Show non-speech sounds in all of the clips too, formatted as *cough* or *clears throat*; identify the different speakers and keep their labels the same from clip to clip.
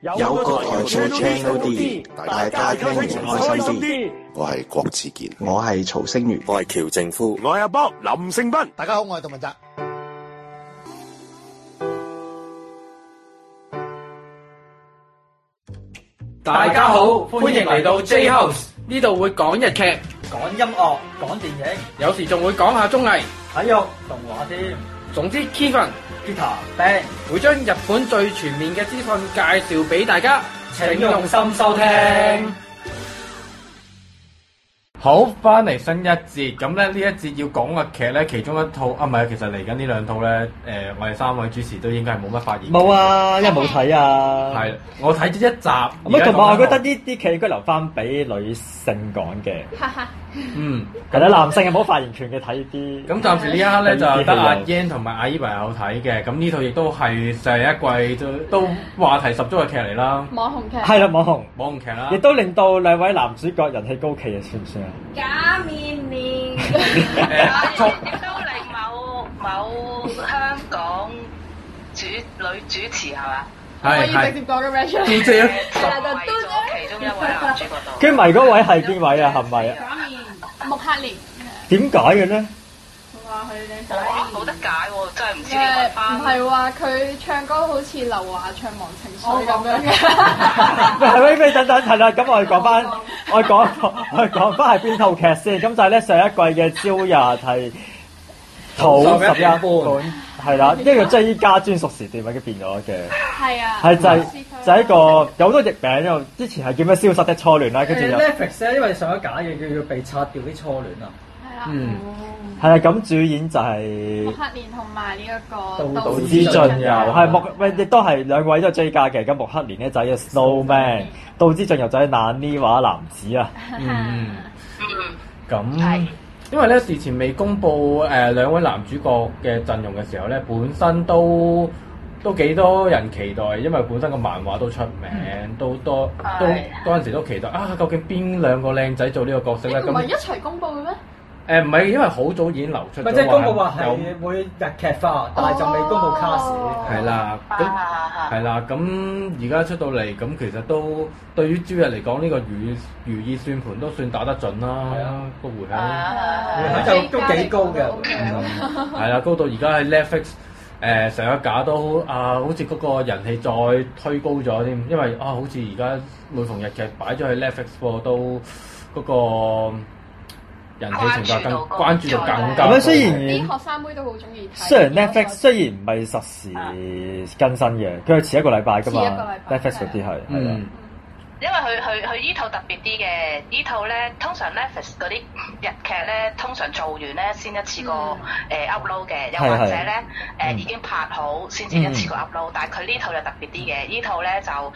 Speaker 1: 有個台
Speaker 2: 做 channel D，
Speaker 1: 大家聽完開心啲。
Speaker 2: 我係郭子健，
Speaker 3: 我係曹星如，
Speaker 4: 我係喬正夫，
Speaker 5: 我係阿 Bob 林勝斌。
Speaker 6: 大家好，我係杜文澤。
Speaker 7: 大家好，歡迎嚟到 J House，呢度會講日劇、
Speaker 8: 講音樂、講電影，
Speaker 7: 有時仲會講下綜藝、
Speaker 8: 體育、動畫添。
Speaker 7: 總之，Kevin、
Speaker 8: Peter、Ben
Speaker 7: 會將日本最全面嘅資訊介紹俾大家，
Speaker 8: 請用心收聽。
Speaker 9: 好，翻嚟新一節，咁咧呢一節要講嘅劇咧，其中一套啊，唔係，其實嚟緊呢兩套咧，誒、呃，我哋三位主持都應該係冇乜發言。
Speaker 8: 冇啊，因為冇睇啊。
Speaker 9: 係，我睇咗一集。
Speaker 8: 咁同埋我覺得呢啲劇應該留翻俾女性講嘅。
Speaker 9: 嗯，
Speaker 8: 係啦，男性係冇發言權嘅睇啲。
Speaker 9: 咁暫時呢一刻咧就得阿 Yan 同埋阿 Eva 有睇嘅，咁呢套亦都係第一季都都話題十足嘅劇嚟啦。
Speaker 1: 網紅劇
Speaker 8: 係啦，網紅
Speaker 9: 網紅劇啦，
Speaker 8: 亦都令到兩位男主角人氣高企啊，算唔算啊？
Speaker 1: 假面
Speaker 10: *laughs*
Speaker 1: 面，
Speaker 9: 誒
Speaker 10: 都令某某香港主女主持係嘛？
Speaker 1: 可
Speaker 9: 係
Speaker 1: 以
Speaker 9: 係
Speaker 1: 直接講嘅 r a t i o
Speaker 9: 記者
Speaker 1: 係啦，
Speaker 10: 為
Speaker 1: 就嘟
Speaker 10: 咗其中一位男主角度。 *laughs*
Speaker 8: 跟迷嗰位係邊位啊？係咪啊？
Speaker 1: 假面木克連，
Speaker 8: 點解嘅咧？
Speaker 1: 話佢靚仔。
Speaker 10: 哇冇得解喎，真係唔知你
Speaker 1: 誒
Speaker 10: 揾
Speaker 1: 唔
Speaker 10: 翻。
Speaker 1: 係話佢唱歌好似劉華唱《忘情水》咁樣
Speaker 8: 喂，
Speaker 1: 嘅，
Speaker 8: 係喂喂，等等，係啦，咁我哋講
Speaker 1: *laughs*
Speaker 8: 翻，我哋講，我哋講翻係邊套劇先？咁就係咧上一季嘅《朝日》係土十一本，係啦，一個 J 加專屬時段已經變咗嘅，
Speaker 1: 係啊，
Speaker 8: 係就係就係一個
Speaker 1: 個
Speaker 8: 有好多譯名，因為之前係叫咩《消失的初戀》啦，跟住又
Speaker 11: Netflix 咧，因為上咗架嘅，要要被拆掉啲初戀啊。
Speaker 1: 係啦，
Speaker 9: 嗯
Speaker 8: 係啦，咁主演就係
Speaker 1: 木克連同埋呢一個
Speaker 11: 杜
Speaker 8: 杜
Speaker 1: 杜
Speaker 8: 之
Speaker 1: 之
Speaker 8: 俊
Speaker 1: 俊
Speaker 8: 又係木，喂亦都係兩位都係 J 加嘅，咁木克連呢就係 Snowman，杜之俊又就係那呢話男子啊。
Speaker 9: 嗯，
Speaker 10: 嗯，
Speaker 9: 咁
Speaker 10: 係。
Speaker 9: 因為咧事前未公布誒、呃、兩位男主角嘅陣容嘅時候咧，本身都都幾多人期待，因為本身個漫畫都出名，都多都
Speaker 10: 係
Speaker 9: 嗰陣時都期待啊，究竟邊兩個靚仔做呢個角色咧？
Speaker 1: 誒唔係
Speaker 9: 咁
Speaker 1: 一齊公佈嘅咩？
Speaker 9: 誒唔係，因為好早已經流出
Speaker 11: 咪即係
Speaker 9: 咗
Speaker 11: 公佈話
Speaker 9: 有
Speaker 11: 係會日劇化，但係就未公佈卡士。
Speaker 1: 哦
Speaker 9: 係啦，
Speaker 10: 啊
Speaker 9: 咁
Speaker 10: 啊
Speaker 9: 係啦，咁而家出到嚟，咁其實都對於朝日嚟講，呢、個如如意算盤都算打得準
Speaker 11: 係
Speaker 9: 啦
Speaker 11: 啊，
Speaker 9: 個回
Speaker 10: 啊
Speaker 9: 響。
Speaker 10: 啊
Speaker 11: 就都幾高嘅
Speaker 9: Ừ. 係啦，高到而家喺 Netflix 誒、上一架都啊，好似嗰個人氣再推高咗添，因為啊，好似而家每逢日劇擺咗喺 Netflix 播都嗰、個人氣程度更關
Speaker 10: 關
Speaker 9: 注
Speaker 10: 注
Speaker 9: 度更
Speaker 10: 度高
Speaker 9: 加
Speaker 8: 咁
Speaker 9: 高
Speaker 8: 樣雖然
Speaker 1: 啲學生妹都好中意睇。
Speaker 8: 雖然 Netflix 雖然唔係實時更新嘅，佢係遲一個禮拜噶
Speaker 1: 啊遲一個
Speaker 8: 嘛
Speaker 1: 禮拜
Speaker 8: ，Netflix 嗰啲係係啊
Speaker 9: 嗯，
Speaker 10: 因為佢佢佢依套特別啲嘅，依套咧通常 Netflix 嗰啲日劇咧，通常做完咧先一次過
Speaker 1: 嗯
Speaker 10: 誒 upload 嘅，又
Speaker 8: 係
Speaker 10: 或
Speaker 8: 係
Speaker 10: 者咧誒
Speaker 8: 嗯
Speaker 10: 已經拍好先至一次過 upload，但係佢呢套就特別啲
Speaker 8: 嗯
Speaker 10: 嘅，呢套咧就誒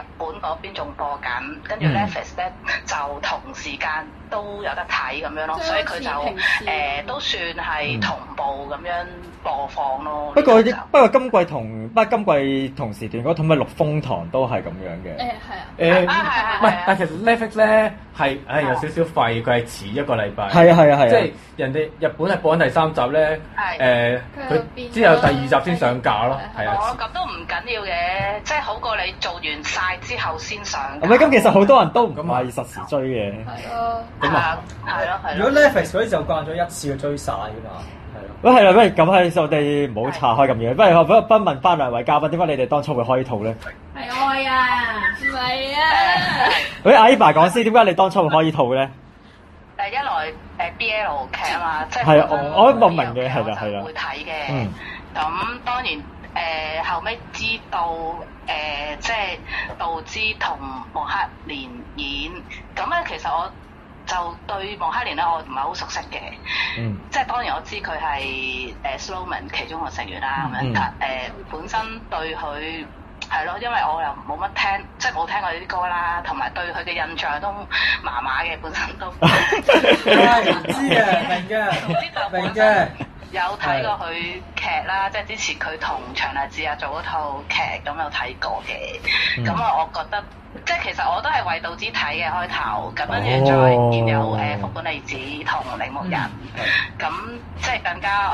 Speaker 10: 日本嗰邊仲播緊，跟住
Speaker 9: 嗯
Speaker 10: Netflix 咧就同時間都有得睇咁樣咯，
Speaker 1: 即係
Speaker 10: 所以佢就
Speaker 1: 好似平時
Speaker 10: 誒都算係同步咁樣播放咯。
Speaker 8: 嗯不過
Speaker 10: 呢
Speaker 8: 不過今季同不過今季同時段嗰套咩《陸風堂》都係咁樣
Speaker 1: 誒
Speaker 8: 嘅，
Speaker 1: 係啊，
Speaker 9: 誒
Speaker 10: 啊係係
Speaker 9: 唔係
Speaker 10: 係，
Speaker 9: 但其實 Netflix 咧係誒有少少廢，佢係遲一個禮拜。
Speaker 8: 係啊係啊
Speaker 9: 即
Speaker 8: 係
Speaker 9: 係
Speaker 8: 啊，
Speaker 9: 人哋日本係播緊第三集咧，誒
Speaker 10: 係
Speaker 1: 佢就
Speaker 9: 佢
Speaker 1: 變
Speaker 9: 之後
Speaker 1: 咗
Speaker 9: 第二集先上架咯，係啊
Speaker 10: 哦，。咁都唔緊要嘅，即係好過你做完晒之後先上
Speaker 8: 咁
Speaker 10: 架。
Speaker 8: 咪咁其實好多人都唔係實時追嘅，
Speaker 1: 係咯，
Speaker 9: 咁啊，
Speaker 10: 係咯係
Speaker 11: 如果
Speaker 10: 咯。
Speaker 11: Netflix 嗰啲就慣咗一次要追晒㗎嘛，係咯。
Speaker 8: 喂係啦，不如咁係我哋唔好岔開咁遠，不如我不不問翻兩位嘉賓，點解你哋當初會開呢套咧？
Speaker 1: 係愛啊，唔係啊，
Speaker 8: 喂，阿 Eva 講先，點解你當初會開呢套咧？
Speaker 10: 誒一來誒 BL 劇啊嘛，即係
Speaker 8: 係啊
Speaker 10: 本身
Speaker 8: 我我都冇明嘅
Speaker 10: BL
Speaker 8: 係啦係啦
Speaker 10: 我就會睇嘅。
Speaker 8: 嗯
Speaker 10: 咁當然誒、呃後尾知道誒、即係杜之同莫克連演，咁咧其實我就對莫克連咧我唔係好熟悉嘅，
Speaker 8: 嗯
Speaker 10: 即係當然我知佢係誒 Slowman 其中個成員啦咁
Speaker 8: 嗯
Speaker 10: 樣，但誒、本身對佢。係咯，因為我又冇乜聽，即係冇聽過呢啲歌啦，同埋對佢嘅印象都麻麻嘅，本身
Speaker 8: *laughs*
Speaker 10: 都。
Speaker 11: 係唔知嘅，明
Speaker 7: 啊
Speaker 10: 總之就
Speaker 11: 嘅，明
Speaker 10: 本
Speaker 11: 嘅
Speaker 10: 身。有睇過佢劇啦，即係之前佢同長瀨智也做嗰套劇咁有睇過嘅。咁啊、我覺得即係其實我都係為道之睇嘅開頭，咁跟住再見有誒福本莉子同鈴木人，咁、即係更呃加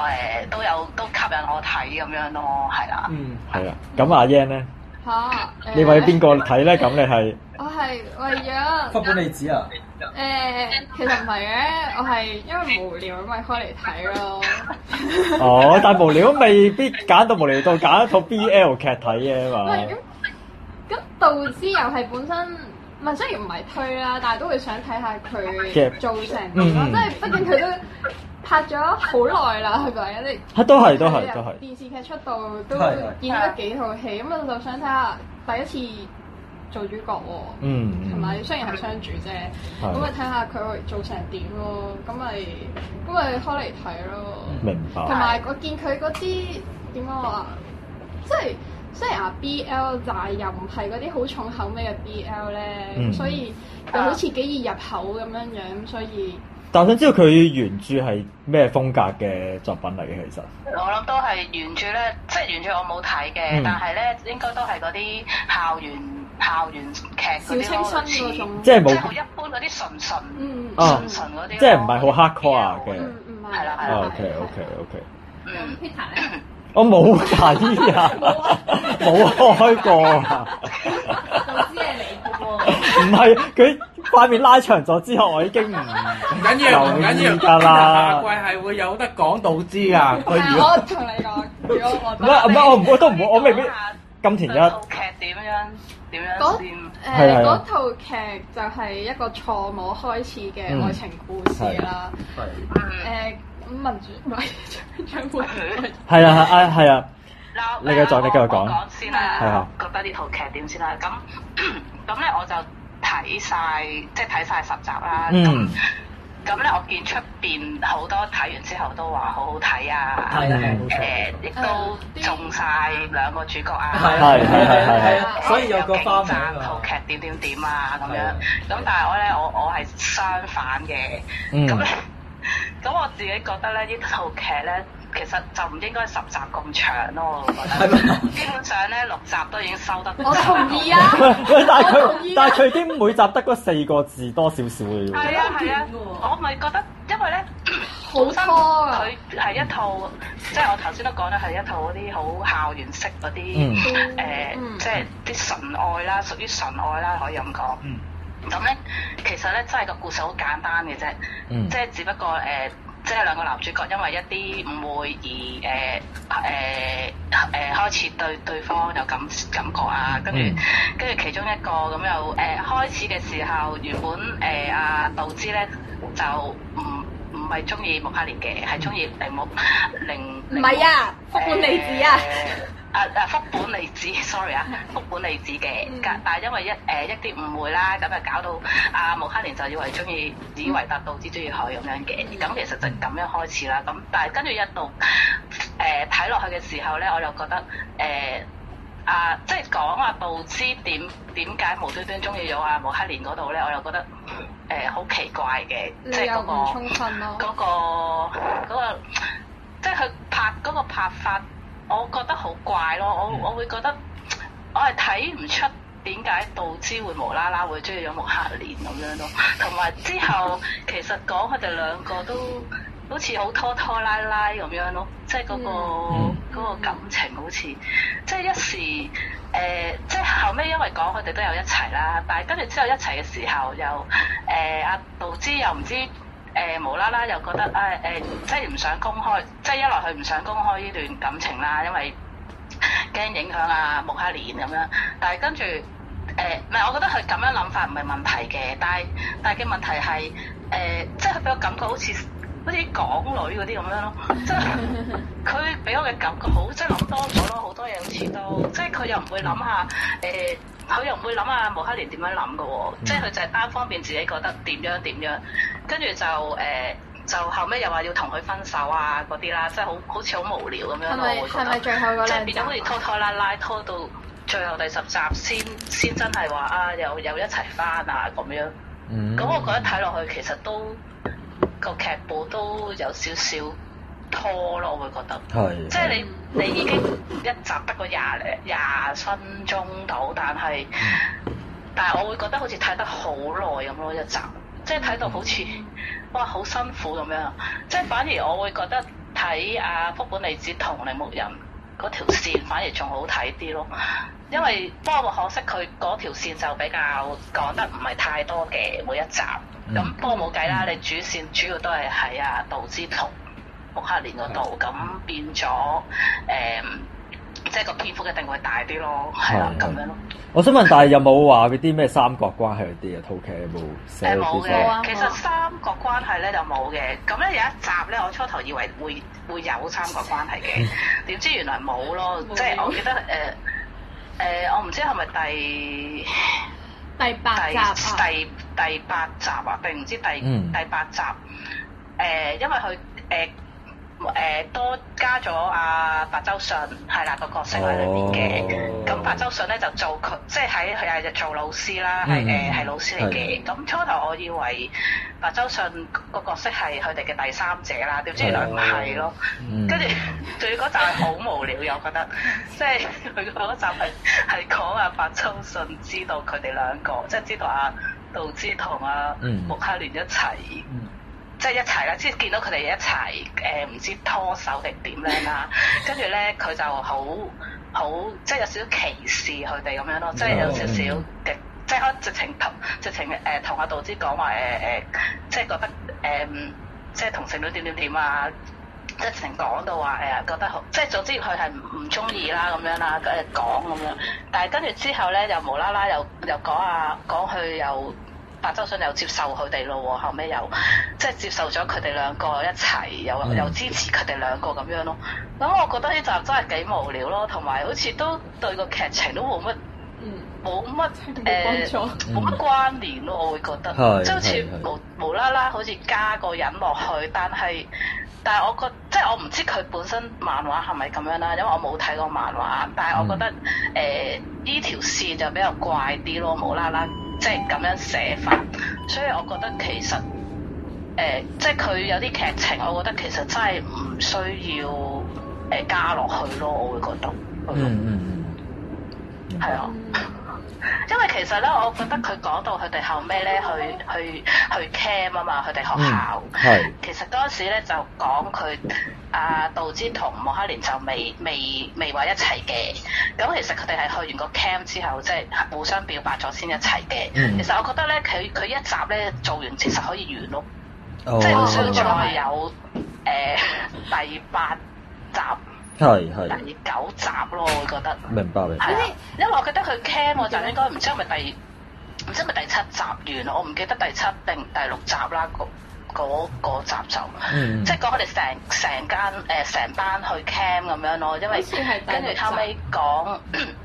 Speaker 10: 誒、都有都吸引我睇咁樣咯，係啦。
Speaker 9: 嗯，
Speaker 8: 係啦，咁阿 Yan 咧，
Speaker 1: 嚇！
Speaker 8: 你為邊個睇咧？咁你係
Speaker 1: 我係為
Speaker 12: 福
Speaker 1: 咗
Speaker 12: 本利子啊，
Speaker 1: 誒、其實唔係嘅，我係因為無聊咁咪開嚟睇咯。
Speaker 8: 哦，但無聊都未必揀到無聊到揀一套 BL 劇睇嘅嘛。
Speaker 1: 喂，咁咁道之又係本身唔係雖然唔係推啦，但係都會想睇下
Speaker 8: 嘅
Speaker 1: 佢做成點咯。
Speaker 8: 嗯
Speaker 1: 即係畢竟佢都拍咗好耐啦，係咪？你
Speaker 8: 啊，都係都係都係。
Speaker 1: 電視劇出道都
Speaker 12: 係係
Speaker 1: 演咗幾套戲，咁我就想睇下第一次做主角喎。
Speaker 8: 嗯，
Speaker 1: 係
Speaker 8: 嗯
Speaker 1: 咪？雖然係相處啫，
Speaker 8: 係
Speaker 1: 咁咪睇下佢會做成點咯。咁咪咁咪開嚟睇咯。
Speaker 8: 明白。
Speaker 1: 同埋我見佢嗰啲點講啊，即係雖然啊 BL，但係又唔係嗰啲好重口味嘅 BL 咧，
Speaker 8: 嗯
Speaker 1: 所以又好似幾易入口咁樣樣，所以
Speaker 8: 但我想知道佢原著係咩風格嘅作品嚟嘅，其實。
Speaker 10: 我諗都係原著咧，即係原著我冇睇嘅，
Speaker 8: 嗯
Speaker 10: 但係咧應該都係嗰啲校園校園劇
Speaker 1: 小
Speaker 10: 嗰啲咯類似
Speaker 1: 清新嗰種，
Speaker 8: 即係
Speaker 10: 即
Speaker 8: 冇
Speaker 10: 係，好一般嗰啲純純
Speaker 1: 嗯
Speaker 8: 啊
Speaker 10: 純純嗰啲咯，
Speaker 8: 即係唔係好 hardcore 啊嘅
Speaker 1: 嗯唔係
Speaker 10: 係啦係啦
Speaker 8: 哦 OK OK OK。
Speaker 10: 嗯
Speaker 1: Peter 咧，
Speaker 8: 我冇睇啊，冇開過啊。
Speaker 1: 知係你嘅喎。
Speaker 8: 唔係佢塊面拉長咗之 *laughs* 後，我已經唔
Speaker 7: 唔緊要，唔緊要
Speaker 8: 留意㗎啦
Speaker 7: 下季係會有得講到知㗎。佢
Speaker 1: 但
Speaker 7: 如
Speaker 1: 係
Speaker 7: 果
Speaker 1: 我同你講，如果我
Speaker 8: 唔係唔係，我唔我都唔會我未必
Speaker 10: 講下
Speaker 8: 金田
Speaker 10: 對
Speaker 8: 一啊
Speaker 10: 套。劇點樣點
Speaker 1: 嗰
Speaker 10: 樣先？
Speaker 8: 係係
Speaker 1: 誒嗰套劇就係一個錯摸開始嘅愛情故事啦。
Speaker 10: 嗯
Speaker 1: 誒民主唔係長輩
Speaker 8: 係啊係啊係啊，
Speaker 10: 嗱，
Speaker 8: 你繼續
Speaker 10: 我
Speaker 8: 你繼續講
Speaker 10: 我講先
Speaker 8: 係
Speaker 10: 啦
Speaker 8: 啊，
Speaker 10: 覺得呢套劇點先啦。咁 *clears throat* 咁咧，我就睇晒，即係睇晒十集啦。
Speaker 8: 嗯
Speaker 10: 咁咁咧，我見出邊好多睇完之後都話好好睇啊。
Speaker 12: 係啊係啊冇
Speaker 10: 誒，亦都
Speaker 1: 嗯
Speaker 10: 中晒兩個主角啊。
Speaker 12: 係係
Speaker 8: 係係係係
Speaker 12: 係所以有個花名
Speaker 10: 有競爭
Speaker 12: 啊
Speaker 10: 套。啊劇點點點啊咁
Speaker 12: 係
Speaker 10: 樣
Speaker 12: 啊。
Speaker 10: 咁但係我咧，我我係相反嘅。
Speaker 8: 嗯
Speaker 10: 咁咧， *laughs* 咁我自己覺得咧，呢套劇咧，其實就唔應該十集咁長咯，我覺
Speaker 12: 係咪
Speaker 10: 得。基本上咧，六集都已經收得。
Speaker 1: 我同意啊！
Speaker 8: 喂喂但係
Speaker 1: 我同
Speaker 8: 佢
Speaker 1: 意啊
Speaker 8: 但係佢已經每集得嗰四個字多少少嘅啫喎。
Speaker 10: 係啊係啊，我咪覺得，因為咧，
Speaker 1: 好
Speaker 10: 本身
Speaker 1: 拖啊
Speaker 10: 佢係一套，即係我頭先都講啦，係一套嗰啲好校園式
Speaker 8: 嗯
Speaker 10: 嗰啲，誒，即係啲純愛啦，屬於純愛啦，可以咁講。咁咧，其實咧，真係個故事好簡單嘅啫，
Speaker 8: 嗯
Speaker 10: 即係只不過誒、呃即係兩個男主角因為一啲誤會而誒誒誒呃開始對對方有感感覺啊，跟住
Speaker 8: 嗯
Speaker 10: 跟住其中一個咁又誒開始嘅時候，原本誒阿道之咧就唔唔係中意木克烈嘅，係中意鈴木鈴
Speaker 1: 唔係啊，福本利子啊，
Speaker 10: 誒！啊啊！福本利子，sorry 啊，福本利子嘅
Speaker 1: 嗯，
Speaker 10: 但但係因為一誒、一啲誤會啦，咁啊搞到阿穆克連就以為中意，以
Speaker 1: 嗯
Speaker 10: 為達道之中意佢咁樣嘅，咁其實就咁樣開始啦。咁但係跟住一路誒睇落去嘅時候咧，我就覺得誒。呃啊，即係講阿道之點點解無端端中意咗阿穆克連嗰度咧，我又覺得誒好、奇怪嘅，即
Speaker 1: *laughs*
Speaker 10: 係
Speaker 1: 你又
Speaker 10: 嗰、
Speaker 1: 唔
Speaker 10: 個。
Speaker 1: 充分咯。
Speaker 10: 嗰、個嗰、個，即係佢拍嗰個拍法，我覺得好怪咯。我我會覺得我係睇唔出點解道之會無啦啦會中意咗木黑蓮咁樣咯。同埋之後其實講佢哋兩個都好似好拖拖拉拉咁樣咯，即係嗰、個
Speaker 8: 嗯
Speaker 10: 嗰、個感情好似即係一時誒、呃即係後尾因為講佢哋都有一齊啦，但係跟住之後一齊嘅時候又誒阿、道之又呃唔知。誒、無啦啦又覺得誒誒、即係唔想公開，即係一來佢唔想公開呢段感情啦，因為驚影響啊穆克連咁樣。但係跟住誒，唔、係我覺得佢咁樣諗法唔係問題嘅，但係但係嘅問題係誒、即係佢俾我感覺好似好似港女嗰啲咁樣咯，即係佢俾我嘅感覺好即係諗多咗咯，好多嘢好似都即係佢又唔會諗下誒。佢又唔會諗下穆克連點樣諗嘅喎，
Speaker 1: 嗯
Speaker 10: 即係佢就係單方面自己覺得點樣點樣，跟住就誒、就後尾又話要同佢分手啊嗰啲啦，即係好好似好無聊咁樣咯。
Speaker 1: 係咪
Speaker 10: 我會覺
Speaker 1: 係
Speaker 10: 得
Speaker 1: 咪最後嗰
Speaker 10: 即係
Speaker 1: 兩集啊
Speaker 10: 變咗好似拖拖拉拉拖到最後第十集先先真係話啊，又又一齊翻啊咁樣。咁、
Speaker 8: 嗯
Speaker 10: 我覺得睇落去其實都個劇本都有少少拖咯，我會覺得。
Speaker 8: 係
Speaker 10: 即係你你已經一集得個廿零廿分鐘到，但係、但係我會覺得好似睇得好耐咁咯一集，即係睇到好似
Speaker 8: 嗯
Speaker 10: *laughs* 哇好辛苦咁樣，即係反而我會覺得睇阿、啊、福本利子同鈴木人嗰條線反而仲好睇啲咯。因為
Speaker 8: 嗯
Speaker 10: 不過可惜佢嗰條線就比較講得唔係太多嘅每一集，
Speaker 8: 嗯
Speaker 10: 咁不過冇計啦，你主線主要都係喺啊杜之同
Speaker 8: 嗯
Speaker 10: 穆克連嗰度，咁變咗誒、即係個篇幅一定會大啲咯，係啦
Speaker 8: 係
Speaker 10: 咁樣咯。
Speaker 8: 我想問，但係有冇話嗰啲咩三角關係嗰啲啊？套劇有冇寫
Speaker 10: 誒
Speaker 8: 嗰
Speaker 10: 冇啊
Speaker 8: 啲嘢？
Speaker 10: 嘅，其實三角關係咧就冇嘅。咁咧有一集咧，我初頭以為會 *laughs* 會有三角關係嘅，點知原來冇咯。
Speaker 1: 冇
Speaker 10: 即係我記得誒誒、我唔知係咪第
Speaker 1: 第八集啊，
Speaker 10: 第第第八集啊，定唔知第、
Speaker 8: 嗯
Speaker 10: 第八集？誒、因為佢誒。誒、多加咗阿、白周信係啦個角色喺裏邊嘅，咁、
Speaker 8: 哦
Speaker 10: 白周信咧就做佢，即係喺佢係做老師啦，係
Speaker 8: 嗯
Speaker 10: 誒
Speaker 8: 嗯
Speaker 10: 係老師嚟嘅。咁初頭我以為白周信個角色係佢哋嘅第三者啦，點知原
Speaker 8: 哦
Speaker 10: 來唔係咯。
Speaker 8: 嗯
Speaker 10: 跟住仲要嗰集係好無聊，又覺得 *laughs* 即係佢嗰集係係講阿白秋信知道佢哋兩個，即係知道阿杜之同阿
Speaker 8: 嗯
Speaker 10: 穆克連一齊，即係一齊啦，即係見到佢哋一齊誒唔知拖手定點樣啦，跟住咧佢就好好即係有少少歧視佢哋咁樣咯，即係有少少嘅。即係可能直情同直情誒同阿杜之講話誒誒，即係覺得誒、嗯即係同性戀點點點啊，即係成講到話誒覺得好，即係總之佢係唔唔中意啦咁樣啦，誒講咁樣。但係跟住之後咧，又無啦啦又又講啊講佢又白周信又接受佢哋咯喎，後尾又即係接受咗佢哋兩個一齊，又又支持佢哋兩個咁樣咯。咁我覺得呢集真係幾無聊咯，同埋好似都對個劇情都冇乜
Speaker 1: 嗯，
Speaker 10: 冇乜
Speaker 1: 冇幫
Speaker 10: 誒
Speaker 1: 助
Speaker 10: 冇乜關聯咯，我會覺得
Speaker 8: 係
Speaker 10: 即係好似
Speaker 8: 係係
Speaker 10: 無無啦啦好似加個人落去，但係但係我覺即係我唔知佢本身漫畫係咪咁樣啦，因為我冇睇過漫畫，
Speaker 8: 嗯
Speaker 10: 但係我覺得誒呢、條線就比較怪啲咯，無啦啦即係咁樣寫法，所以我覺得其實誒、即係佢有啲劇情，我覺得其實真係唔需要誒、加落去咯，我會覺得係咯
Speaker 8: 嗯嗯嗯，明
Speaker 10: 係
Speaker 8: 白
Speaker 10: 啊。因為其實咧，我覺得佢講到佢哋後尾咧去去去 cam 啊嘛，佢哋學校。
Speaker 8: 嗯係
Speaker 10: 其實嗰陣時咧就講佢阿杜之同莫克連就未未未話一齊嘅，咁其實佢哋係去完個 cam 之後，即係互相表白咗先一齊嘅。
Speaker 8: 嗯
Speaker 10: 其實我覺得咧，佢佢一集咧做完其實可以完咯，
Speaker 8: 哦
Speaker 10: 即係唔需要再有誒、第八集、
Speaker 8: 係係
Speaker 10: 第九集咯，我覺得。
Speaker 8: 明白明白
Speaker 10: 係啊，因為我覺得佢 cam 嗰陣應該唔知係咪第唔知係咪第七集完，我唔記得第七定第六集啦，嗰嗰嗰集就，
Speaker 8: 嗯嗯
Speaker 10: 即係講佢哋成成間誒成班去 cam 咁樣咯，因
Speaker 1: 好
Speaker 10: 為
Speaker 1: 似係第
Speaker 10: 跟
Speaker 1: 六
Speaker 10: 住後尾
Speaker 1: 集，
Speaker 10: 講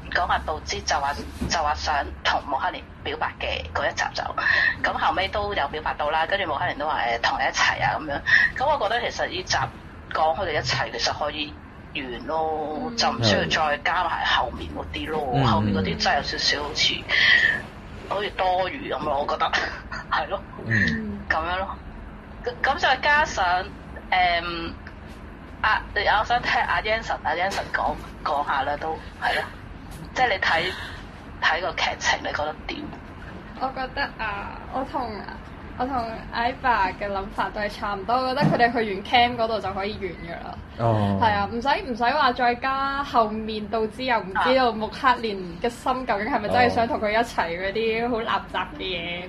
Speaker 10: *clears throat* 講阿杜之就話就話想同莫克連表白嘅嗰一集就，咁後尾都有表白到啦，跟住莫克連都話誒同你一齊啊咁樣，咁我覺得其實呢集講佢哋一齊其實可以完咯，
Speaker 1: 嗯
Speaker 10: 就唔需要再加埋後面嗰啲咯，
Speaker 8: 嗯
Speaker 10: 後面嗰啲真係有少少好似好似多餘咁咯，我覺得 *laughs* 係咯。
Speaker 8: 嗯
Speaker 1: 嗯
Speaker 10: 咁樣咯。咁咁再加上誒阿、我想聽阿 Yanson 阿 Yanson 講講下啦，都係咯，即係你睇睇個劇情，你覺得點？
Speaker 1: 我覺得啊，我同我同 Iva 嘅諗法都係差唔多，我覺得佢哋去完 cam 嗰度就可以完㗎啦。
Speaker 8: 哦
Speaker 1: 係啊，唔使唔使話再加後面導致又唔知道穆克連嘅心究竟係咪真係想同佢一齊嗰啲好垃圾嘅嘢。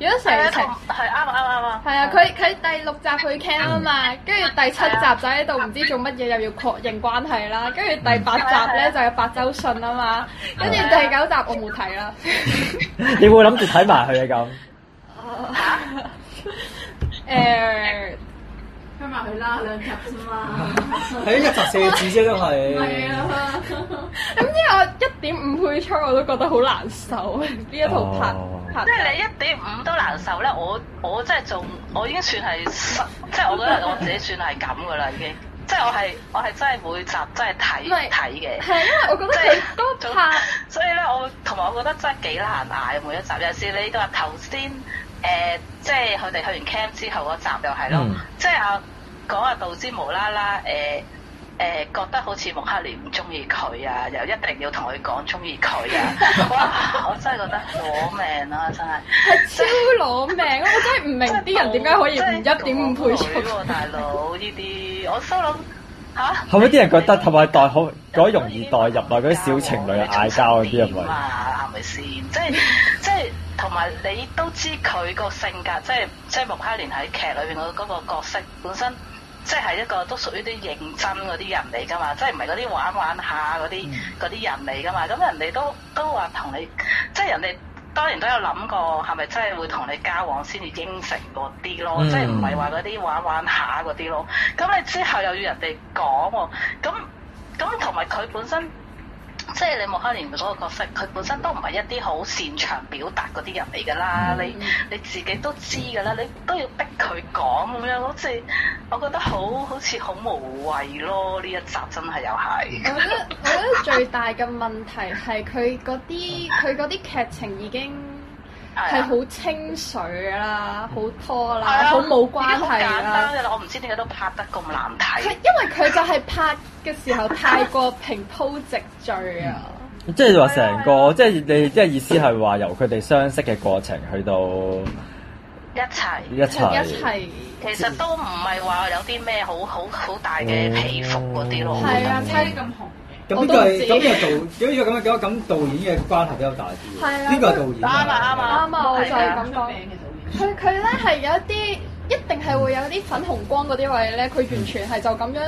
Speaker 1: 如果成
Speaker 10: 同
Speaker 1: 成
Speaker 10: 係啱啊啱啊啱啊！
Speaker 1: 係啊，佢佢第六集去 cam 啊嘛，
Speaker 13: 嗯
Speaker 1: 跟住第七集
Speaker 13: 啊
Speaker 1: 就喺度唔知做乜嘢，又要確認關係啦，跟住第八
Speaker 13: 啊
Speaker 1: 集咧就有白周信啊嘛，跟住第九集我冇睇啦。
Speaker 8: 你會諗住睇埋佢嘅咁？
Speaker 13: 哦
Speaker 1: *laughs* 誒，
Speaker 13: 跟埋佢啦，兩集啫嘛。
Speaker 14: 係一集四字啫都係。
Speaker 13: 係啊，
Speaker 1: 咁之後一點五倍速我都覺得好難受，呢一套拍
Speaker 8: 哦
Speaker 1: 拍
Speaker 10: 即係你一點五都難受咧，我我真係仲我已經算係失，即係我覺得我自己算係咁噶啦已經。即係我係我係真係每集真係睇
Speaker 1: 唔係
Speaker 10: 睇嘅。
Speaker 1: 係因為我覺得佢嗰拍。
Speaker 10: 所以咧，我同埋我覺得真係幾難捱每一集。有時你話頭先誒，即係佢哋去完 camp 之後嗰集又係咯，
Speaker 8: 嗯
Speaker 10: 即係啊講阿杜之無啦啦誒誒，覺得好似蒙克連唔中意佢啊，又一定要同佢講中意佢啊！
Speaker 8: *laughs*
Speaker 10: 哇！我真係覺得攞命啦、真係
Speaker 1: 係超攞命，我真係唔明啲人點解可以唔一點五倍速。
Speaker 10: 真係攞女喎大佬呢啲，我心諗。嚇
Speaker 8: 係咪啲人覺得同埋代好嗰啲容易代入啊？嗰啲小情侶嗌交嗰啲係咪？
Speaker 10: 嘛，係咪先？即係即係同埋你都知佢個性格，即係即係穆克連喺劇裏邊嗰嗰個角色本身。即係一個都屬於啲認真嗰啲人嚟㗎嘛，即係唔係嗰啲玩玩下嗰
Speaker 8: 嗯
Speaker 10: 啲嗰啲人嚟㗎嘛，咁人哋都都話同你，即係人哋當然都有諗過係咪真係會同你交往先至應承嗰啲咯，
Speaker 8: 嗯
Speaker 10: 即係唔係話嗰啲玩玩下嗰啲咯，咁你之後又要人哋講喎，咁咁同埋佢本身。即係你莫克連嗰個角色，佢本身都唔係一啲好擅長表達嗰啲人嚟㗎啦，你你自己都知㗎啦，你都要逼佢講咁樣，好似我覺得好好似好無謂咯，呢一集真係又係。
Speaker 1: 我覺得我覺得最大嘅問題係佢嗰啲佢嗰啲劇情已經
Speaker 10: 嗯
Speaker 1: 係好清水啦，好拖
Speaker 10: 啊係啊
Speaker 1: 啦，好冇
Speaker 10: 已
Speaker 1: 關
Speaker 10: 經好
Speaker 1: 係
Speaker 10: 簡
Speaker 1: 啦
Speaker 10: 單。嘅啦，我唔知點解都拍得咁難
Speaker 1: 佢
Speaker 10: 睇。
Speaker 1: 因為佢就係拍嘅時候太過平鋪直敍啊，
Speaker 8: 即係話成個，即係你即係意思係話由佢哋相識嘅過程去到
Speaker 10: 一齊。
Speaker 8: 一齊，
Speaker 1: 一齊
Speaker 10: 其實都唔係話有啲咩好好好大嘅起伏嗰啲咯，
Speaker 1: 係啊，
Speaker 15: 即
Speaker 1: 太
Speaker 15: 係咁紅
Speaker 7: 咁呢個係咁呢個導，呢個咁樣咁導演嘅關係比較大啲。
Speaker 1: 係啊
Speaker 7: 呢個係導演。
Speaker 10: 啱啊啱啊
Speaker 1: 啱啊！我就係咁
Speaker 15: 嘅，出
Speaker 1: 講。
Speaker 15: 名嘅導
Speaker 1: 佢佢咧係有一啲一定係會有啲粉紅光嗰啲位咧，佢完全係就咁樣。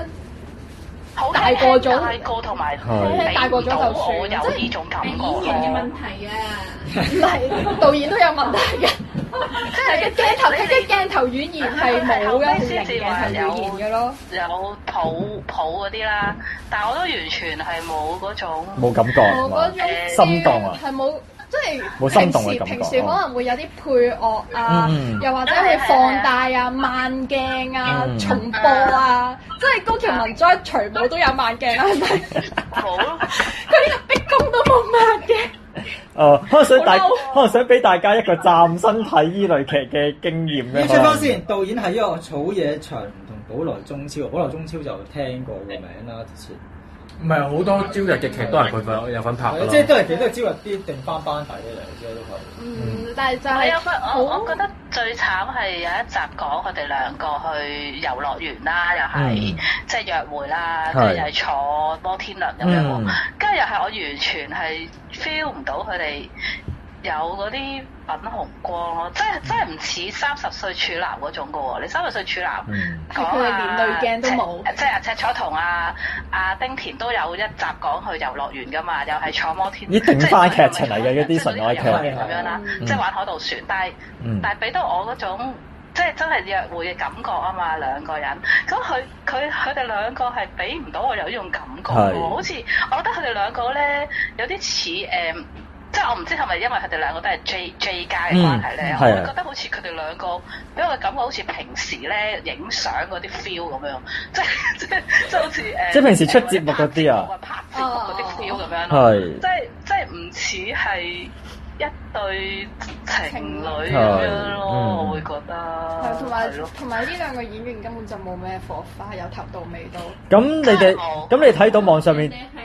Speaker 10: 好
Speaker 1: 大個咗
Speaker 10: 大個同埋
Speaker 8: 係
Speaker 1: 大個咗就算
Speaker 10: 我有呢種感覺
Speaker 15: 嗯演員
Speaker 10: 咯
Speaker 15: 嘅問題啊，
Speaker 1: 唔係導演都有問題
Speaker 15: *laughs*
Speaker 1: 嘅，即係個鏡頭佢嘅鏡頭語言係冇嘅，係零鏡頭語言嘅咯。
Speaker 10: 有抱抱嗰啲啦，但我都完全係冇嗰種
Speaker 8: 冇感覺係
Speaker 1: 冇
Speaker 8: 嘛
Speaker 1: 嗰種
Speaker 8: 心動啊
Speaker 1: 係冇。即係
Speaker 8: 冇心動嘅感覺哦
Speaker 1: 平時平時可能會有啲配樂啊，
Speaker 8: 嗯
Speaker 1: 又或者係放大啊、慢鏡啊、
Speaker 8: 嗯
Speaker 1: 重播啊，即係高橋文哉除舞都有慢鏡啊啦，係咪？
Speaker 10: 冇
Speaker 1: *laughs*
Speaker 10: 咯，
Speaker 1: 佢呢個逼宮都冇慢鏡，
Speaker 8: 誒，哦可能想大，
Speaker 1: 好嬲
Speaker 8: 可能想俾大家一個暫身睇依類劇
Speaker 1: *laughs*
Speaker 8: 嘅經驗咧。
Speaker 7: 要出
Speaker 8: 可能
Speaker 7: 翻先，導演係一個草野長同保羅中超，保羅中超就聽過個名啦，之前
Speaker 9: 唔係好多朝日嘅劇都係佢有份拍㗎
Speaker 7: 係啊
Speaker 9: 啦
Speaker 7: 即係都係幾多招入啲定翻班底嘅嚟，我知道都係。
Speaker 1: 嗯，但係就
Speaker 10: 我
Speaker 1: 係
Speaker 10: 有份我
Speaker 1: 好
Speaker 10: 我覺得最慘係有一集講佢哋兩個去遊樂園啦，又係
Speaker 8: 嗯
Speaker 10: 即係約會啦，
Speaker 8: 係
Speaker 10: 跟住又係坐摩天輪咁樣
Speaker 8: 嗯
Speaker 10: 喎，跟住又係我完全係 feel 唔到佢哋有嗰啲粉紅光咯，即係真係唔似三十歲處男嗰種噶喎，你三十歲處男。
Speaker 8: 嗯
Speaker 10: 講
Speaker 1: 佢
Speaker 10: 啊
Speaker 1: 哋連濾鏡都冇
Speaker 10: 赤即係阿赤楚同阿阿丁田都有一集講去遊樂園噶嘛，又係坐摩天，
Speaker 8: 咦定翻劇情嚟嘅
Speaker 10: 即係
Speaker 8: 嗰啲純愛劇
Speaker 10: 即係嗰啲遊樂園咁樣啦，
Speaker 8: 嗯
Speaker 10: 即係玩海盜船，但係
Speaker 8: 嗯
Speaker 10: 但係俾到我嗰種。即係真係約會嘅感覺啊嘛，兩個人咁佢佢佢哋兩個係俾唔到我有呢種感覺
Speaker 8: 係
Speaker 10: 喎，好似我覺得佢哋兩個咧有啲似誒，即係我唔知係咪因為佢哋兩個都係 J J 家嘅關係
Speaker 8: 嗯，係
Speaker 10: 咧我
Speaker 8: 啊
Speaker 10: 會覺得好似佢哋兩個俾我嘅啊感覺好似平時咧影相嗰啲 feel 咁樣，即係 *laughs* 即係即係好似誒，
Speaker 8: 即係平時出節目嗰啲啊哦
Speaker 10: 誒，拍節目嗰啲 feel 咁樣咯，
Speaker 8: 係
Speaker 10: 即係即係唔似係一對情侶咁樣
Speaker 8: 係嗯
Speaker 10: 咯，我會覺得
Speaker 1: 係同埋
Speaker 10: 係咯
Speaker 1: 同埋呢兩個演員根本就冇咩火花，由頭到尾都。
Speaker 8: 咁你哋，咁你睇到網上面
Speaker 15: 人，哋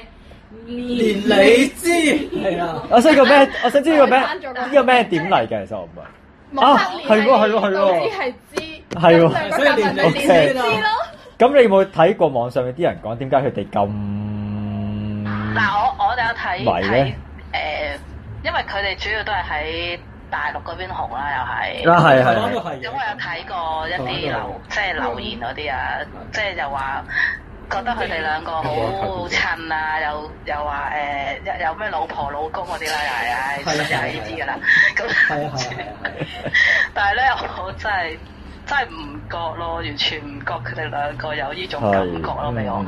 Speaker 7: 連你知係啊，
Speaker 8: 我想個
Speaker 1: *laughs*
Speaker 8: 咩？我想知呢個咩？
Speaker 1: 我刪咗個
Speaker 8: 呢個咩點嚟嘅？其實我唔係。
Speaker 1: 莫克連
Speaker 8: 啊係喎係喎係喎
Speaker 1: 導師係知，
Speaker 8: 係喎
Speaker 1: 咁兩個夾埋咪
Speaker 8: 所以連
Speaker 1: 知
Speaker 7: 你知
Speaker 1: 咯。
Speaker 8: 咁你有冇睇過網上面啲人講點解佢哋啊咁？
Speaker 10: 嗱，我我哋有睇
Speaker 8: 迷
Speaker 10: 睇
Speaker 8: 咧
Speaker 10: 誒，因為佢哋主要都係喺大陸嗰邊紅啦，又係。
Speaker 8: 啊係
Speaker 7: 台灣都
Speaker 8: 係，
Speaker 7: 係
Speaker 10: 咁
Speaker 7: 嘅
Speaker 10: 我有睇過一啲留即係留言嗰啲啊，即係又話覺得佢哋兩個
Speaker 7: 嗯
Speaker 10: 好襯啊，又又話誒有咩老婆老公嗰啲啦，又係唉
Speaker 7: 係啊
Speaker 10: 又係呢啲噶啦。
Speaker 7: 係啊係啊係
Speaker 10: 咁
Speaker 7: 啊係啊，
Speaker 10: 但係咧，我真係真係唔覺咯，完全唔覺佢哋兩個有呢種感覺咯，俾我
Speaker 8: 嗯。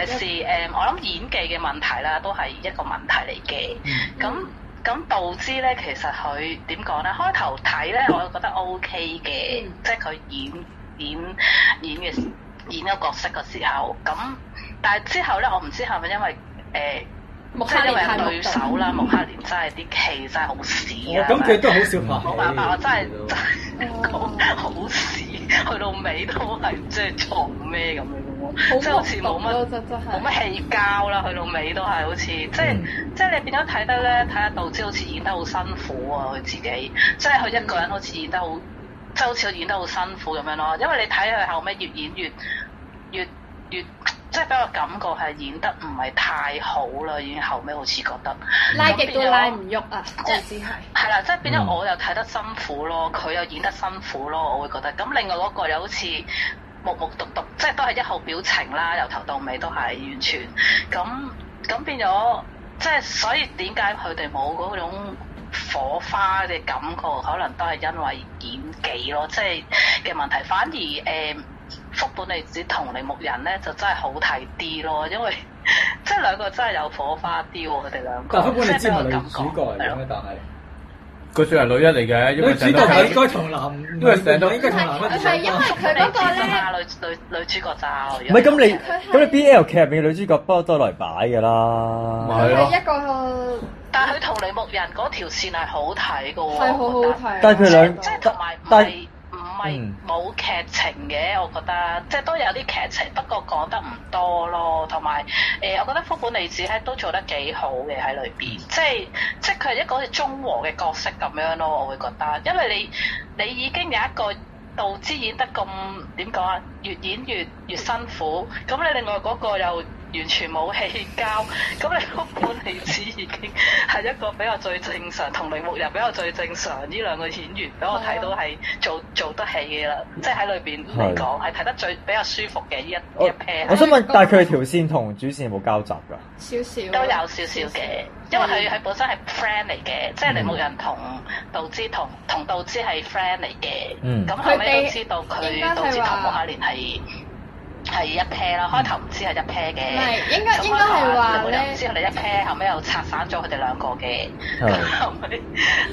Speaker 10: 尤其是誒，我諗演技嘅問題啦，都係一個問題嚟嘅。
Speaker 1: 嗯
Speaker 10: 咁咁導致咧，其實佢點講咧？開頭睇咧，我覺得 O K 嘅，
Speaker 1: 嗯
Speaker 10: 即係佢演演演嘅演個角色嘅時候，咁但係之後咧，我唔知係咪因為誒。
Speaker 1: 莫
Speaker 10: 即
Speaker 1: 克
Speaker 10: 係因
Speaker 1: 連太
Speaker 10: 為
Speaker 1: 木
Speaker 10: 對手啦，穆克連真係啲戲真係好屎
Speaker 7: 哦
Speaker 10: 啊！
Speaker 7: 咁佢都好少拍戲
Speaker 10: 冇辦法，我真係 *laughs*
Speaker 1: Ờ.
Speaker 10: 真係講好屎，去到尾都係唔知係做咩咁樣喎，即係好似冇
Speaker 1: 好
Speaker 10: 乜
Speaker 1: 木獨咯，真
Speaker 10: 冇乜
Speaker 1: 係。
Speaker 10: 氣交啦，去到尾都係好似即係即係你變咗睇得咧，睇下杜芝好似演得好辛苦啊，佢自己即係佢一個人好似演得好，即係好似演得好辛苦咁樣咯。因為你睇佢後尾越演越越越即係俾我感覺係演得唔係太好啦，已經後尾好似覺得
Speaker 1: 拉
Speaker 10: 咁
Speaker 1: 極都
Speaker 10: 變咗
Speaker 1: 拉唔喐啊！
Speaker 10: 即係
Speaker 1: 只係
Speaker 10: 係啦，即係變
Speaker 9: 嗯
Speaker 10: 咗我又睇得辛苦咯，佢又演得辛苦咯，我會覺得。咁另外嗰個又好似木木獨獨，即係都係一號表情啦，由頭到尾都係完全咁咁變咗，即係所以點解佢哋冇嗰種火花嘅感覺，可能都係因為演技咯，即係嘅問題。反而誒、福本利子同鈴木人咧就真係好睇啲咯，因為即係兩個真係有火花啲喎，佢哋兩個。
Speaker 7: 但福本利
Speaker 10: 即
Speaker 7: 之
Speaker 10: 係
Speaker 7: 唔係
Speaker 10: 俾我
Speaker 7: 女
Speaker 10: 感
Speaker 7: 主角
Speaker 10: 覺
Speaker 7: 嚟
Speaker 10: 係
Speaker 7: 嘅
Speaker 10: 咯
Speaker 7: 咩？但
Speaker 9: 佢算係女一嚟嘅，因
Speaker 7: 係
Speaker 9: 為
Speaker 7: 女主角係應該同男，
Speaker 9: 因為成日都
Speaker 7: 唔係應該同男一
Speaker 1: 佢
Speaker 7: 齊
Speaker 1: 係因為佢嗰個咧，
Speaker 10: 女女女主角咋？唔
Speaker 8: 唔係咁你
Speaker 1: 佢係
Speaker 8: 咁你 BL 劇入面嘅女主角不嬲都嚟擺㗎啦，
Speaker 9: 係
Speaker 1: 佢
Speaker 9: 咯
Speaker 1: 係一個
Speaker 10: 但係佢同李牧人嗰條線係好睇嘅喎，
Speaker 1: 係好好
Speaker 10: 我覺得
Speaker 1: 睇。
Speaker 8: 但係佢兩
Speaker 10: 即係同埋唔
Speaker 8: 但嗯
Speaker 10: 係唔係冇劇情嘅，我覺得即係都有啲劇情，不過講得唔多咯。同埋誒，我覺得福本利子咧都做得幾好嘅喺裏邊，即係即係佢係一個好似中和嘅角色咁樣咯，我會覺得，因為你你已經有一個。導之演得咁點講啊？越演越越辛苦，咁你另外嗰個又完全冇氣交，咁你嗰本利子已經係一個比較最正常，同鈴木又比較最正常呢兩個演員，俾我睇到係做做得起嘅啦，即係喺裏邊嚟講係睇得最比較舒服嘅呢一
Speaker 8: 我
Speaker 10: 一 pair
Speaker 8: 我。想問，但係佢哋條線同主線有冇交集㗎？
Speaker 1: 少少
Speaker 10: 都有少少嘅，
Speaker 7: 嗯
Speaker 10: 因為佢佢本身係 friend 嚟嘅，即係鈴木人同道之同
Speaker 7: 嗯
Speaker 10: 同道之係 friend 嚟嘅。
Speaker 8: 嗯
Speaker 10: 咁後
Speaker 1: 佢哋
Speaker 10: 尾都知道
Speaker 1: 應
Speaker 10: 佢
Speaker 1: 該係
Speaker 10: 道之同木
Speaker 1: 話
Speaker 10: 下連係係一 pair
Speaker 7: 嗯
Speaker 10: 啦，開頭唔知係一 pair
Speaker 1: 唔
Speaker 10: 嘅。
Speaker 1: 係應該應該係話
Speaker 10: 又唔知
Speaker 1: 咧，
Speaker 10: 佢哋一 pair，後尾又拆散咗佢哋兩個嘅。
Speaker 8: 係
Speaker 10: 咁後尾，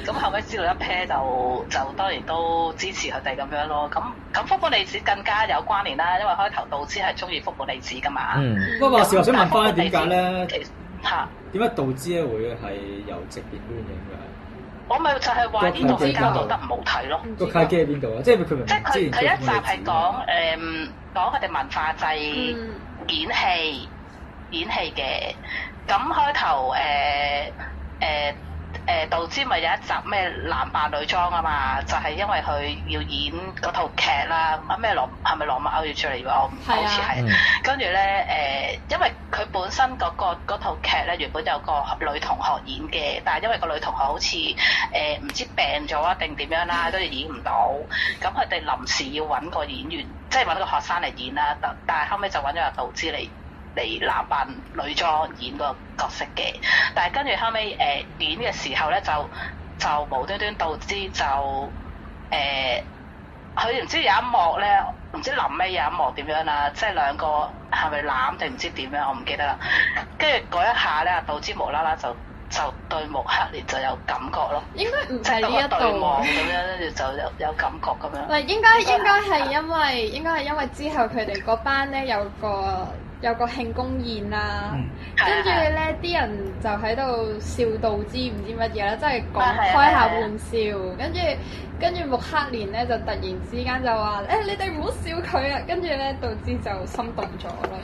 Speaker 10: 咁後尾知道一 pair 就就當然都支持佢哋咁樣咯。咁咁福本利子更加有關聯啦，因為開頭道之係中意福本利子噶嘛。
Speaker 8: 嗯。
Speaker 7: 不過話時話想問翻咧，點解咧？
Speaker 10: 其嚇，
Speaker 7: 點解導致咧會係由直變觀影
Speaker 10: 我咪就係話呢度比較做得唔好睇咯。
Speaker 1: 唔
Speaker 7: 嘅？個
Speaker 1: 知
Speaker 7: 契機喺邊度啊？即係佢明明
Speaker 10: 即係
Speaker 7: 之前
Speaker 10: 佢佢一集
Speaker 7: 誒
Speaker 10: 係講誒嗯講佢哋文化祭
Speaker 1: 嗯
Speaker 10: 演戲演戲嘅，咁開頭誒誒誒導之咪有一集咩男扮女裝啊嘛，就係、因為佢要演嗰套劇啦，啊咩羅係咪羅密歐與朱麗葉？我唔
Speaker 1: 係啊
Speaker 10: 好似係。
Speaker 8: 嗯
Speaker 10: 跟住咧誒，因為佢本身嗰、個嗰套劇咧原本有個女同學演嘅，但係因為個女同學好似誒唔知病咗啊定點樣
Speaker 1: 嗯
Speaker 10: 啦，跟住演唔到，咁佢哋臨時要揾個演員，即係揾個學生嚟演啦，但但係後尾就揾咗阿杜之嚟。嚟男扮女裝演個角色嘅，但係跟住後尾誒、呃演嘅時候咧，就就無端端導致就誒。呃佢唔知有一幕咧，唔知臨尾有一幕點樣啦，即係兩個係咪攬定唔知點樣，我唔記得啦。跟住嗰一下咧，導致無啦啦就就對目黑烈就有感覺咯，
Speaker 1: 應該唔
Speaker 10: 即
Speaker 1: 係
Speaker 10: 係
Speaker 1: 呢
Speaker 10: 嗰
Speaker 1: 一
Speaker 10: 個對望
Speaker 1: 度。
Speaker 10: 咁樣，跟住就有有感覺咁樣。
Speaker 1: 嗱，應該應該係因為應該係因為之後佢哋嗰班咧有個有個慶功宴啦，
Speaker 7: 嗯
Speaker 1: 跟住
Speaker 10: 係啊
Speaker 1: 咧啲人就喺度笑道之唔知乜嘢啦，即係講
Speaker 10: 啊係啊
Speaker 1: 開
Speaker 10: 係
Speaker 1: 下
Speaker 10: 啊
Speaker 1: 玩笑，跟住跟住穆克連咧就突然之間就話：誒、你哋唔好笑佢啊！跟住咧導致就心動咗啦。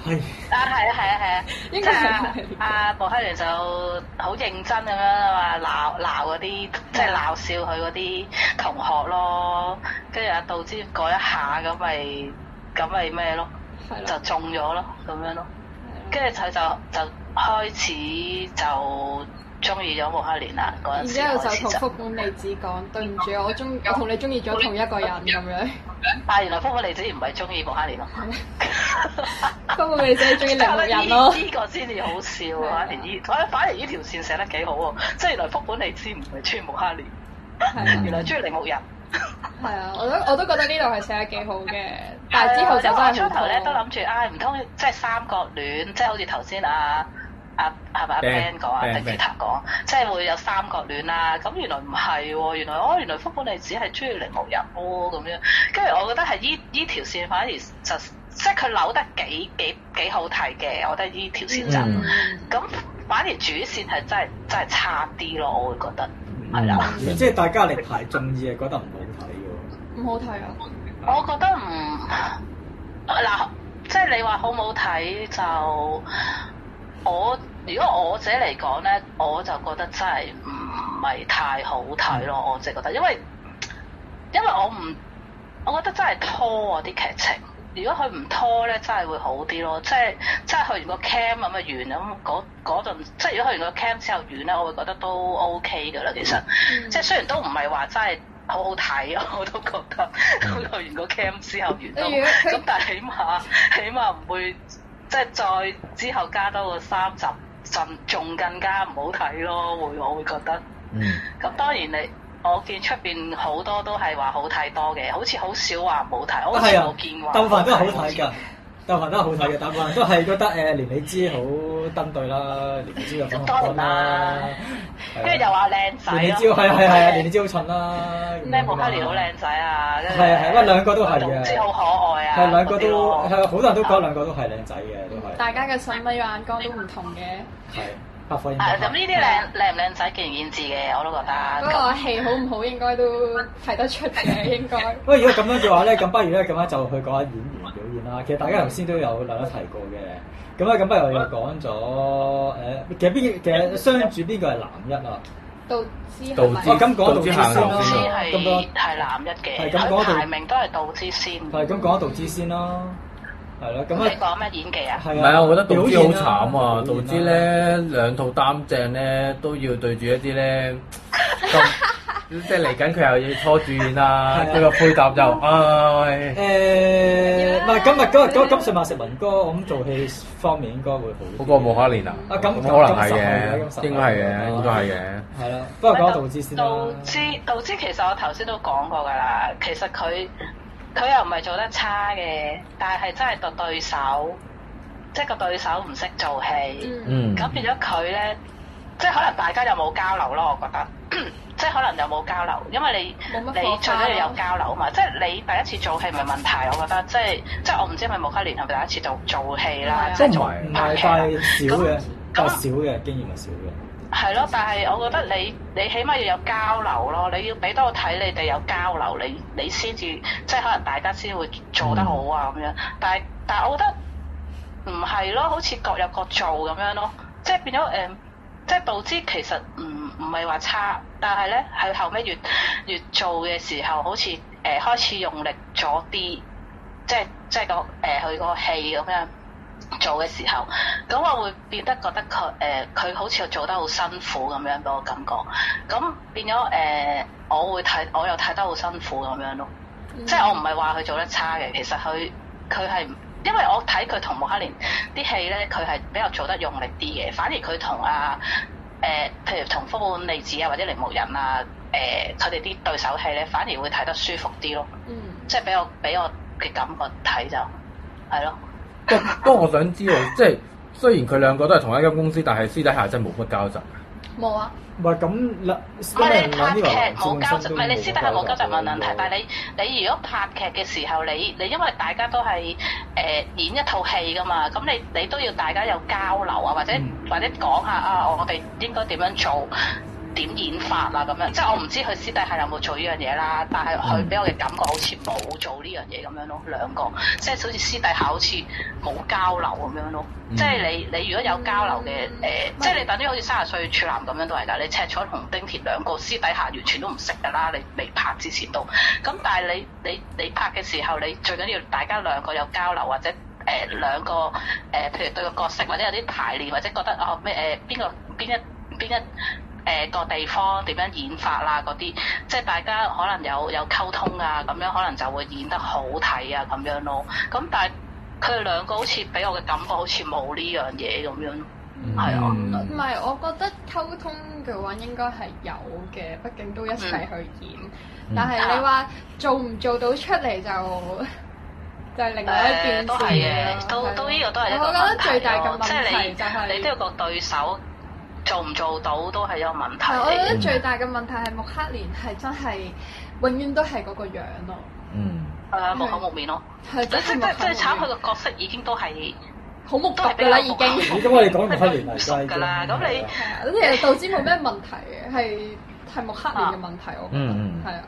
Speaker 10: 啊，係啊，係啊，係 *laughs* 啊，即
Speaker 1: 應該係
Speaker 10: 係啊阿布克連就好認真咁樣啊嘛，鬧鬧嗰啲即係鬧笑佢嗰啲同學咯，跟住阿杜之嗰一下咁咪咁咪咩咯，
Speaker 1: 係
Speaker 10: 就
Speaker 1: 啦，
Speaker 10: 中咗咯，咁樣咯，
Speaker 1: 係啦
Speaker 10: 跟住佢就就開始就中意咗布克連啦，嗰
Speaker 1: 然
Speaker 10: 陣時
Speaker 1: 之後
Speaker 10: 開
Speaker 1: 啊就
Speaker 10: 始
Speaker 1: 同
Speaker 10: 就
Speaker 1: 福本利子講：對唔住，我中我同你中意咗同一個人
Speaker 10: *laughs*
Speaker 1: 咁樣。
Speaker 10: 啊，原來福克利子唔係中意布克連咯。 *laughs*
Speaker 1: 福本利子中意鈴木人咯。
Speaker 10: 呢個先至好笑啊！連呢，反反而呢條線寫得幾好喎，即係原來福本利之唔係中意木哈連，
Speaker 1: 係啊
Speaker 10: 原來
Speaker 9: 嗯
Speaker 10: 中意鈴木人。
Speaker 1: 係啊，我都我都覺得呢度係寫得幾好嘅，但係之後就真
Speaker 10: 因為我
Speaker 1: 係
Speaker 10: 呃初頭咧都
Speaker 1: 好
Speaker 10: 諗住，唉，唔通即係三角戀，即係好似頭先阿阿係咪阿
Speaker 9: Ben-
Speaker 10: Ben 講啊，
Speaker 9: Ben-
Speaker 10: 定其他講，即係會有三角戀啦。咁原來唔係喎，原來哦，原來福本利子係中意鈴木人喎咁樣。跟住我覺得係依依條線反而就即係佢扭得幾幾幾好睇嘅，我覺得依條線就。
Speaker 1: 嗯
Speaker 8: 嗯
Speaker 10: 咁反而主線係真係真係差啲咯，我會覺得係啦。
Speaker 8: 嗯
Speaker 7: 即係大家力排眾議係覺得唔好睇嘅
Speaker 1: 唔好睇啊！
Speaker 10: 我覺得唔嗱，即係你話好唔好睇就我如果我自己嚟講咧，我就覺得真係唔係太好睇咯。我自己覺得，因為因為我唔，我覺得真係拖啊啲劇情。如果佢唔拖咧，真係會好啲咯。即係即係去完個 cam 咁啊完啦，咁嗰嗰陣即係如果去完個 cam 之後完咧，我會覺得都 OK 噶啦。其實、
Speaker 8: 嗯
Speaker 10: 即係雖然都唔係話真係好好睇， *laughs* 我都覺得
Speaker 8: 嗯
Speaker 10: *laughs* 去完個 cam 之後完都
Speaker 16: 例如佢
Speaker 10: 咁，但係起碼 *laughs* 起碼唔會即係再之後加多個三集，陣仲更加唔好睇咯。會我會覺得。
Speaker 9: 嗯，
Speaker 10: 咁當然你，我見出邊好多都係話好睇多嘅，好似好少話唔好睇，我好似
Speaker 8: 係啊
Speaker 10: 冇見，話。
Speaker 8: 鬥飯都係好睇㗎。鬥飯都係好睇嘅，鬥飯都係覺得誒連美芝好登對啦，連美芝又粉紅
Speaker 10: 當然
Speaker 8: 乾啦
Speaker 10: 啦，
Speaker 8: 係啊
Speaker 10: 跟住又話靚仔
Speaker 8: 連美
Speaker 10: 咯
Speaker 8: 芝係係係啊，連美芝好襯啦，
Speaker 10: 咩穆克尼好靚仔啊，跟住
Speaker 8: 係啊係啊喂兩個都係嘅
Speaker 10: 總之好可愛啊，
Speaker 8: 係兩個都
Speaker 10: 嗰啲咯
Speaker 8: 係好多人都講兩個都係靚仔嘅，都係
Speaker 16: 大家嘅審美眼光都唔同嘅，
Speaker 8: 係百貨應
Speaker 10: 啊咁呢啲靚靚唔靚仔見仁見智嘅，我都覺
Speaker 16: 不
Speaker 10: 得。
Speaker 1: 哦
Speaker 16: 過
Speaker 10: 咁
Speaker 16: 戲好唔好應該都睇得出嘅，應該。
Speaker 8: 喂，如果咁樣嘅話咧，咁不如咧咁樣就去講下演員表現啦。其實大家頭先都有兩一提過嘅，咁啊咁不如我又講咗誒，其實邊其實相主邊個係男一啊？
Speaker 16: 道之係
Speaker 9: 道
Speaker 16: 咪
Speaker 9: 之
Speaker 8: 哦，咁講
Speaker 9: 杜
Speaker 8: 杜
Speaker 9: 之
Speaker 8: 之
Speaker 9: 行
Speaker 8: 先
Speaker 10: 導
Speaker 8: 啦
Speaker 9: 先
Speaker 10: 師
Speaker 9: 啦，
Speaker 8: 咁講
Speaker 10: 係係男一
Speaker 8: 係
Speaker 10: 嘅，
Speaker 8: 咁講
Speaker 10: 佢
Speaker 8: 到
Speaker 10: 排名都係導之先。
Speaker 8: 係咁講杜之先啦，係啦，咁
Speaker 10: 咁你
Speaker 8: 啊
Speaker 10: 講咩演技啊？
Speaker 8: 係
Speaker 9: 唔係啊，我覺得道之好慘啊！
Speaker 8: 表現啦
Speaker 9: 道之，咧兩套擔正咧都要對住一啲咧咁，即係嚟緊佢又要初主演啦，
Speaker 8: 係啊
Speaker 9: 佢個配搭就唉，
Speaker 8: 誒唔係咁啊，嗰嗰咁上馬食文哥，我諗做戲方面應該會好啲。
Speaker 9: 嗰個冇可憐啊，
Speaker 8: 啊咁
Speaker 9: 可能係嘅，應該係嘅，應該係嘅。
Speaker 8: 係啦，不過講下杜之先啦。
Speaker 10: 道之道之其實我頭先都講過㗎啦，其實佢佢又唔係做得差嘅，但係真係個對手，即係個對手唔識做戲，
Speaker 16: 嗯，
Speaker 9: 嗯，
Speaker 10: 咁、變咗佢咧，即係可能大家又冇交流咯，我覺得。 *clears throat* 即係可能又冇交流，因為你
Speaker 16: 冇乜火
Speaker 10: 你
Speaker 16: 花
Speaker 10: 最緊要
Speaker 16: 咯
Speaker 10: 有交流啊嘛！即係你第一次做戲唔係問題，我覺得即係即係我唔知係咪穆克連係咪第一次做做戲啦
Speaker 16: 係啊，
Speaker 10: 即係
Speaker 9: 都
Speaker 10: 做
Speaker 9: 唔係
Speaker 8: 唔
Speaker 10: 拍
Speaker 8: 係，
Speaker 10: 劇啦
Speaker 8: 但係少嘅
Speaker 10: 咁，
Speaker 8: 但係少嘅經驗係少嘅。
Speaker 10: 係咯，但係我覺得你你起碼要有交流咯，你要俾多我睇你哋有交流，你你先至即係可能大家先會做得好啊咁樣。但係但係我覺得唔係咯，好似各有各做咁樣咯，即係變咗誒、嗯即係導致其實唔唔係話差，但係咧係後尾越越做嘅時候，好似誒、呃、開始用力咗啲，即係即係個誒佢個戲咁樣。做嘅時候，咁我會變得覺得佢誒佢好似做得好辛苦咁樣俾我感覺，咁變咗誒、呃我會睇我又睇得好辛苦咁樣咯，
Speaker 1: 嗯
Speaker 10: 即係我唔係話佢做得差嘅，其實佢佢係因為我睇佢同穆克連啲戲咧，佢係比較做得用力啲嘅，反而佢同啊誒譬如同福本利子啊或者鈴木人啊誒佢哋啲對手戲咧，反而會睇得舒服啲咯，
Speaker 16: 嗯，
Speaker 10: 即係俾我俾我嘅感覺睇就係咯。
Speaker 9: 不不過我想知道，即係雖然佢兩個都係同一間公司，但係私底下真係冇乜交集。
Speaker 16: 冇啊，
Speaker 8: 唔係咁啦，
Speaker 10: 唔係你
Speaker 8: 因
Speaker 10: 拍
Speaker 8: 為
Speaker 10: 劇
Speaker 8: 呢個
Speaker 10: 冇交集，唔係你私底下冇交集
Speaker 8: 問
Speaker 10: 問問題，但係你你如果拍劇嘅時候，你你因為大家都係誒、呃演一套戲噶嘛，咁你你都要大家有交流啊，或者、或者講下啊，我哋應該點樣做。點演法啊咁樣，即係我唔知佢私底下有冇做呢樣嘢啦，但係佢俾我嘅感覺好似冇做呢樣嘢咁樣咯，兩個即係好似私底下好似冇交流咁樣咯，
Speaker 9: 嗯
Speaker 10: 即係你你如果有交流嘅誒、
Speaker 16: 嗯
Speaker 10: 即係你等於好似三十歲處男咁樣都係㗎，你赤楚同丁鐵兩個私底下完全都唔識㗎啦，你未拍之前都，咁但係你你你拍嘅時候，你最緊要大家兩個有交流或者。誒、兩個誒、譬如對個角色或者有啲排練，或者覺得哦咩誒邊個邊一邊一誒、個地方點樣演法啦嗰啲，即係大家可能有有溝通啊，咁樣可能就會演得好睇啊咁樣咯。咁但係佢哋兩個好似俾我嘅感覺好似冇呢樣嘢咁樣咯。係啊
Speaker 9: 嗯
Speaker 16: 唔係，我覺得溝通嘅話應該係有嘅，畢竟都一齊去演。
Speaker 9: 嗯
Speaker 16: 但係你話做唔做到出嚟就 *laughs* 就係另外一件事啊
Speaker 10: 誒都係嘅，都都呢個都係一個
Speaker 16: 我覺得最大嘅
Speaker 10: 問題咯
Speaker 16: 問
Speaker 10: 即係
Speaker 16: 題
Speaker 10: 你
Speaker 16: 就係
Speaker 10: 你都有個對手做唔做到都係一個問題
Speaker 16: 係，
Speaker 10: 嚟
Speaker 16: 我覺
Speaker 10: 嘅。
Speaker 16: 得最大嘅問題係穆克連係真係永遠都係嗰個樣咯，
Speaker 9: 嗯，
Speaker 10: 係啊，木口木面咯。
Speaker 16: 係
Speaker 10: 即
Speaker 16: 真
Speaker 10: 即
Speaker 16: 嗯係
Speaker 10: 即
Speaker 16: 木口木
Speaker 10: 最
Speaker 16: 面
Speaker 10: 慘，佢個角色已經都係
Speaker 16: 好木
Speaker 10: 都
Speaker 16: 獨
Speaker 10: 係
Speaker 16: 㗎啦已經。 *laughs*
Speaker 8: 咦咁我哋講完黑年
Speaker 10: 唔
Speaker 8: 嚟
Speaker 10: 熟㗎啦。咁你
Speaker 16: 係啊，咁其實導致冇咩問題嘅，係係穆克
Speaker 10: 啊
Speaker 16: 連嘅問題，我覺得
Speaker 9: 嗯嗯
Speaker 16: 係啊，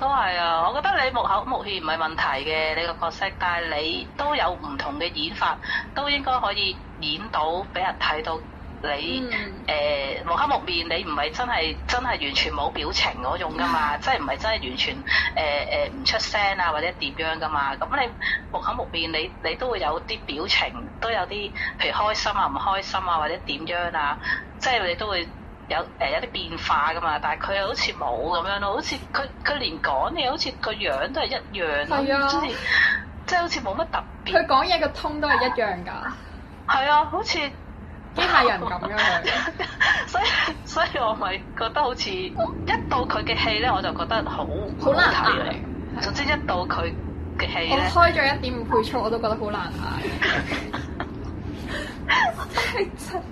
Speaker 10: 都係啊，我覺得你木口木氣唔係問題嘅，你個角色，但係你都有唔同嘅演法，都應該可以演到俾人睇到你誒、
Speaker 16: 嗯
Speaker 10: 呃、無黑木面，你唔係真係真係完全冇表情嗰種噶嘛，
Speaker 16: 嗯
Speaker 10: 即係唔係真係完全呃誒誒唔出聲啊或者點樣噶嘛？咁你木口木面，你你都會有啲表情，都有啲譬如開心啊、唔開心啊或者點樣啊，即係你都會。有誒、呃有啲變化噶嘛，但係佢又好似冇咁樣咯，好似佢佢連講嘢好似個樣都係一樣咯，
Speaker 16: 係啊
Speaker 10: 即係即係好似冇乜特別
Speaker 16: 佢講嘢個通都係一樣㗎，
Speaker 10: 係啊，好似
Speaker 16: 機械人咁樣佢。
Speaker 10: 所以 *laughs* 所以我咪覺得好似一到佢嘅戲咧，我就覺得好
Speaker 16: 好難
Speaker 10: 好睇
Speaker 16: 捱
Speaker 10: 嚟。總之一到佢嘅戲
Speaker 16: 我
Speaker 10: 咧，
Speaker 16: 開咗一點五倍速，我都覺得好難捱。真係真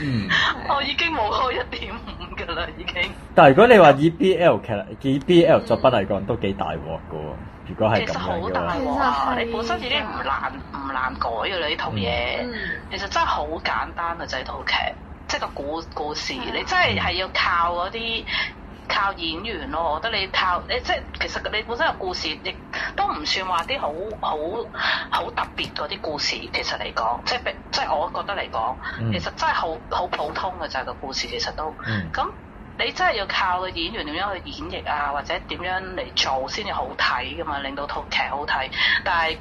Speaker 9: 嗯，
Speaker 10: 我已經冇開一點五㗎啦，已經。
Speaker 3: 但係如果你話以 BL 劇、以 BL 作品嚟講，都幾大鑊噶喎。如果係
Speaker 10: 其
Speaker 3: 咁
Speaker 10: 實好
Speaker 3: 樣嘅
Speaker 10: 大
Speaker 3: 話，
Speaker 10: 鑊啊！
Speaker 16: 其實係啊
Speaker 10: 你本身已經唔難唔難改㗎啦，呢套嘢
Speaker 16: 嗯嗯
Speaker 10: 其實真係好簡單嘅就係套劇，即係個故故事，你真係係要靠嗰啲。靠演員咯，我覺得你靠你即係其實你本身個故事亦都唔算話啲好好好特別嗰啲故事，其實嚟講，即係比即係我覺得嚟講，
Speaker 3: 嗯
Speaker 10: 其實真係好好普通嘅就係個故事，其實都
Speaker 3: 嗯
Speaker 10: 咁、你真係要靠個演員點樣去演繹啊，或者點樣嚟做先至好睇噶嘛，令到套劇好睇。但係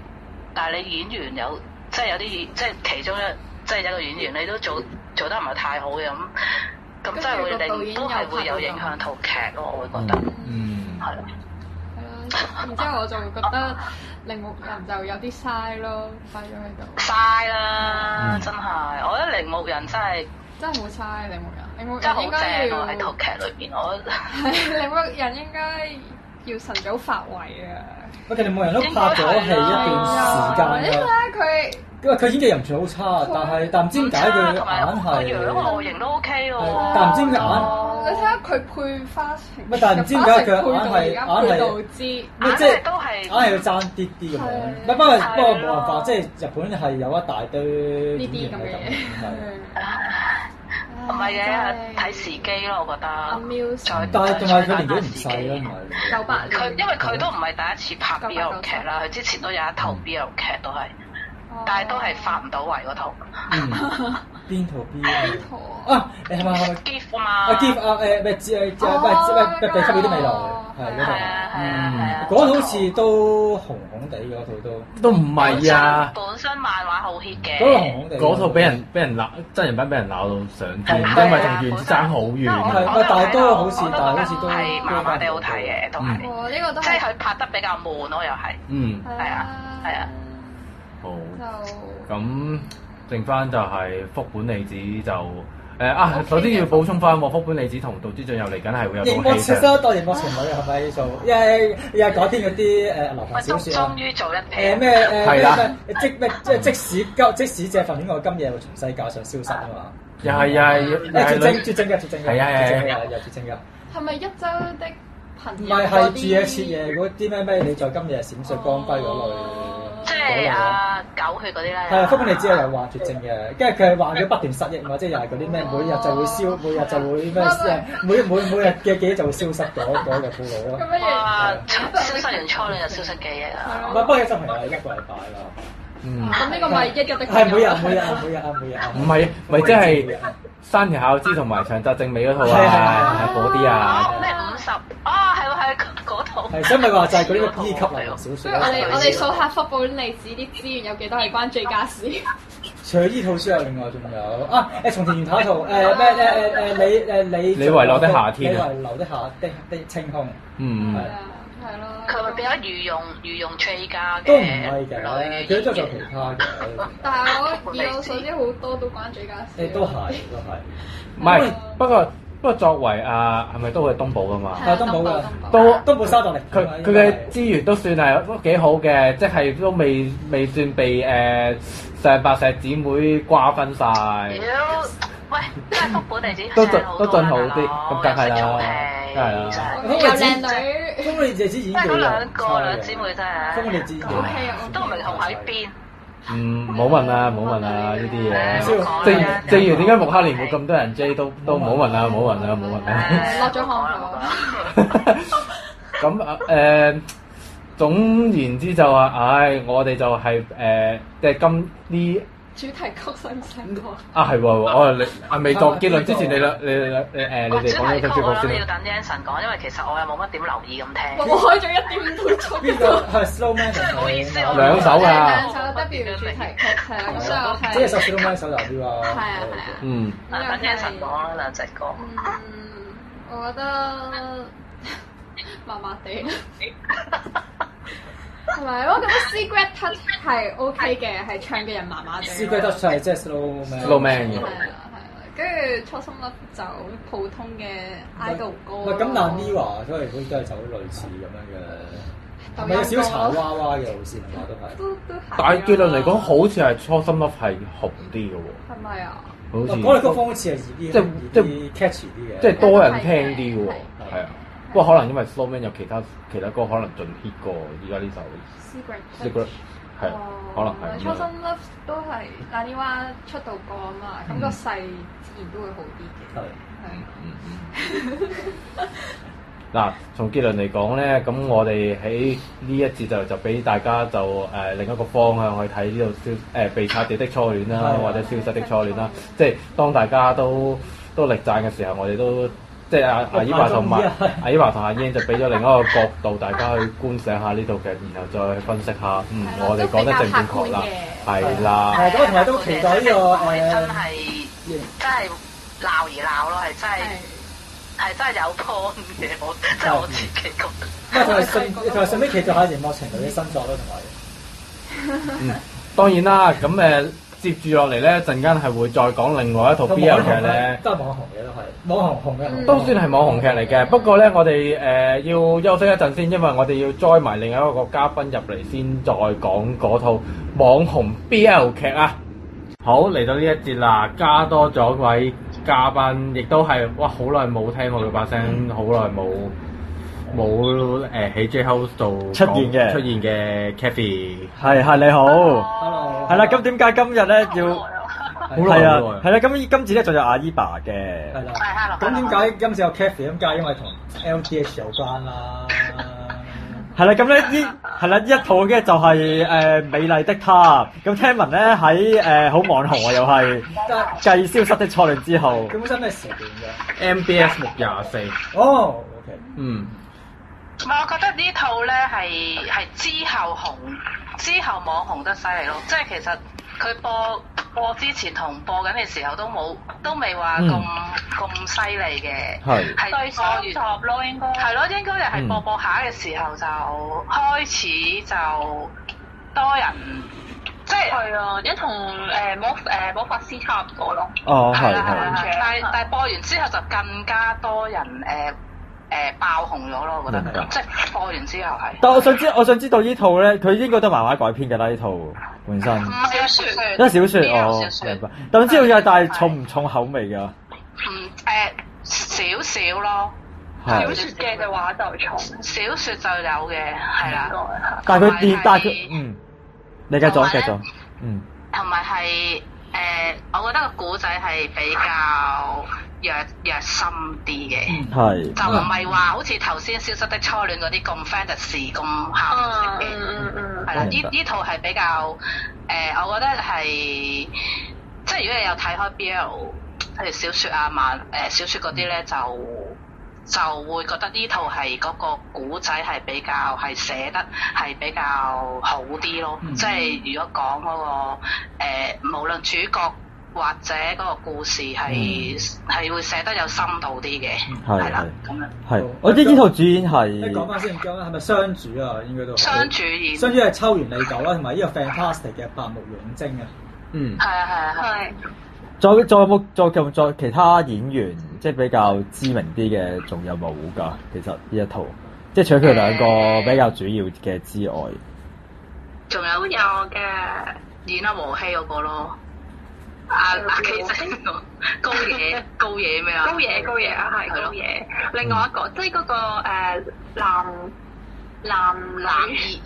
Speaker 10: 但係你演員有即係有啲即係其中一即係有一個演員你都做做得唔係太好嘅咁，咁真係會
Speaker 16: 跟住個導演
Speaker 10: 令都係會有影響套劇咯，我會覺得
Speaker 9: 嗯，
Speaker 10: 係咯。
Speaker 16: 係啦，然之後我就會覺得鈴木人就有啲嘥咯，擺咗喺
Speaker 8: 嗯
Speaker 16: 度，
Speaker 10: 嘥啦，真係！我覺得鈴木人真係
Speaker 16: 真係好嘥鈴木人。鈴木
Speaker 10: 真係
Speaker 16: 人
Speaker 10: 好
Speaker 16: 應該
Speaker 10: 正啊咯，
Speaker 16: 要
Speaker 10: 喺套劇裏邊，我覺得
Speaker 16: 係鈴木人應該要晨早發圍啊！
Speaker 8: 喂，其實每人都拍咗戲一段時
Speaker 16: 因為
Speaker 8: 間啊啦。
Speaker 16: 咧
Speaker 8: 因為佢演技又唔算好差，但係但唔知點解佢
Speaker 10: 唔差同埋
Speaker 8: 硬
Speaker 10: 個樣
Speaker 8: 係。
Speaker 10: 外形都 OK
Speaker 8: 係
Speaker 10: 喎。
Speaker 8: 但唔知點解
Speaker 16: 佢，你睇下佢配花情，
Speaker 8: 乜但係唔知點解佢硬係
Speaker 16: 配到而家配到
Speaker 8: 硬
Speaker 16: 知。
Speaker 8: 咩
Speaker 10: 眼
Speaker 8: 即係
Speaker 10: 係都係
Speaker 8: 硬係要爭啲啲咁樣，
Speaker 16: 啊
Speaker 8: 唔係不過不過冇辦法，即係日本係有一大堆
Speaker 16: 呢
Speaker 8: 演
Speaker 16: 啲
Speaker 8: 員
Speaker 16: 咁
Speaker 8: 係
Speaker 16: 嘅 *laughs* 嘢嗯
Speaker 8: 咁，係。
Speaker 10: 唔係嘅，睇時
Speaker 16: 時
Speaker 10: 機咯，我覺得。
Speaker 16: Amuse
Speaker 8: 但係同埋佢年紀唔細啦，唔係
Speaker 16: 九八年
Speaker 10: 佢因為佢都唔係第一次拍 BL 劇啦，佢之前都有一
Speaker 8: 嗯
Speaker 10: 套 BL 劇都係，
Speaker 16: 哦
Speaker 1: 哦
Speaker 10: 但係都係發唔到圍嗰套。
Speaker 8: 啊
Speaker 9: 嗯
Speaker 8: 邊套 B
Speaker 16: *laughs*
Speaker 8: 啊？
Speaker 16: 哦
Speaker 8: 啊，你係咪係咪
Speaker 10: Give 嘛，
Speaker 8: 啊 give 啊誒咩知誒咩
Speaker 16: 哦
Speaker 8: 咩咩俾給你啲未來係
Speaker 10: 係
Speaker 8: 嗰
Speaker 10: 啊係啊係啊
Speaker 8: 套，，嗰套好似都紅紅地嗰套都，
Speaker 9: 都唔係
Speaker 10: *laughs*
Speaker 9: 啊，
Speaker 10: 本身漫畫好 hit 嘅，
Speaker 8: 嗰套紅紅地
Speaker 9: 嗰套俾人俾人鬧，真人版俾人鬧到上天，
Speaker 10: 係啊
Speaker 9: 因為同原爭好遠
Speaker 10: 我
Speaker 8: 係
Speaker 9: 啊。
Speaker 10: 我
Speaker 8: 但係都好似
Speaker 10: 我
Speaker 8: 但係好似都嗯
Speaker 10: 係麻麻地好睇嘅，都係，
Speaker 16: 哇！呢個都
Speaker 10: 即係佢拍得比較悶咯，又係。
Speaker 9: 嗯，
Speaker 16: 係啊，
Speaker 10: 係啊
Speaker 9: 好。
Speaker 16: 就
Speaker 9: 咁剩翻就係福本理子就誒、啊，首先要補充翻喎，福本理子同杜之俊又嚟緊係會有
Speaker 8: 熒
Speaker 9: 套
Speaker 8: 幕
Speaker 9: 戲
Speaker 8: 設
Speaker 9: 上
Speaker 8: 身當熒幕情侶係咪做？因為因為改編嗰啲誒流行
Speaker 10: 我
Speaker 8: 小
Speaker 10: 終
Speaker 8: 説啊
Speaker 10: 終。於做一
Speaker 8: 誒
Speaker 10: 皮，
Speaker 8: 咩誒
Speaker 9: 係啦
Speaker 8: 咩咩即咩即即使今即使借份戀愛，今夜會從世界上消失啊嘛！
Speaker 9: 又係又係又
Speaker 8: 誒
Speaker 9: 係
Speaker 8: 絕症
Speaker 9: 女
Speaker 8: 絕症嘅絕症嘅，
Speaker 9: 係啊係啊
Speaker 8: 絕症嘅有絕症嘅，
Speaker 16: 係咪一周的
Speaker 8: 唔
Speaker 16: 朋友
Speaker 8: 係
Speaker 16: 嗰
Speaker 8: 係
Speaker 16: 啲？
Speaker 8: 住夜切夜嗰啲咩咩，你在今夜閃爍光輝嗰類。
Speaker 10: 即係啊狗血嗰啲啦。
Speaker 8: 係啊，福本你知係有患絕症嘅，跟住佢係患咗不斷失憶嘛，即係又係嗰啲咩每日就會消，每日就會咩誒，每每每日嘅記憶就會消失嗰嗰個俘虜
Speaker 16: 咁
Speaker 8: 咯。
Speaker 16: 不如
Speaker 10: 哇！消失完初戀就消失記憶啊啦。
Speaker 8: 唔係，不過真係一個禮拜啦。
Speaker 9: 嗯，
Speaker 16: 咁呢個咪一日的朋
Speaker 8: 係
Speaker 16: 友
Speaker 8: 每日每日每日每日。
Speaker 9: 唔係咪即係山田孝之同埋長澤正美嗰套
Speaker 8: 係係
Speaker 9: 啊，
Speaker 8: 係
Speaker 9: 係嗰啲啊
Speaker 10: 哦，，咩五十啊，係喎係嗰嗰套，
Speaker 8: 係，所以咪話就係嗰啲 B 級嚟小説。
Speaker 16: 不如我哋我哋數下福本利子啲資源有幾多係關 J 家事？
Speaker 8: 除咗 E 呢套之外，另外仲有啊誒，從前園太一套誒
Speaker 10: 啊
Speaker 8: 咩誒誒誒你誒你
Speaker 9: 你遺留的夏天
Speaker 8: 你
Speaker 9: 啊
Speaker 8: 遺留的夏的的清空
Speaker 9: 嗯
Speaker 16: 係，啊，係咯。
Speaker 10: 佢咪變咗御用御用 J 家嘅
Speaker 8: 都唔係嘅，
Speaker 10: 女
Speaker 8: 佢都做其他嘅，
Speaker 16: 但係我以我所 *laughs* 知好多都關 J 家事。
Speaker 8: 誒都係都係，
Speaker 9: 唔係不過不過作為啊係咪都係東寶噶
Speaker 10: 啊
Speaker 9: 嘛？
Speaker 8: 但係都冇㗎都
Speaker 9: 都
Speaker 8: 冇收到力度
Speaker 9: 佢
Speaker 8: 啊。
Speaker 9: 佢嘅資源都算係都幾好嘅，即係都未未算被誒、呃、上白石姊妹瓜分晒。
Speaker 10: 妖，喂，真係啊福本地址
Speaker 9: 都
Speaker 10: 正
Speaker 9: 進都進好
Speaker 10: 多
Speaker 9: 啲，
Speaker 10: 啦
Speaker 9: 咁梗係啦，梗係啊
Speaker 10: 真
Speaker 9: 啦。
Speaker 10: 係
Speaker 16: 有靚女，
Speaker 8: 因為謝子演技
Speaker 10: 真係嗰
Speaker 8: 又
Speaker 10: 兩
Speaker 8: 唔
Speaker 10: 個
Speaker 8: 差
Speaker 10: 兩
Speaker 8: 嘅
Speaker 10: 姊妹真
Speaker 8: 福本利
Speaker 10: 係
Speaker 8: 子演技
Speaker 16: 好戲啊
Speaker 10: 都唔明紅喺邊，
Speaker 9: 嗯，唔好問啦，唔好問啦，呢啲嘢。
Speaker 8: 唔
Speaker 10: 啊
Speaker 8: 好講啦
Speaker 9: 正正如點解木克連會咁多人追，都都唔好問啦，唔好問啦，唔好問啦。
Speaker 10: 唉
Speaker 16: 落咗
Speaker 10: 冇講啦
Speaker 16: 項目
Speaker 10: 冇講啦
Speaker 9: *laughs* 咁啊誒，呃總言之就話，唉，我哋就係誒，即係今呢
Speaker 16: 主題曲使唔使播？
Speaker 9: 啊係喎，我你啊未到結論之前，你兩你兩你誒
Speaker 10: 個主
Speaker 9: 你哋講
Speaker 10: 題
Speaker 9: 咗
Speaker 10: 曲
Speaker 9: 首
Speaker 10: 我
Speaker 9: 主
Speaker 10: 諗
Speaker 9: 題
Speaker 10: 你
Speaker 9: 曲
Speaker 10: 要等 Anson 講，因為其實我又冇乜點留意咁
Speaker 16: 我
Speaker 10: 聽。
Speaker 16: 開咗一點五倍速。
Speaker 8: 邊個係啊 Slowman
Speaker 10: 真係唔好意思，我
Speaker 9: 兩首㗎
Speaker 16: 兩首 W 主題曲係啦，咁所以我係
Speaker 8: 即係首 Slowman 手就啲啊。
Speaker 16: 係啊係啊。
Speaker 9: 嗯，
Speaker 10: 等 Anson 講啦，兩隻歌。
Speaker 16: 嗯，我覺得嗯麻麻地，同埋我覺得 Secret Touch 係 OK 嘅，係唱嘅人麻
Speaker 8: 啊
Speaker 16: 麻地。
Speaker 8: Secret Touch 係即係 Slowman。
Speaker 9: Slowman
Speaker 16: 係
Speaker 9: 嘅
Speaker 16: 啦係啦，跟住初心 love 就普通嘅 idol
Speaker 8: 唔
Speaker 16: 歌咯。
Speaker 8: 係咁，但 Miwa 都係好都係走類似咁樣嘅，唔係
Speaker 16: 抖音
Speaker 8: 有少
Speaker 16: 歌
Speaker 8: 少啊茶娃娃嘅路線係嘛都係。
Speaker 16: 都都係啊
Speaker 9: 但係結論嚟講，好似係初心 love 係紅啲嘅
Speaker 16: 係咪啊？
Speaker 9: 喎，好似
Speaker 8: 我哋哦個方好似係易啲，
Speaker 9: 即係
Speaker 8: 易啲 catchy 啲嘅。
Speaker 9: 即係多人聽啲嘅喎，
Speaker 8: 係
Speaker 9: 係啊。不過可能因為 Slowman 有其他其他歌可能盡 hit 過依家呢首
Speaker 16: Secret
Speaker 9: Secret，
Speaker 16: Touch
Speaker 9: 係啊可能
Speaker 16: 哦
Speaker 9: 係咁
Speaker 16: 初心
Speaker 9: 樣。
Speaker 16: Love 都係 l a n i w a 出道歌啊嘛，咁個勢自然都會好啲嘅。
Speaker 8: 係
Speaker 9: 嗯嗯嗱，從結論嚟講咧，咁我哋喺呢一節就就俾大家就誒、呃另一個方向去睇呢度消誒、呃被拆掉的初戀啦，
Speaker 8: 係
Speaker 9: 或者消失的初戀啦。即係當大家都都力讚嘅時候，我哋都即係阿阿伊華同埋
Speaker 8: 我同意啊
Speaker 9: 阿伊華同阿英就俾咗另一個角度，大家去觀賞下呢度嘅，然後再分析下，嗯
Speaker 16: 係，啦
Speaker 9: 我哋講得正唔正確啦，
Speaker 16: 都
Speaker 9: 係啦。
Speaker 8: 係咁，同埋都期待呢個
Speaker 10: 係真
Speaker 8: 誒。
Speaker 10: 係真係鬧而鬧咯，係真係
Speaker 16: 係
Speaker 10: 係真係有 point 嘅，我即係我自己覺得。
Speaker 8: 唔啊係，同埋順同埋順便期待下熒幕情侶嘅新作啦，同埋。
Speaker 9: 當然啦，咁誒、呃接住落嚟咧，陣間係會再講另外一套 BL 劇咧，
Speaker 8: 都係網紅嘅都係網紅紅
Speaker 10: 嗯
Speaker 8: 嘅，
Speaker 9: 都算係網紅劇嚟嘅。不過咧，我哋誒、呃要休息一陣先，因為我哋要 join 埋另一個嘉賓入嚟先，再講嗰套網紅 BL 劇啊。好，嚟到呢一節啦，加多咗位嘉賓，亦都係哇，好耐冇聽我佢把聲，好耐冇冇誒喺 J House 度
Speaker 3: 出現嘅
Speaker 9: 出現嘅 Kathy，
Speaker 3: 係係你好，
Speaker 8: Hello，
Speaker 3: 係啦。咁點解今日咧要？
Speaker 8: 係
Speaker 3: 係
Speaker 9: 好耐好耐
Speaker 3: 啊，係啦。咁今次咧就有阿伊爸嘅，
Speaker 8: 係啦。
Speaker 10: 係 hello。
Speaker 8: 咁點解今次有 Cathy？咁梗係因為同 LDH 有關啦。
Speaker 3: 係啦。咁咧呢係啦，呢一套嘅就係誒美麗的她。咁聽聞咧喺誒好網紅啊，又係
Speaker 8: 但
Speaker 3: 繼消失的初戀之後
Speaker 8: 佢，本身咩時段嘅？
Speaker 9: MBS 六廿四，
Speaker 8: 哦，OK，
Speaker 9: 嗯。
Speaker 10: 唔係，我覺得呢套咧係係之後紅，之後網紅得犀利咯。即係其實佢播播之前同播緊嘅時候都冇，都未話咁咁犀利嘅。
Speaker 9: 係
Speaker 10: 係播完集咯，應該係咯，應該又係播播下嘅時候就開始就多人，即係係啊，一同誒魔誒魔法師差唔多咯。
Speaker 3: 哦
Speaker 10: 係
Speaker 3: 係
Speaker 10: 啦係
Speaker 3: 係
Speaker 10: 啦，但係但係播完之後就更加多人誒誒爆紅咗咯，我覺
Speaker 9: 明
Speaker 10: 得
Speaker 9: 白
Speaker 10: 即係播完之後係。
Speaker 3: 但我想知，我想知道呢套咧，佢應該都係漫畫改編嘅啦。呢套本身，
Speaker 10: 唔係啊小説，
Speaker 3: 因為小説
Speaker 10: 呢
Speaker 3: 哦
Speaker 10: 個小，
Speaker 3: 明
Speaker 10: 説
Speaker 3: 白。但我知道有，但係重唔重口味㗎？
Speaker 10: 唔嗯誒少少咯。
Speaker 3: 係
Speaker 10: 説嘅嘅話就重，小説就有嘅，係啦。
Speaker 3: 但係佢
Speaker 10: 電
Speaker 3: 電，但係佢嗯，你繼續啊
Speaker 10: 同埋
Speaker 3: 繼
Speaker 10: 呢
Speaker 3: 續，嗯，
Speaker 10: 同埋係誒，我覺得個古仔係比較弱弱心啲嘅。
Speaker 3: 嗯係
Speaker 10: 就唔係話好似頭先《消失的初戀》嗰啲咁 fantasy 咁
Speaker 1: 嗯
Speaker 10: 鹹嘅，係啦，
Speaker 3: 明
Speaker 10: 呢
Speaker 3: 白
Speaker 10: 呢套係比較誒、呃我覺得係即係如果你有睇開 BL，譬如小説啊、漫誒、呃小説嗰啲
Speaker 3: 嗯
Speaker 10: 咧，就就會覺得呢套係嗰個古仔係比較係寫得係比較好啲咯，
Speaker 3: 嗯
Speaker 10: 即係如果講嗰、個、呃、無論主角。或者嗰個故事係係、會寫得有深度啲嘅，
Speaker 3: 係
Speaker 10: 係啦
Speaker 3: 嗯係
Speaker 10: 咁樣。
Speaker 3: 係。我知呢套主演
Speaker 8: 你講啊
Speaker 3: 係
Speaker 8: 翻先，咁係咪雙主啊？應該都係
Speaker 10: 雙主演，
Speaker 8: 雙主係秋元里久啦，啊同埋呢個 Fantastic 嘅白木勇晶啊。
Speaker 9: 嗯，
Speaker 10: 係啊係啊係。
Speaker 3: 仲有仲有冇仲有仲有其他演員即係比較知名啲嘅，仲有冇㗎？其實呢一套即係除咗佢兩個比較主要嘅之外，
Speaker 10: 仲有有嘅演阿和希嗰個咯，阿阿 K 仔高野高野咩啊？
Speaker 1: 高嘢高嘢啊，
Speaker 10: 係
Speaker 1: 係
Speaker 10: 咯
Speaker 1: 高嘢。
Speaker 9: 嗯
Speaker 1: 另外一個即係嗰個誒男男
Speaker 10: 男二
Speaker 1: 男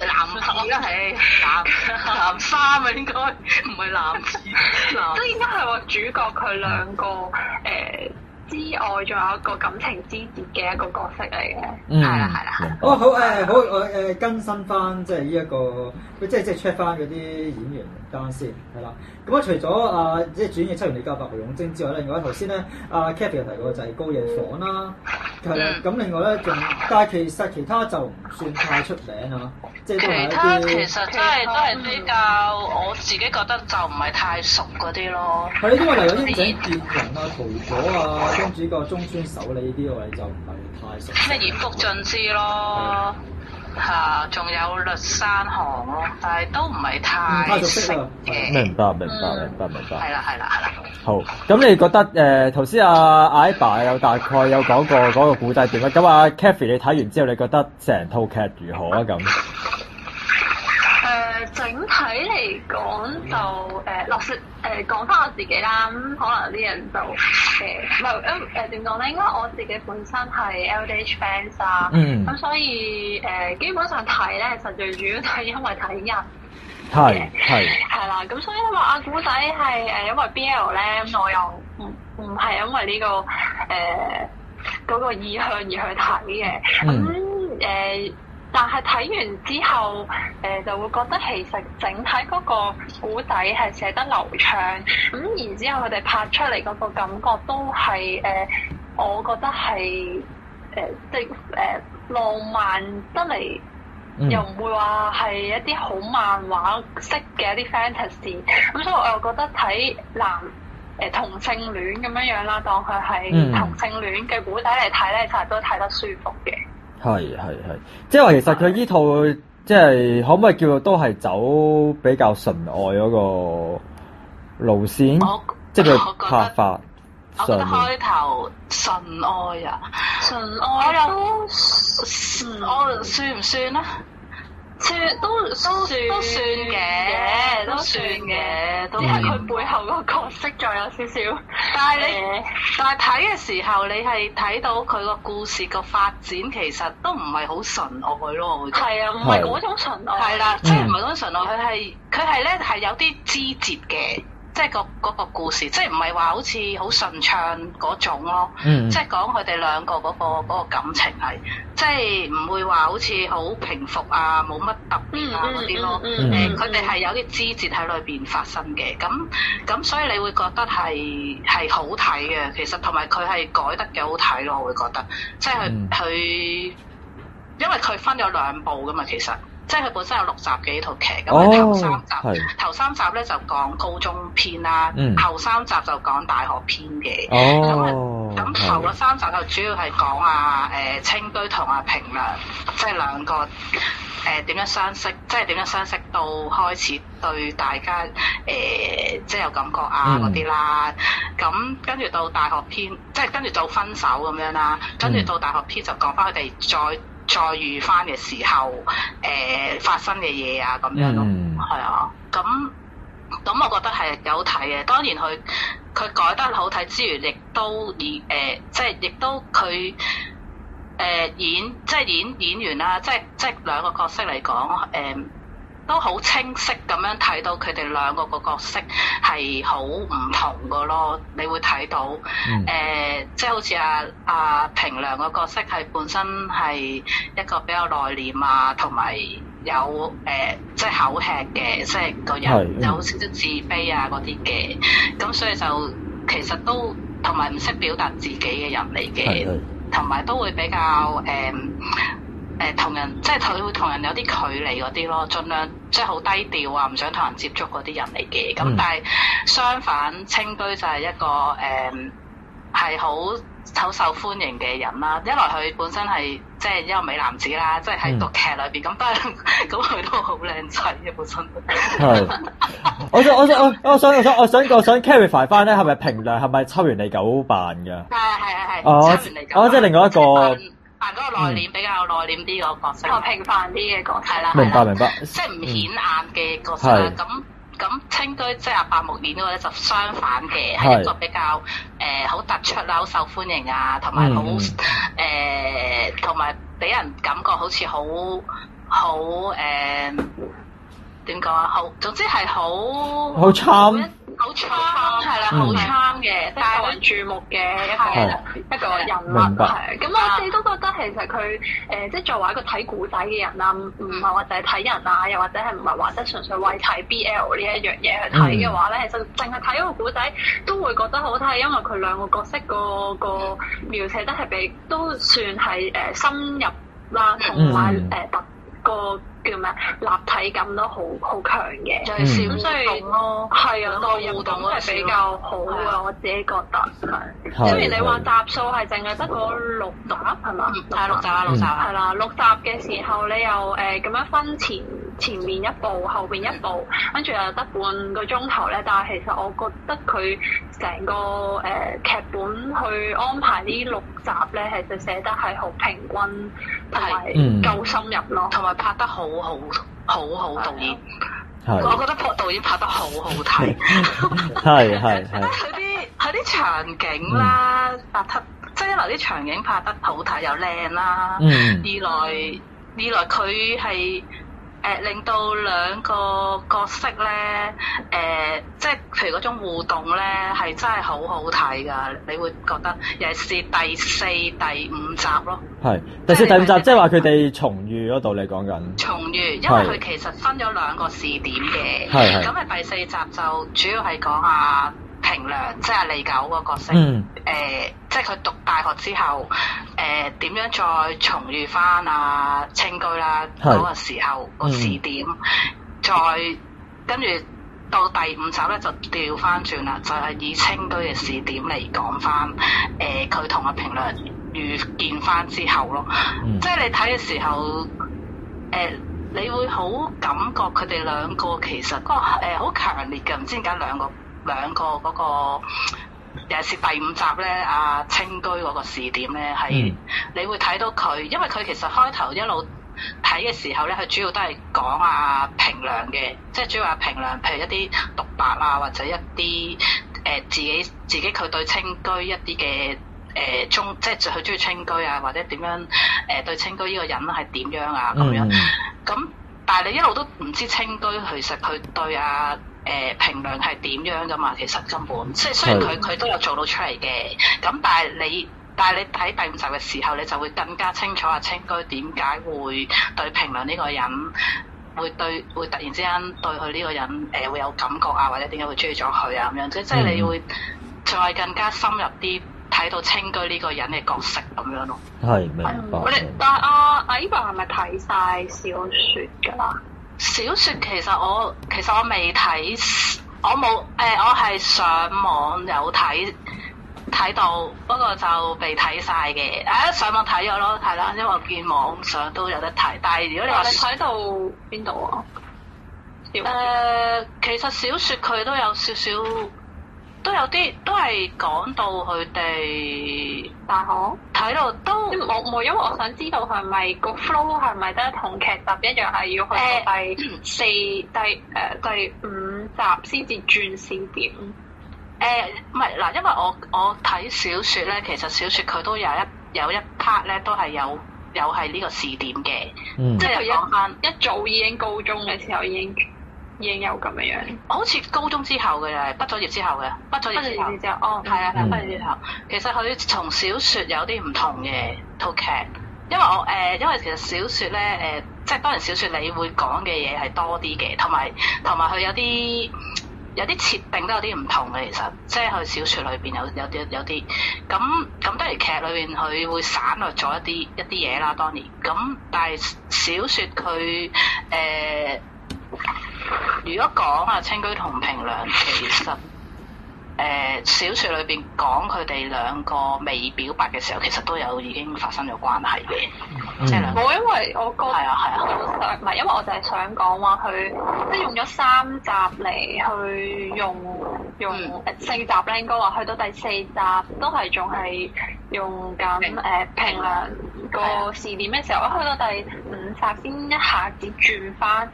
Speaker 10: 男二啦，係男男三啊，應該唔係男二男
Speaker 1: 即係應該係話主角佢兩個誒呃之外，仲有一個感情之節嘅一個角色嚟嘅，
Speaker 3: 嗯
Speaker 1: 係啊啦係啦。係啦
Speaker 8: 哦，好誒、好我誒、更新翻即係呢一個，即係即係 check 翻嗰啲演員單先，係啦。咁啊，除咗啊、即係主演嘅七元李教白胡永晶之外咧，另外頭先咧，阿 Kathy 有提過就係高野房啦，係
Speaker 10: 嗯
Speaker 8: 啦。咁另外咧，仲但係其實其他就唔算太出名啊，即係都係
Speaker 10: 其
Speaker 8: 一
Speaker 10: 他
Speaker 8: 啲
Speaker 10: 其實真係都係比較我自己覺得就唔係太熟嗰啲咯。
Speaker 8: 係因為嚟咗英井結人啊、桃果啊，跟住個中村守里呢啲，我哋就唔係太熟。
Speaker 10: 咩染谷俊之咯，嚇，仲有律山行咯，但係都唔係太識嘅。
Speaker 3: 明白，明白，明白，明白
Speaker 10: 係。啦，係啦，係啦。
Speaker 3: 好，咁你覺得誒呃頭先阿 Iba 有大概有講過嗰個古仔點啦？啊咁阿 Kathy 你睇完之後，你覺得成套劇如何啊？咁
Speaker 1: 誒、呃整體嚟講就誒，落雪誒講翻我自己啦，咁、可能有啲人就誒呃唔係咁誒點講咧？應該我自己本身係 LDH fans 啊，咁、
Speaker 3: 嗯
Speaker 1: 所以誒、基本上睇咧，其實最主要都係因為睇人。
Speaker 3: 係係
Speaker 1: 係啦，咁所以話阿古仔係誒，因為 BL 咧，咁我又唔唔係因為呢、個誒嗰、個意向而去睇嘅，咁誒、呃但係睇完之後誒、呃就會覺得其實整體嗰個古仔係寫得流暢，咁然之後佢哋拍出嚟嗰個感覺都係誒、呃我覺得係誒、即係誒、呃浪漫得嚟。
Speaker 3: 嗯
Speaker 1: 又唔會話係一啲好漫畫式嘅一啲 fantasy，咁所以我又覺得睇男誒、同性戀咁樣樣啦，當佢
Speaker 3: 嗯
Speaker 1: 係同性戀嘅古仔嚟睇咧，其實都睇得舒服嘅。
Speaker 3: 係係係，即係話其實佢依套即係可唔可以叫做都係走比較純愛嗰個路線
Speaker 10: 我，
Speaker 3: 即係
Speaker 10: 我
Speaker 3: 佢
Speaker 10: 覺得
Speaker 3: 拍法
Speaker 10: 我
Speaker 3: 嗯
Speaker 10: 覺
Speaker 3: 上
Speaker 10: 得
Speaker 3: 面。
Speaker 10: 開頭純愛啊，
Speaker 1: 純愛都
Speaker 3: 嗯
Speaker 10: 我算唔算咧？
Speaker 1: 算都都
Speaker 10: 都算嘅，都算，嘅，都
Speaker 1: 只係
Speaker 10: 係
Speaker 1: 佢背後嗰個角色再有少少。
Speaker 10: 但係你，但係睇嘅時候，你係睇到佢個故事個發展，其實都唔係好純愛咯，我會覺得。
Speaker 1: 係啊，唔係嗰種純愛。
Speaker 10: 係啦，即係唔係嗰種純愛，佢係佢係咧係有啲枝節嘅，即係個嗰個故事，即係唔係話好似好順暢嗰種咯。
Speaker 3: 嗯
Speaker 10: 即係講佢哋兩個嗰、個嗰、個感情係，即係唔會話好似好平復啊，冇乜特別啊嗰啲咯。
Speaker 3: 嗯
Speaker 10: 誒，佢哋係有啲枝節喺裏邊發生嘅，咁咁所以你會覺得係係好睇嘅，其實同埋佢係改得幾好睇咯，我會覺得，即係
Speaker 3: 嗯
Speaker 10: 佢佢，因為佢分咗兩部噶嘛，其實。即係佢本身有六集嘅呢套劇，咁佢頭三集，
Speaker 3: 哦係
Speaker 10: 頭三集咧就講高中篇啦，
Speaker 3: 嗯
Speaker 10: 後三集就講大學篇嘅。
Speaker 3: 哦，
Speaker 10: 咁頭嗰
Speaker 3: 係
Speaker 10: 三集就主要係講啊誒、清居同阿平良，即係兩個誒點、樣相識，即係點樣相識到開始對大家誒、即係有感覺啊
Speaker 3: 嗯
Speaker 10: 嗰啲啦。咁跟住到大學篇，即係跟住到分手咁樣啦。跟住
Speaker 3: 嗯
Speaker 10: 到大學篇就講翻佢哋再再遇翻嘅時候誒、發生嘅嘢啊咁樣咯。
Speaker 3: 嗯
Speaker 10: 係啊，咁咁我覺得係有睇嘅。當然佢佢改得好睇之餘，亦都以誒、呃即係亦都佢誒、呃演即係演演員啦，即係即係兩個角色嚟講誒。呃都好清晰咁樣睇到佢哋兩個個角色係好唔同嘅咯，你會睇到誒、
Speaker 3: 嗯
Speaker 10: 呃即係好似阿阿平良個角色係本身係一個比較內斂啊，同埋有誒、呃即係口吃嘅，即係個
Speaker 3: 係
Speaker 10: 人
Speaker 3: 嗯
Speaker 10: 有少少自卑啊嗰啲嘅，咁所以就其實都同埋唔識表達自己嘅人嚟
Speaker 3: 係
Speaker 10: 嘅。
Speaker 3: 係
Speaker 10: 同埋都會比較誒誒同人，即係佢會同人有啲距離嗰啲咯，盡量即係好低調啊，唔想同人接觸嗰啲人嚟嘅。咁、
Speaker 3: 嗯
Speaker 10: 但係相反，清居就係一個誒係好好受歡迎嘅人啦。一來佢本身係即係一個美男子啦，即係
Speaker 3: 嗯
Speaker 10: 喺個劇裏邊咁，不過 *laughs* 咁佢都好靚仔嘅本身。
Speaker 3: 係。我想我想我我想我想我想我想 clarify 翻咧，係咪平量係咪抽完你狗扮㗎？
Speaker 10: 係啊係係係。
Speaker 3: 哦
Speaker 10: 差唔多
Speaker 3: 即
Speaker 10: 嚟㗎
Speaker 3: 哦即係另外一個嗯
Speaker 10: 扮扮啊嗰個內斂比較內斂啲嗰個角色。
Speaker 1: 就哦平凡啲嘅角色
Speaker 10: 係啦，係啦
Speaker 3: 明白明白。
Speaker 10: 即係唔顯眼嘅角色啦
Speaker 3: 係。
Speaker 10: 咁咁清居即係阿白木鏈嗰個咧就相反嘅，
Speaker 3: 係
Speaker 10: 係一個比較誒好、突出啦，好受歡迎啊，同埋好
Speaker 3: 嗯
Speaker 10: 誒同埋俾人感覺好似好好呃誒點講啊，好總之係好
Speaker 3: 好 charm 嗯
Speaker 10: 一個
Speaker 1: 好 charm 係啦，好 charm 嘅，即係受人注目嘅一個一個人物
Speaker 3: 明白
Speaker 1: 係。咁我自己都覺得其實佢誒即係作為一個睇古仔嘅人啦，啊唔唔係話就係睇人啊，又或者係唔係話即係純粹為睇 BL 呢一樣嘢去睇嘅話咧，其實淨係睇一個古仔都會覺得好睇，因為佢兩個角色個個描寫得係比都算係誒深入啦，同埋
Speaker 3: 嗯
Speaker 1: 誒特個叫咩啊立體感都好好強嘅，
Speaker 3: 嗯
Speaker 1: 咁所以咯，嗯係啊，代入感係比較好啊，我自己覺得係。雖然你話集數係淨係得嗰六集係嘛？
Speaker 10: 係六集啊，六集啊
Speaker 1: 係，啦，六集嘅時候你又誒咁樣分前前面一步，後邊一步，跟住又得半個鐘頭咧。但係其實我覺得佢成個誒、呃、劇本去安排呢六集咧，其實寫得係好平均同埋
Speaker 3: 嗯
Speaker 1: 夠深入咯。
Speaker 10: 同埋拍得好好好好導演，我
Speaker 3: 係
Speaker 10: 覺得拍導演拍得好
Speaker 3: *laughs*
Speaker 10: 好睇。
Speaker 3: 係係係
Speaker 10: 佢啲佢啲場景啦，
Speaker 3: 嗯
Speaker 10: 拍得即係一來啲場景拍得好睇又靚啦，
Speaker 3: 嗯
Speaker 10: 二來二來佢係誒令到兩個角色咧誒、即係譬如嗰種互動咧係真係好好睇㗎，你會覺得尤其是第四、第五集咯。
Speaker 3: 係第四第五集，即係話佢哋重遇嗰度，你講 *laughs* 緊
Speaker 10: 重遇，因為佢其實分咗兩個試點嘅，
Speaker 3: 係係
Speaker 10: 咁係第四集就主要係講下平良，即係李九個角色，誒、
Speaker 3: 嗯
Speaker 10: 即係佢讀大學之後，誒、點樣再重遇翻啊清居啦
Speaker 3: 係
Speaker 10: 嗰個時候個
Speaker 3: 嗯
Speaker 10: 試點，再跟住。到第五集咧就調翻轉啦，就係、以清居嘅試點嚟講翻，誒佢同阿平良遇見翻之後咯，
Speaker 3: 嗯
Speaker 10: 即係你睇嘅時候，誒、呃你會好感覺佢哋兩個其實嗰個誒好強烈嘅，唔知點解兩個兩個嗰、個，尤其是第五集咧，阿、清居嗰個視點咧係，
Speaker 3: 嗯
Speaker 10: 你會睇到佢，因為佢其實開頭一路。睇嘅時候咧，佢主要都係講啊平良嘅，即係主要話平良，譬如一啲獨白啊，或者一啲誒、呃自己自己佢對清居一啲嘅誒中，即係佢中意清居啊，或者點樣誒、呃、對清居呢個人係點樣啊咁樣。
Speaker 3: 嗯
Speaker 10: 咁但係你一路都唔知清居其實佢對啊誒、呃、評論係點樣噶嘛，其實根本即係雖然佢佢都有做到出嚟嘅，咁但係你。但係你睇第五集嘅時候，你就會更加清楚阿啊清居點解會對評論呢個人會對會突然之間對佢呢個人誒、呃、會有感覺啊，或者點解會中意咗佢啊咁樣，即即係你
Speaker 3: 嗯
Speaker 10: 會再更加深入啲睇到清居呢個人嘅角色咁樣咯。
Speaker 3: 係明白
Speaker 1: 我哋但係阿阿 a 係咪睇晒小説㗎啦？
Speaker 10: 小説其實我其實我未睇，我冇誒、呃我係上網有睇睇到，不過就被睇晒嘅。誒、上網睇咗咯，係啦，因為我見網上都有得睇。但係如果
Speaker 1: 你
Speaker 10: 你話
Speaker 1: 話哦你呃睇到邊度啊？
Speaker 10: 誒、呃其實小説佢都有少少，都有啲都係講到佢哋
Speaker 1: 大學？
Speaker 10: 睇到都
Speaker 1: 即係我冇，因為我想知道係咪個 flow 係咪都係同劇集一樣，係要去到第四、第誒、第五集先至轉試點。
Speaker 10: 誒呃唔係嗱，因為我我睇小説咧，其實小説佢都有一有一 part 咧，都係有有係呢個試點嘅，
Speaker 3: 嗯
Speaker 10: 即
Speaker 1: 即係
Speaker 10: 係
Speaker 1: 佢
Speaker 10: 講翻
Speaker 1: 一一早已經高中嘅時候已經已經有咁樣樣，
Speaker 10: 好似高中之後嘅啦，畢咗業之後嘅，畢咗業
Speaker 1: 跟住
Speaker 10: 之後
Speaker 1: 然，之後哦，
Speaker 10: 係啊，
Speaker 3: 嗯
Speaker 10: 畢咗業之後，其實佢同小説有啲唔同嘅套劇，因為我誒、呃因為其實小説咧誒、即係當然小説你會講嘅嘢係多啲嘅，同埋同埋佢有啲。有啲設定都有啲唔同嘅，其實即係佢小説裏邊有有啲有啲咁咁，當然劇裏邊佢會省略咗一啲一啲嘢啦，當然咁，但係小説佢誒、呃如果講啊清居同平良，其實誒、呃小説裏邊講佢哋兩個未表白嘅時候，其實都有已經發生咗關係嘅，即係兩個
Speaker 1: 冇，因為我覺得
Speaker 10: 係啊係啊，
Speaker 1: 我想唔係，因為我就係想講話佢即係用咗三集嚟去用用
Speaker 10: 嗯
Speaker 1: 誒四集咧，應該話去到第四集都係仲係用緊
Speaker 10: 平
Speaker 1: 誒平量
Speaker 10: 係啊
Speaker 1: 個視點嘅時候，一去到第五集先一下子轉翻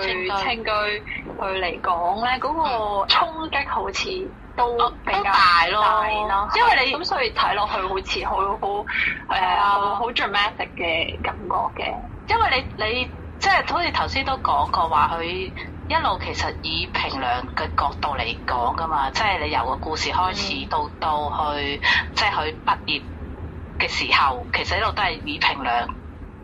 Speaker 1: 去
Speaker 10: 清嗯
Speaker 1: 清居去嚟講咧，嗰個衝擊好似都
Speaker 10: 哦都
Speaker 1: 比
Speaker 10: 都
Speaker 1: 較
Speaker 10: 大咯
Speaker 1: 咯，
Speaker 10: 因為你
Speaker 1: 咁所以睇落去好似好好誒好好 dramatic 嘅感覺嘅。
Speaker 10: 因為你你即係好似頭先都講過話佢一路其實以評量嘅角度嚟講噶嘛，即係你由個故事開始到到去即係佢畢業嘅時候，其實一路都係以評量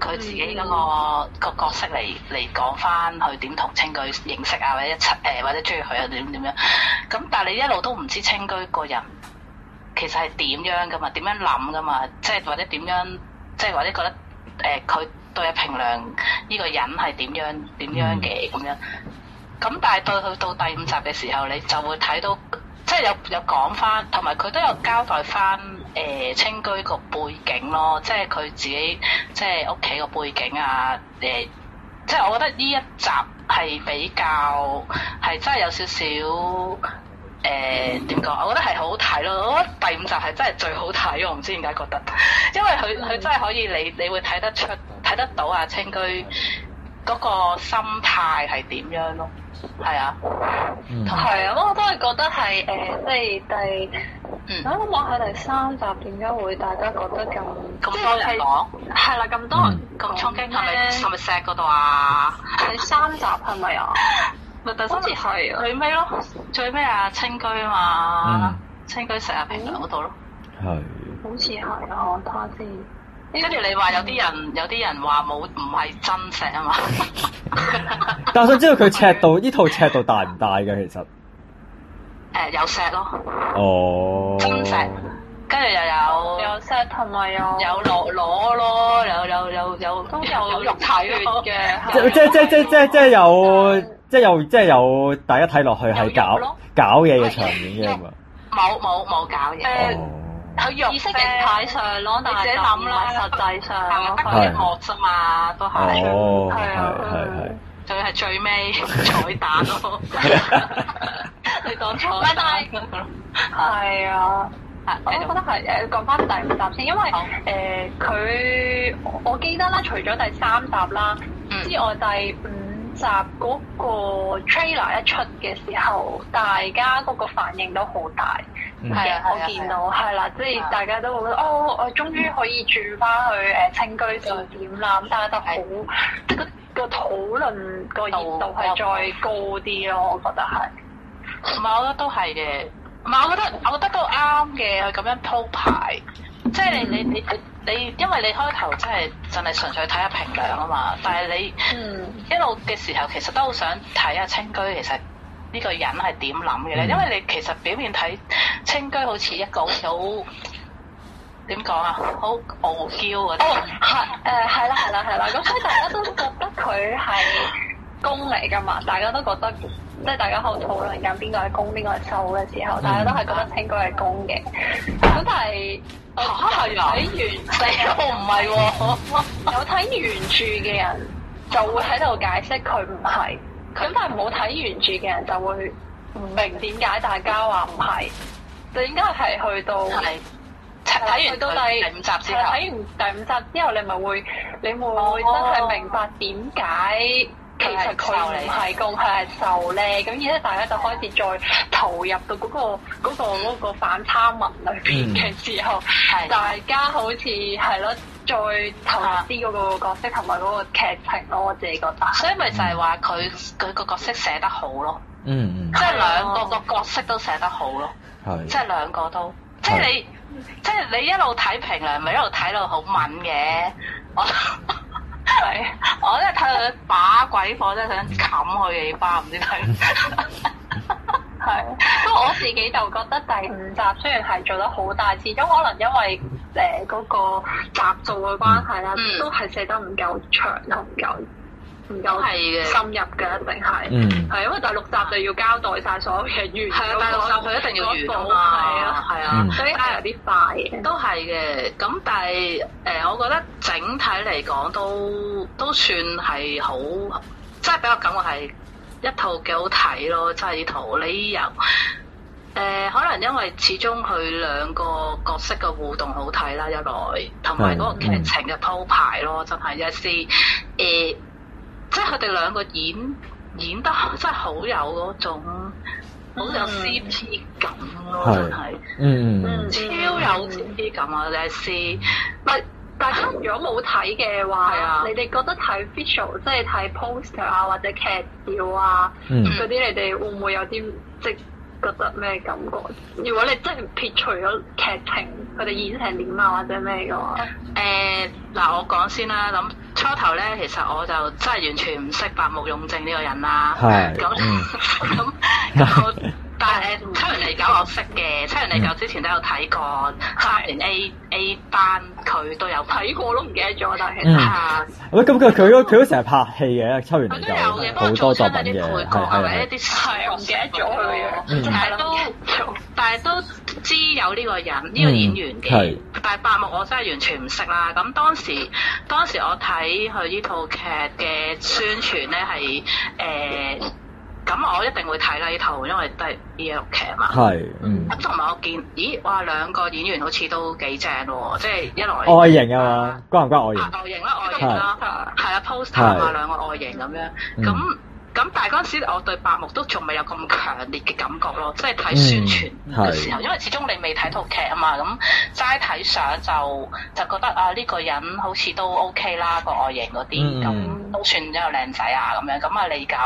Speaker 10: 佢自己嗰、個、個角色嚟嚟講翻佢點同青居認識啊，或者一齊誒、或者中意佢啊點點樣。咁但係你一路都唔知青居個人其實係點樣噶嘛，點樣諗噶嘛，即係或者點樣，即係或者覺得誒佢、對阿平良呢個人係點樣點樣嘅咁樣。咁但係對佢到第五集嘅時候，你就會睇到，即係有有講翻，同埋佢都有交代翻誒、呃青居個背景咯，即係佢自己即係屋企個背景啊，誒、即係我覺得呢一集係比較係真係有少少誒點講？我覺得係好睇咯，我覺得第五集係真係最好睇，我唔知點解覺得，因為佢佢真係可以你你會睇得出睇得到啊青居嗰個心態係點樣咯，係啊，
Speaker 1: 係啊，我都係覺得係誒、呃即係第
Speaker 10: 嗯
Speaker 1: 啊，我望下第三集點解會大家覺得咁
Speaker 10: 咁多人講。
Speaker 1: 係啦，咁多人
Speaker 10: 咁衝
Speaker 1: 咁衝
Speaker 10: 擊係
Speaker 1: 擊
Speaker 10: 咪係
Speaker 1: 咧？
Speaker 10: 咪石嗰度啊？
Speaker 1: 第三集係咪啊？咪第三集係啊，
Speaker 10: 最尾咯，最尾啊青居啊嘛，青居石啊平良嗰度咯。
Speaker 9: 係。
Speaker 1: 好似係啊，我睇下先。
Speaker 10: 跟住你話有啲人有啲人話冇唔係真石啊嘛，
Speaker 3: 但我想知道佢尺度呢套尺度大唔大嘅其實？
Speaker 10: 誒有石咯，
Speaker 3: 哦，
Speaker 10: 真石，跟住又有
Speaker 1: 有 set 啊同埋有
Speaker 10: 有攞攞咯，有有有有
Speaker 1: 都有
Speaker 10: 有肉體咯，
Speaker 1: 血嘅，
Speaker 10: 啊
Speaker 3: 即
Speaker 1: 係
Speaker 3: 即即即即即有即有即有大家睇落去哦係搞
Speaker 10: 有肉咯
Speaker 3: 搞嘢嘅場面嘅 *laughs* 嘛？
Speaker 10: 冇冇冇搞嘢，
Speaker 1: 誒
Speaker 3: 哦，
Speaker 10: 佢肉
Speaker 1: 意識形態上咯，但
Speaker 10: 你自
Speaker 1: 係
Speaker 10: 己
Speaker 1: 就
Speaker 10: 諗
Speaker 1: 唔
Speaker 10: 啦
Speaker 1: 係實際上
Speaker 10: 係
Speaker 1: 咯。
Speaker 10: 得一幕啫嘛，都係。
Speaker 3: 哦，
Speaker 1: 係啊
Speaker 3: 係
Speaker 10: 仲要係最尾彩蛋咯，你當彩蛋咁咯。
Speaker 1: 係啊。
Speaker 10: 啊
Speaker 1: 我都
Speaker 10: 繼
Speaker 1: 覺
Speaker 10: 續
Speaker 1: 得係誒講翻第五集先，因為誒佢、我記得啦，除咗第三集啦，
Speaker 10: 嗯
Speaker 1: 之外第五集嗰個 trailer 一出嘅時候，大家嗰個反應都好大。
Speaker 3: 嗯
Speaker 1: 係
Speaker 10: 係
Speaker 1: 啊
Speaker 10: 啊，
Speaker 1: 我見到係啦，即係大家都會覺得哦，我終於可以轉翻去誒青居地點啦，咁大家都好，嗯即係個個討論個熱度哦係再高啲咯，我覺得係。
Speaker 10: 唔啊係，我覺得都係嘅。唔係，我覺得我覺得都啱嘅，佢咁樣鋪排，即係你你你你你，因為你開頭真係真係純粹睇下評量啊嘛，但係你
Speaker 1: 嗯，
Speaker 10: 一路嘅時候，其實都好想睇下青居其實呢個人係點諗嘅咧，因為你其實表面睇青居好似一個好似好點講啊，好傲嬌嗰啲。
Speaker 1: 係誒係啦係啦係啦，咁所以大家都覺得佢係公嚟㗎嘛，大家都覺得即係大家喺度討論緊邊個係公邊個係受嘅時候，大家都係覺得青居係公嘅，咁但係我睇
Speaker 10: 係啊
Speaker 1: 完
Speaker 10: 你又唔係喎。
Speaker 1: 有睇原著嘅人就會喺度解釋佢唔係，咁但係冇睇原著嘅人就會唔明點解大家話唔係，就應該係去到
Speaker 10: 係睇完
Speaker 1: 去到
Speaker 10: 到
Speaker 1: 第
Speaker 10: 第五集之
Speaker 1: 係
Speaker 10: 後，
Speaker 1: 睇完第五集之後，你咪會你會唔會真係明白點解？其實佢唔係公，佢係受咧，咁而家大家就開始再投入到嗰、個嗰、個嗰、個反差文裏邊嘅時候，
Speaker 10: 係
Speaker 1: 大家好似係咯，再投入啲嗰個角色同埋嗰個劇情咯，我自己覺得。
Speaker 10: 所以咪就係話佢佢個角色寫得好咯，
Speaker 9: 嗯嗯，
Speaker 10: 即係兩個個角色都寫得好咯，即
Speaker 9: 係。
Speaker 10: 係兩個都，即嗯係你即係你一路睇評論，咪一路睇到好敏嘅，我係我真係睇到佢把鬼火，真係想冚佢嘅巴，唔知點解。
Speaker 1: 係，不過我自己就覺得第五集雖然係做得好，但係始終可能因為誒嗰、個集數嘅關係啦，
Speaker 10: 嗯
Speaker 1: 都係寫得唔夠長同唔夠唔夠
Speaker 10: 都係嘅
Speaker 1: 深入嘅，一定係。
Speaker 3: 嗯
Speaker 1: 係因為第六集就要交代晒所有嘢
Speaker 10: 係
Speaker 1: 完咗
Speaker 10: 啊，第六
Speaker 1: 嗰個，
Speaker 10: 集佢一定要完啊嘛，係啊
Speaker 1: 嗰。個，係啊，所以係有啲快嘅。
Speaker 10: 都係嘅，咁但係誒、呃我覺得整體嚟講都都算係好，即係俾我感覺係一套幾好睇咯，即係呢套你由誒、呃可能因為始終佢兩個角色嘅互動好睇啦，一來同埋嗰個劇情嘅鋪排咯，真係有時誒，即係佢哋兩個演演得真係好有嗰種好有 CP 感咯，真係。
Speaker 3: 嗯嗯
Speaker 10: 超有 CP 感啊！你係試，唔係
Speaker 1: 大家如果冇睇嘅話，
Speaker 10: 係啊
Speaker 1: 你哋覺得睇 visual 即係睇 poster 啊或者劇照啊
Speaker 3: 嗯
Speaker 1: 嗰啲，你哋會唔會有啲即係覺得咩感覺？如果你真係撇除咗劇情，佢哋演成點啊或者咩嘅話，
Speaker 10: 誒嗱，我講先啦。咁初頭咧，其實我就真係完全唔識白木勇正呢個人啦。
Speaker 3: 係
Speaker 10: 咁
Speaker 3: 嗯
Speaker 10: 咁咁我，但係誒七人嚟九我識嘅，七人嚟九之前都有睇過，三年 A A 班佢都有睇
Speaker 1: 睇過都唔記得咗，但係其
Speaker 3: 嗯
Speaker 1: 實
Speaker 10: 啊。
Speaker 3: 喂，咁佢佢都佢都成日拍戲嘅，秋元
Speaker 10: 佢
Speaker 3: 嚟就
Speaker 10: 都有嘅，不
Speaker 3: 好
Speaker 10: 過
Speaker 3: 多
Speaker 10: 做
Speaker 3: 作
Speaker 10: 親
Speaker 3: 品
Speaker 10: 嗰啲
Speaker 3: 嘅，
Speaker 10: 配角
Speaker 3: 係
Speaker 10: 或者
Speaker 3: 係
Speaker 10: 一
Speaker 3: 係。
Speaker 10: 啲係
Speaker 1: 我唔記得咗佢嘅樣
Speaker 3: 嗯
Speaker 10: 但係都但係都知有呢個人呢、個演員
Speaker 3: 嗯係
Speaker 10: 嘅。但係白木我真係完全唔識啦。咁當時當時我睇佢呢套劇嘅宣傳咧係誒，咁、我一定會睇啦呢套，因為都係呢一套劇嘛。
Speaker 3: 係，嗯，
Speaker 10: 咁同埋我見，咦，哇，兩個演員好似都幾正喎，即係一來
Speaker 3: 外形啊嘛，關唔關外
Speaker 10: 啊
Speaker 3: 形？
Speaker 10: 外形啦，外形啦，係啦
Speaker 3: 係
Speaker 10: ，poster 啊，兩個外形咁樣，
Speaker 3: 嗯
Speaker 10: 咁咁但係嗰陣時我對白木都仲未有咁強烈嘅感覺咯，即係睇宣傳
Speaker 3: 嗯係
Speaker 10: 嘅時候，因為始終你未睇套劇啊嘛，咁齋睇相就就覺得啊呢個人好似都 OK 啦個外形嗰
Speaker 3: 嗯
Speaker 10: 啲，咁都算一個靚仔啊咁樣，咁啊李九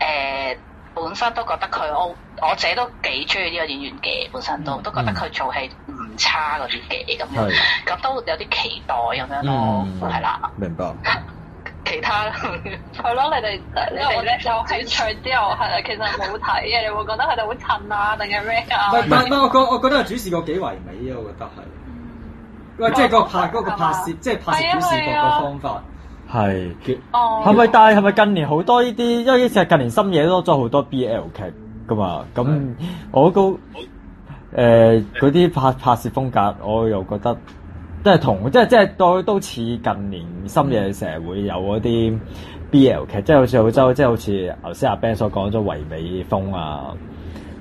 Speaker 10: 誒。本身都覺得佢 O，我自己都幾中意呢個演員嘅，本身都
Speaker 8: 嗯
Speaker 10: 都覺得佢做戲唔差嗰啲嘅咁樣
Speaker 3: 係，，
Speaker 10: 咁都有啲期待咁樣咯，
Speaker 8: 嗯
Speaker 10: 係啦、
Speaker 3: 嗯明白。
Speaker 10: 其他
Speaker 1: 係咯，你哋你哋咧有興趣之後係其實冇睇嘅，你會覺得佢哋好襯啊定係咩啊
Speaker 8: 唔？係，但但我覺我覺得係主視覺幾唯美啊，我覺得係。喂，即係個拍嗰個拍攝，即係拍攝主視覺個方法。
Speaker 3: 係，
Speaker 1: 哦
Speaker 3: 係咪？但係係咪近年好多呢啲？因為呢次係近年深夜多咗好多 BL 劇噶嘛，咁我都誒嗰啲拍拍攝風格，我又覺得即係同即係即係都都似近年深夜成日會有嗰啲 BL 劇，即係好似澳洲，即係好似頭先阿 Ben 所講咗唯美風啊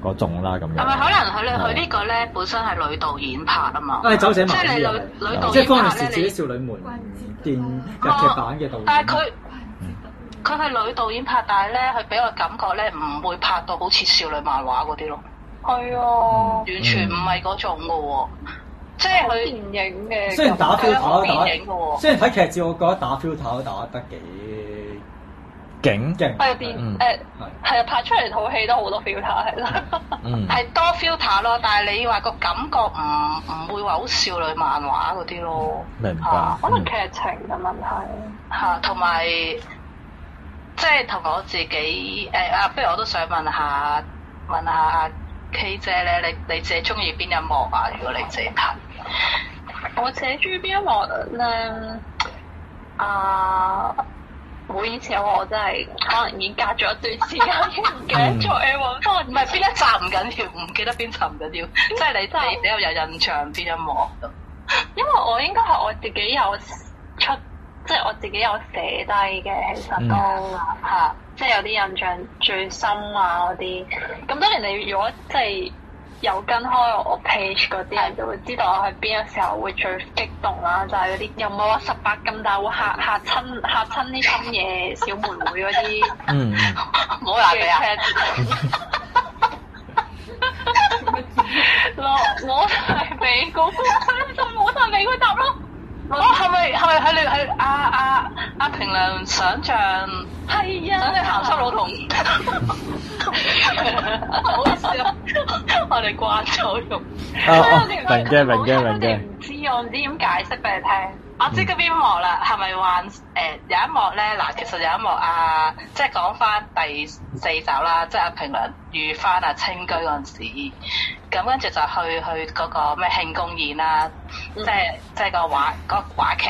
Speaker 3: 嗰種啦咁樣。
Speaker 10: 係咪可能佢
Speaker 8: 嗯
Speaker 10: 哋佢
Speaker 3: 係
Speaker 10: 呢個咧本身係女導演拍啊嘛？
Speaker 8: 啊，走者
Speaker 10: 即
Speaker 8: 埋
Speaker 10: 係你
Speaker 8: 啲
Speaker 10: 女
Speaker 8: 啊
Speaker 10: 女
Speaker 3: 係
Speaker 10: 導
Speaker 8: 即係
Speaker 10: 演
Speaker 8: 方力
Speaker 10: 拍
Speaker 8: 士自己
Speaker 10: 咧，你哦
Speaker 8: 少女們電日劇版嘅導演。
Speaker 10: 但係佢
Speaker 8: 嗯
Speaker 10: 佢係女導演拍，但係咧佢俾我感覺咧唔會拍到好似少女漫畫嗰啲咯，
Speaker 1: 係
Speaker 8: 嗯
Speaker 1: 啊，
Speaker 10: 完全唔係嗰種嘅喎，即係
Speaker 1: 好
Speaker 10: 佢
Speaker 1: 電。影嘅感覺。
Speaker 8: 嗯雖然打 filter
Speaker 10: 電影嘅
Speaker 8: 打，
Speaker 10: 喎
Speaker 8: 雖然睇劇照，我覺得打 filter 打得幾
Speaker 3: 景
Speaker 8: 勁。
Speaker 1: 係啊，電
Speaker 3: 嗯
Speaker 1: 誒
Speaker 8: 係
Speaker 1: 係啊，拍出嚟套戲都好多 filter 係啦。
Speaker 3: 嗯
Speaker 10: 係多 filter 咯，但係你話個感覺唔唔會話好少女漫畫嗰啲咯，
Speaker 3: 明白
Speaker 10: 啊
Speaker 8: 嗯
Speaker 1: 可能劇情嘅問題。
Speaker 10: 嚇，同埋即係同我自己誒、啊，不如我都想問下問下阿 K 姐咧，你你自己中意邊一幕啊？如果你自己睇
Speaker 1: 我自己中意邊一幕咧？啊，唔好意思啊，我真係可能已經隔咗一段時間，已經唔記得咗你揾翻
Speaker 10: 唔係邊一集唔緊要，唔記得邊集唔緊要，即係你你比較有印象邊一幕咁。
Speaker 1: 因為我應該係我自己有出，即係我自己有寫低嘅，其實都嚇、即係有啲印象最深啊嗰啲。咁當然你如果即係有跟開我 page 嗰啲人，就會知道我係邊個時候會最激動啦，就係嗰啲又唔係話十八咁大會嚇嚇親嚇親啲深夜小妹妹嗰啲
Speaker 3: 嗯嗯
Speaker 10: 唔好鬧佢啊！
Speaker 1: 嘅劇。落我係美國，就我就係美國答咯。
Speaker 10: 哦，係咪係咪喺你喺阿阿阿平良想像
Speaker 1: 係
Speaker 10: 想你鹹
Speaker 1: 啊，
Speaker 10: 濕佬同？好 *laughs* 笑，我哋慣咗用。
Speaker 8: *laughs*
Speaker 3: 啊哦，明嘅明嘅明嘅。
Speaker 1: 唔知嗯我唔知點解釋俾你聽。
Speaker 10: 我知嗰邊幕啦，啊係咪話誒有一幕咧？嗱，其實有一幕啊，即係講翻第四集啦，即係阿平良遇翻阿清居嗰陣時，咁跟住就去去嗰個咩慶功宴啦，即
Speaker 1: 嗯
Speaker 10: 係即係個話嗰、個話劇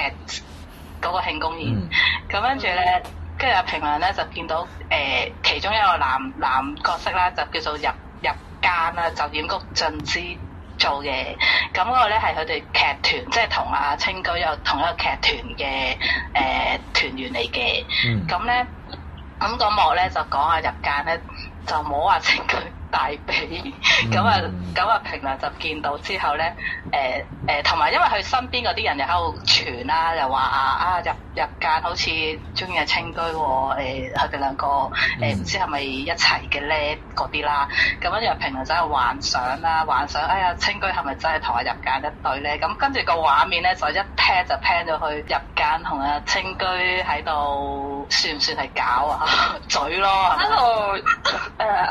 Speaker 10: 嗰個慶功宴
Speaker 3: 嗯，
Speaker 10: 咁跟住咧。跟住阿平良咧就見到誒、呃其中一個男男角色啦，就叫做入入間啦，酒店局進之做嘅。咁嗰個咧係佢哋劇團，即係同阿清居有同一個劇團嘅誒、呃、團員嚟嘅。
Speaker 3: 嗯
Speaker 10: 咁咧，咁個幕咧就講阿入間咧就摸阿清居大髀，咁啊咁啊評論就見到之後咧，誒誒同埋因為佢身邊嗰啲人又喺度傳啦，又話啊啊入入間好似中意阿清居喎，誒佢哋兩個誒唔、知係咪一齊嘅咧嗰啲啦，咁跟住評論就喺度幻想啦，幻想哎呀清居係咪真係同阿入間一對咧？咁跟住個畫面咧就一 pan 就 pan 咗去入間同阿清居喺度算唔算係搞啊？ *laughs* 嘴咯，喺度誒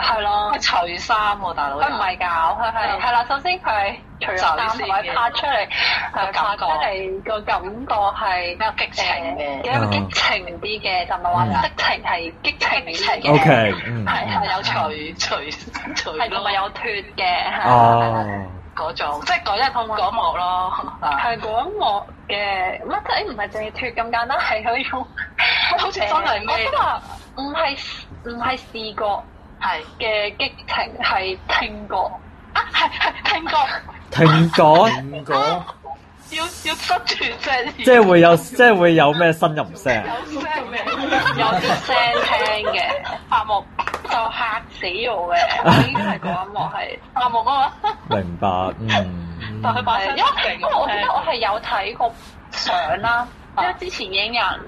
Speaker 10: 係咯，除衫喎大佬，
Speaker 1: 佢唔係搞，佢係係啦。首先佢係除咗衫同埋拍出嚟，
Speaker 10: 個
Speaker 1: 係
Speaker 10: 感
Speaker 1: 拍
Speaker 10: 覺
Speaker 1: 出嚟個感覺係
Speaker 10: 比較激情嘅嗯
Speaker 1: 誒，比較激情啲嘅，就唔係話色情係激情啲嘅。
Speaker 3: O K，嗯，
Speaker 10: 係係有除除 *laughs* 除
Speaker 1: 係同埋有脱嘅，係
Speaker 3: 哦，
Speaker 10: 嗰種，即係嗰一嗰幕咯，啊
Speaker 1: 係嗰一幕嘅，乜即係唔係淨係脱咁簡單，係嗰種
Speaker 10: *laughs* 好似真係
Speaker 1: 我
Speaker 10: 咩
Speaker 1: 都話唔係唔係視覺
Speaker 10: 係
Speaker 1: 嘅激情，係聽覺。
Speaker 10: 啊係係聽覺
Speaker 3: 停咗，
Speaker 9: 五個
Speaker 10: 要要塞住隻
Speaker 3: *laughs* 即係會有，即係會有咩呻吟聲？
Speaker 10: 有聲咩？
Speaker 1: *laughs* 有啲聲聽嘅，白木就嚇死我嘅，應該係嗰一幕係白木啊嘛，
Speaker 3: 明白，嗯，
Speaker 10: 但佢把
Speaker 1: 因
Speaker 10: 聲勁
Speaker 1: 為因為我記得我
Speaker 10: 好
Speaker 1: 係有睇過相啦，
Speaker 10: 啊
Speaker 1: 因為之前已經有人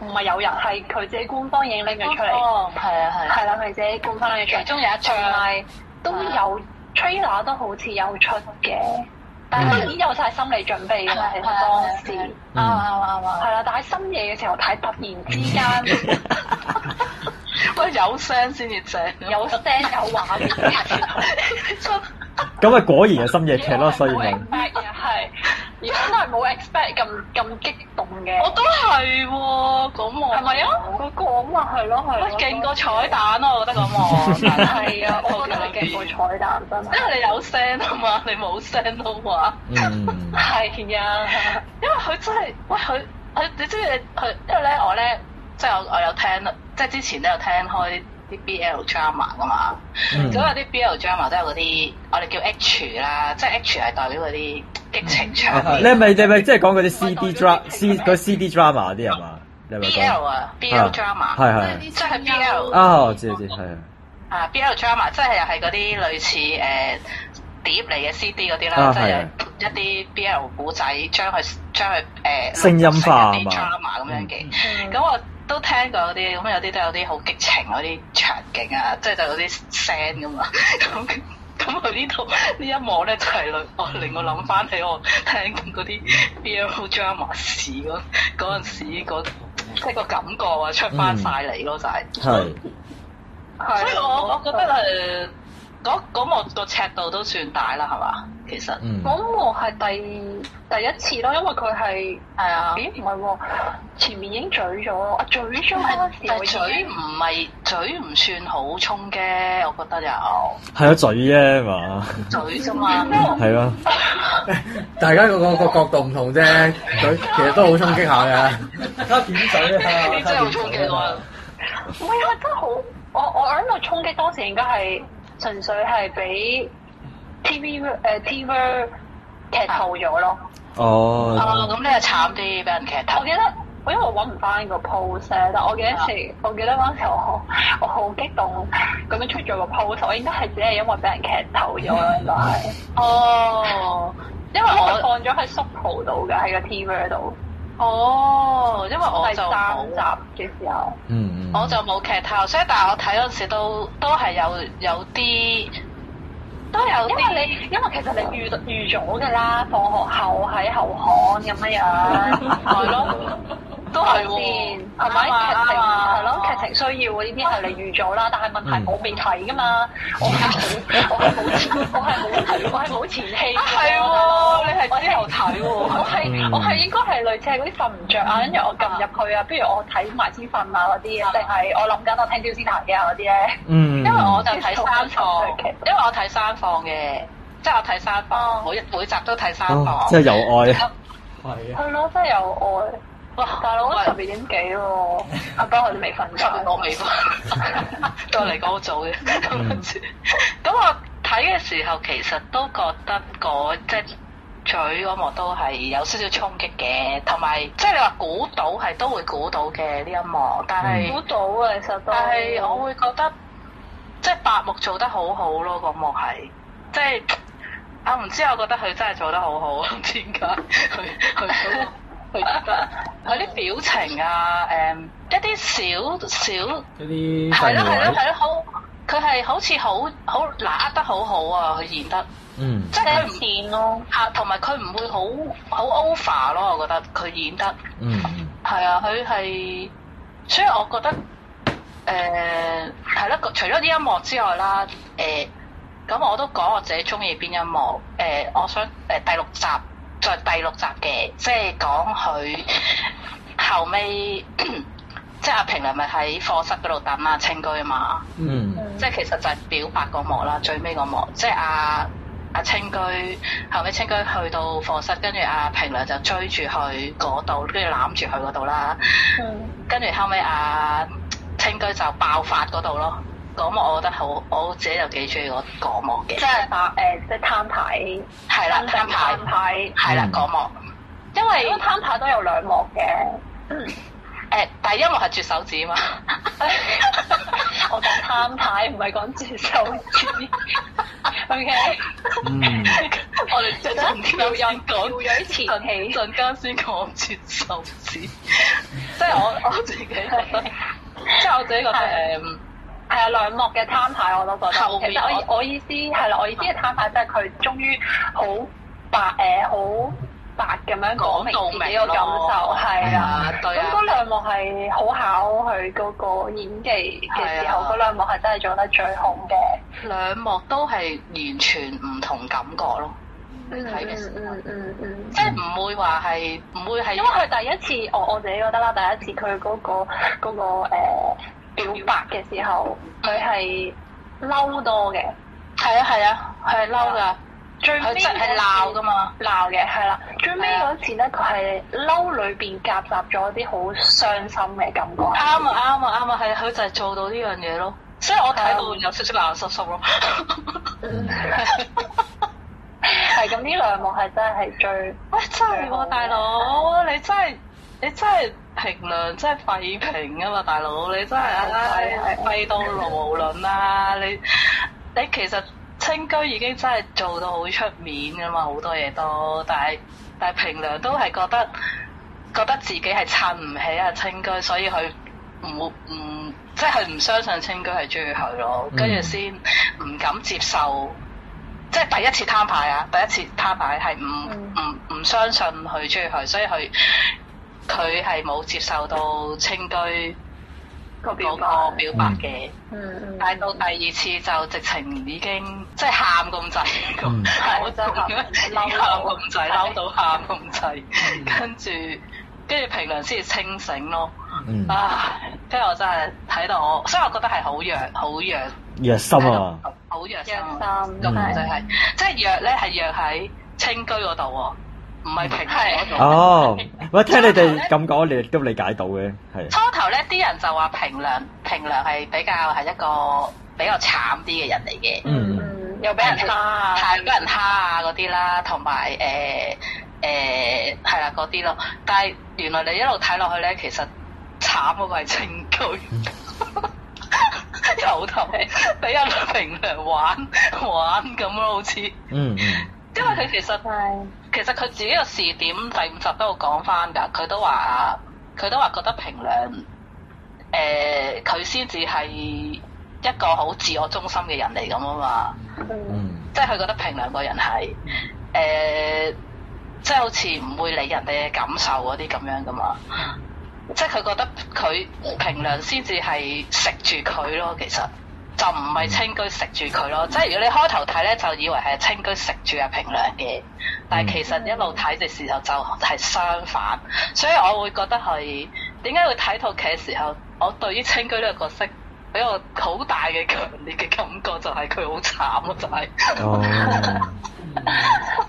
Speaker 1: 誒唔係有人係佢自己官方影拎咗出嚟，
Speaker 10: 哦，係啊係啊，
Speaker 1: 係啦佢自己官方拎咗出
Speaker 10: 其
Speaker 1: 嚟，
Speaker 10: 中有一
Speaker 1: 同
Speaker 10: 張
Speaker 1: 埋都有 trailer 都好似有出嘅，但係已經有晒心理準備㗎啦，其實當時。
Speaker 10: 啱
Speaker 3: 嗯
Speaker 10: 啱啱
Speaker 1: 係啦，但喺深夜嘅時候睇，突然之
Speaker 10: *laughs*
Speaker 1: 間
Speaker 10: 啱，喂有聲先至正，
Speaker 1: 有聲有畫面，
Speaker 3: 咁咪啊果然係深夜劇
Speaker 10: 啊
Speaker 3: 咯，所以咪
Speaker 1: 冇 expect 嘅係，而家都係冇 expect 咁咁激動嘅
Speaker 10: 我，都係喎，嗰幕
Speaker 1: 係咪啊？嗰個嘛係咯係
Speaker 10: 喂
Speaker 1: 咯，
Speaker 10: 勁過彩蛋啊咯，我覺得嗰幕 *laughs*
Speaker 1: 係啊，我覺得係勁過彩蛋真係。
Speaker 10: 因為你有聲啊嘛， *laughs* 你冇聲都話。
Speaker 3: 嗯，
Speaker 10: *laughs* 係啊，因為佢真係，喂佢佢你知唔知佢？因為咧我咧，即係我我有聽，即係之前都有聽開啲 BL drama 噶嘛。
Speaker 3: 嗯
Speaker 10: 咁有啲 BL drama 都有嗰啲，我哋叫 H 啦，即係 H 係代表嗰啲激情場面。
Speaker 3: 啊你係咪你係咪即係講嗰啲 C D drama C 嗰 C D drama 啲係嘛？你係咪
Speaker 10: BL
Speaker 3: 講？
Speaker 10: 啊，BL drama
Speaker 3: 係係
Speaker 10: 即係 BL
Speaker 3: 啊，我知我知係啊
Speaker 10: 啊，BL drama 即係又係嗰啲類似誒、呃碟嚟嘅 CD 嗰啲
Speaker 3: 啊
Speaker 10: 啦，即
Speaker 3: 係
Speaker 10: 係一啲 BL 古仔，將佢將佢呃誒
Speaker 3: 聲音化
Speaker 10: 錄成一
Speaker 3: 啊嗯
Speaker 10: 啲 drama 咁樣嘅。咁我都聽過嗰啲，咁有啲都有啲好激情嗰啲場景啊，即係就有啲聲咁啊。 *laughs* 咁咁佢呢度呢一幕咧，就係令我令我諗翻起我聽嗰啲 BL drama 時嗰嗰陣時嗰即係個感覺啊，出翻晒嚟咯，就係、
Speaker 3: 嗯係
Speaker 1: 係
Speaker 10: 所以我我覺得誒，嗰嗰幕個尺度都算大啦，係嘛？其實
Speaker 3: 嗯
Speaker 1: 嗰幕係第第一次咯，因為佢係
Speaker 10: 係啊，
Speaker 1: 咦唔係喎，前面已經咀咗，啊咀咗嗰陣時
Speaker 10: *laughs* 但係
Speaker 1: 我已經
Speaker 10: 嘴唔係嘴唔算好衝嘅，我覺得有
Speaker 3: 係啊嘴啫嘛，
Speaker 10: 嘴啫嘛。
Speaker 3: *laughs* 係咯，
Speaker 9: 大家個個個角度唔同啫，佢其實都好衝擊下嘅。
Speaker 8: 卡片水啊，
Speaker 10: 你真係好衝擊我！
Speaker 1: 唔係啊，真係好！我我諗我衝擊當時應該係純粹係俾 TV 誒、TV 劇透咗咯。
Speaker 10: 啊，
Speaker 3: 哦，
Speaker 10: 咁你又慘啲，俾人劇
Speaker 1: 我
Speaker 10: 透
Speaker 1: 記。得，我因為我揾唔翻個 post 咧，但我記得
Speaker 10: 啊
Speaker 1: 時，我記得嗰陣時我好我好激動咁樣出咗個 post，我應該係只係因為俾人劇透咗咯，應該係。
Speaker 10: *laughs* 哦，因
Speaker 1: 因
Speaker 10: 為
Speaker 1: 為我
Speaker 10: 我
Speaker 1: 放咗喺 Super 度嘅，喺個 TV 度。
Speaker 10: 哦，因為我
Speaker 1: 第
Speaker 10: 就
Speaker 1: 三
Speaker 10: 冇。
Speaker 1: 集嘅時候，
Speaker 3: 嗯嗯，
Speaker 10: 我就冇劇透，所以但係我睇嗰陣時都都係有有啲都有
Speaker 1: 因
Speaker 10: 啲
Speaker 1: 為你因為其實你預預咗㗎啦，放學後喺後巷咁樣 *laughs* 樣，係咯。
Speaker 10: 啊都係
Speaker 1: 係
Speaker 10: 喎，啊
Speaker 1: 先，
Speaker 10: 係
Speaker 1: 係
Speaker 10: 咪
Speaker 1: 咪劇
Speaker 10: 劇
Speaker 1: 情
Speaker 10: 情
Speaker 1: 係
Speaker 10: 係
Speaker 1: 咯
Speaker 10: 咯？劇
Speaker 1: 劇情需要呢啲係你預咗啦，但係問
Speaker 3: 嗯
Speaker 1: 題我未睇噶嘛，我係冇我係冇前我係冇我係冇前戲㗎
Speaker 10: 啊係喎你係
Speaker 1: 我
Speaker 10: 之後睇喎
Speaker 1: 我係我係應該係類似係嗰啲瞓唔着啊，跟住我撳入去啊，不如我睇埋先瞓啊嗰啲，定係我諗緊我聽朝先睇啊嗰啲咧。
Speaker 3: 嗯，
Speaker 10: 因為我就睇三放，因為我睇三放嘅，即係我睇三放，每每集都睇三
Speaker 3: 哦
Speaker 10: 放。
Speaker 3: 真係有愛啊，
Speaker 8: 係啊，
Speaker 1: 係咯，真係有愛。哇！大佬十二點幾喎，阿不過我都未瞓
Speaker 10: 十年
Speaker 1: 覺。
Speaker 10: 我未 *laughs* 翻，對我嚟講好早嘅。咁
Speaker 3: 嗯
Speaker 10: 跟住咁我睇嘅時候，其實都覺得嗰即係嘴嗰幕都係有少少衝擊嘅，同埋即係你話估到係都會估到嘅呢一幕，但係。
Speaker 1: 估到啊，其實都。
Speaker 10: 但係我會覺得，即係白木做得好好咯，個幕係即係啊，唔知我覺得佢真係做得好好，啊 *laughs* 唔知點解佢佢佢佢佢啲表情啊，誒、一啲小小
Speaker 9: 一啲
Speaker 10: 係
Speaker 9: 細
Speaker 10: 咯係咯
Speaker 9: 位，
Speaker 10: 係咯，好佢係好似好好拿得好好啊，佢演得。
Speaker 9: 嗯，
Speaker 10: 即係佢唔咯，嚇，同埋佢唔會好好 over 咯，我覺得佢演得
Speaker 9: 嗯，
Speaker 10: 係啊，佢係，所以我覺得誒係啦，除咗呢一幕之外啦，誒、咁我都講我自己中意邊一幕，誒、我想誒、第六集，就係第六集嘅，即係講佢後尾， *clears throat* 即係阿平良咪喺課室嗰度等阿清居啊嘛。
Speaker 9: 嗯，
Speaker 10: 即係其實就係表白嗰幕啦，最尾嗰幕，即係阿阿清居後尾清居去到課室，跟住阿平良就追住佢嗰度，跟住攬住佢嗰度啦，
Speaker 1: 嗯
Speaker 10: 跟住後尾阿清居就爆發嗰度咯。嗰幕我覺得好，我自己就幾中意嗰嗰幕嘅，
Speaker 1: 即係打誒，即係攤牌，
Speaker 10: 係啦，攤牌
Speaker 1: 攤牌，
Speaker 10: 係啦
Speaker 9: 嗯
Speaker 10: 嗰幕，因
Speaker 1: 因
Speaker 10: 為
Speaker 1: 為攤牌都有兩幕嘅。
Speaker 10: 誒第一幕係絕手指 *laughs* 嘛，
Speaker 1: 我講攤牌，唔係講接手 *laughs* 指。O K，
Speaker 9: 嗯，
Speaker 10: 我哋最近有人講
Speaker 1: 跳躍前
Speaker 10: 陣
Speaker 1: 戲，
Speaker 10: 陣間先講絕手 *laughs* 指，即係我我自己覺得，即係我自己覺得
Speaker 1: 係
Speaker 10: 誒，
Speaker 1: 係啊，兩幕嘅攤牌我都覺得。
Speaker 10: 後面
Speaker 1: 其實我我意思係啦，我意思嘅攤牌即係佢終於好白誒，好、白咁樣講明自己個感受，係啊。
Speaker 10: 啊對
Speaker 1: 咁
Speaker 10: 啊
Speaker 1: 嗰，兩幕係好考佢嗰個演技嘅時候，
Speaker 10: 係啊
Speaker 1: 嗰兩幕係真係做得最好嘅。
Speaker 10: 兩幕都係完全唔同感覺咯，
Speaker 1: 嗯嗯嗯嗯嗯。
Speaker 10: 即係唔會話係唔會係
Speaker 1: 因為佢第一次，我我自己覺得啦，第一次佢嗰、個嗰、個、呃、表白嘅時候，佢係嬲多嘅，
Speaker 10: 係啊係啊，佢係嬲㗎，
Speaker 1: 最尾
Speaker 10: 佢真係鬧㗎嘛，
Speaker 1: 鬧嘅係啦。最尾
Speaker 10: 係啊
Speaker 1: 嗰次咧，佢係嬲裏邊夾雜咗啲好傷心嘅感覺。
Speaker 10: 啱啊啱啊啱啊，係佢就係做到呢樣嘢咯，所以我睇到有少少眼濕濕咯，嗯
Speaker 1: 係咁，呢兩幕係真係最
Speaker 10: 喂真係喎大佬，你真係你真係平量真係廢平啊嘛大佬，你真係
Speaker 1: 哦係
Speaker 10: 唉
Speaker 1: 係
Speaker 10: 廢到無論啦，你你其實清居已經真係做到好出面噶嘛，好多嘢都，但係但係平良都係覺得覺得自己係襯唔起啊清居，所以佢唔唔即係佢唔相信清居係中意佢咯，跟住先唔敢接受。即係第一次攤牌啊！第一次攤牌係唔
Speaker 1: 嗯
Speaker 10: 唔唔相信佢中意佢，所以佢佢係冇接受到清居
Speaker 1: 個
Speaker 10: 嗰
Speaker 1: 表白。
Speaker 10: 個表白嘅。
Speaker 1: 嗯嗯。
Speaker 10: 但係到第二次就直情已經即係喊咁滯，
Speaker 9: 嗯
Speaker 10: 我真係嬲喊咁滯，嬲到喊咁滯，跟住跟住平良先至清醒咯。
Speaker 9: 嗯，
Speaker 10: 啊！跟住我真係睇到我，所以我覺得係好弱，好弱
Speaker 3: 弱心啊！
Speaker 10: 好弱心
Speaker 1: 弱
Speaker 10: 啊
Speaker 1: 心
Speaker 10: 個問題係，即係弱咧係弱喺清居嗰度喎，唔係平民嗰度。
Speaker 3: 嗯哦，喂，聽你哋咁講，你亦都理解到嘅，係。啊
Speaker 10: 初頭咧，啲人就話平良平良係比較係一個比較慘啲嘅人嚟嘅，
Speaker 9: 嗯，
Speaker 1: 嗯，又俾人蝦啊！
Speaker 10: 係俾人蝦啊嗰啲啦，同埋誒誒係啦嗰啲咯。但係原來你一路睇落去咧，其實慘嗰個係清居。
Speaker 3: 嗯
Speaker 10: *laughs* 由頭俾阿平良玩玩咁咯，好似，因
Speaker 3: 嗯
Speaker 10: 為佢其實
Speaker 1: 係
Speaker 10: 其實佢自己個視點第五集都有講翻㗎，佢都話佢都話覺得平良誒佢先至係一個好自我中心嘅人嚟咁啊嘛，
Speaker 3: 嗯
Speaker 10: 即係佢覺得平良個人係誒、呃即係好似唔會理人哋嘅感受嗰啲咁樣噶嘛，即係佢覺得佢平良先至係食住佢咯，其實。就唔係清居食住佢咯，即係如果你開頭睇咧，就以為係清居食住阿平良嘅，但係其實一路睇嘅時候就係相反，所以我會覺得係點解會睇套劇嘅時候，我對於清居呢個角色俾我好大嘅強烈嘅感覺，就係佢好慘咯，就係、
Speaker 3: 嗯，哦，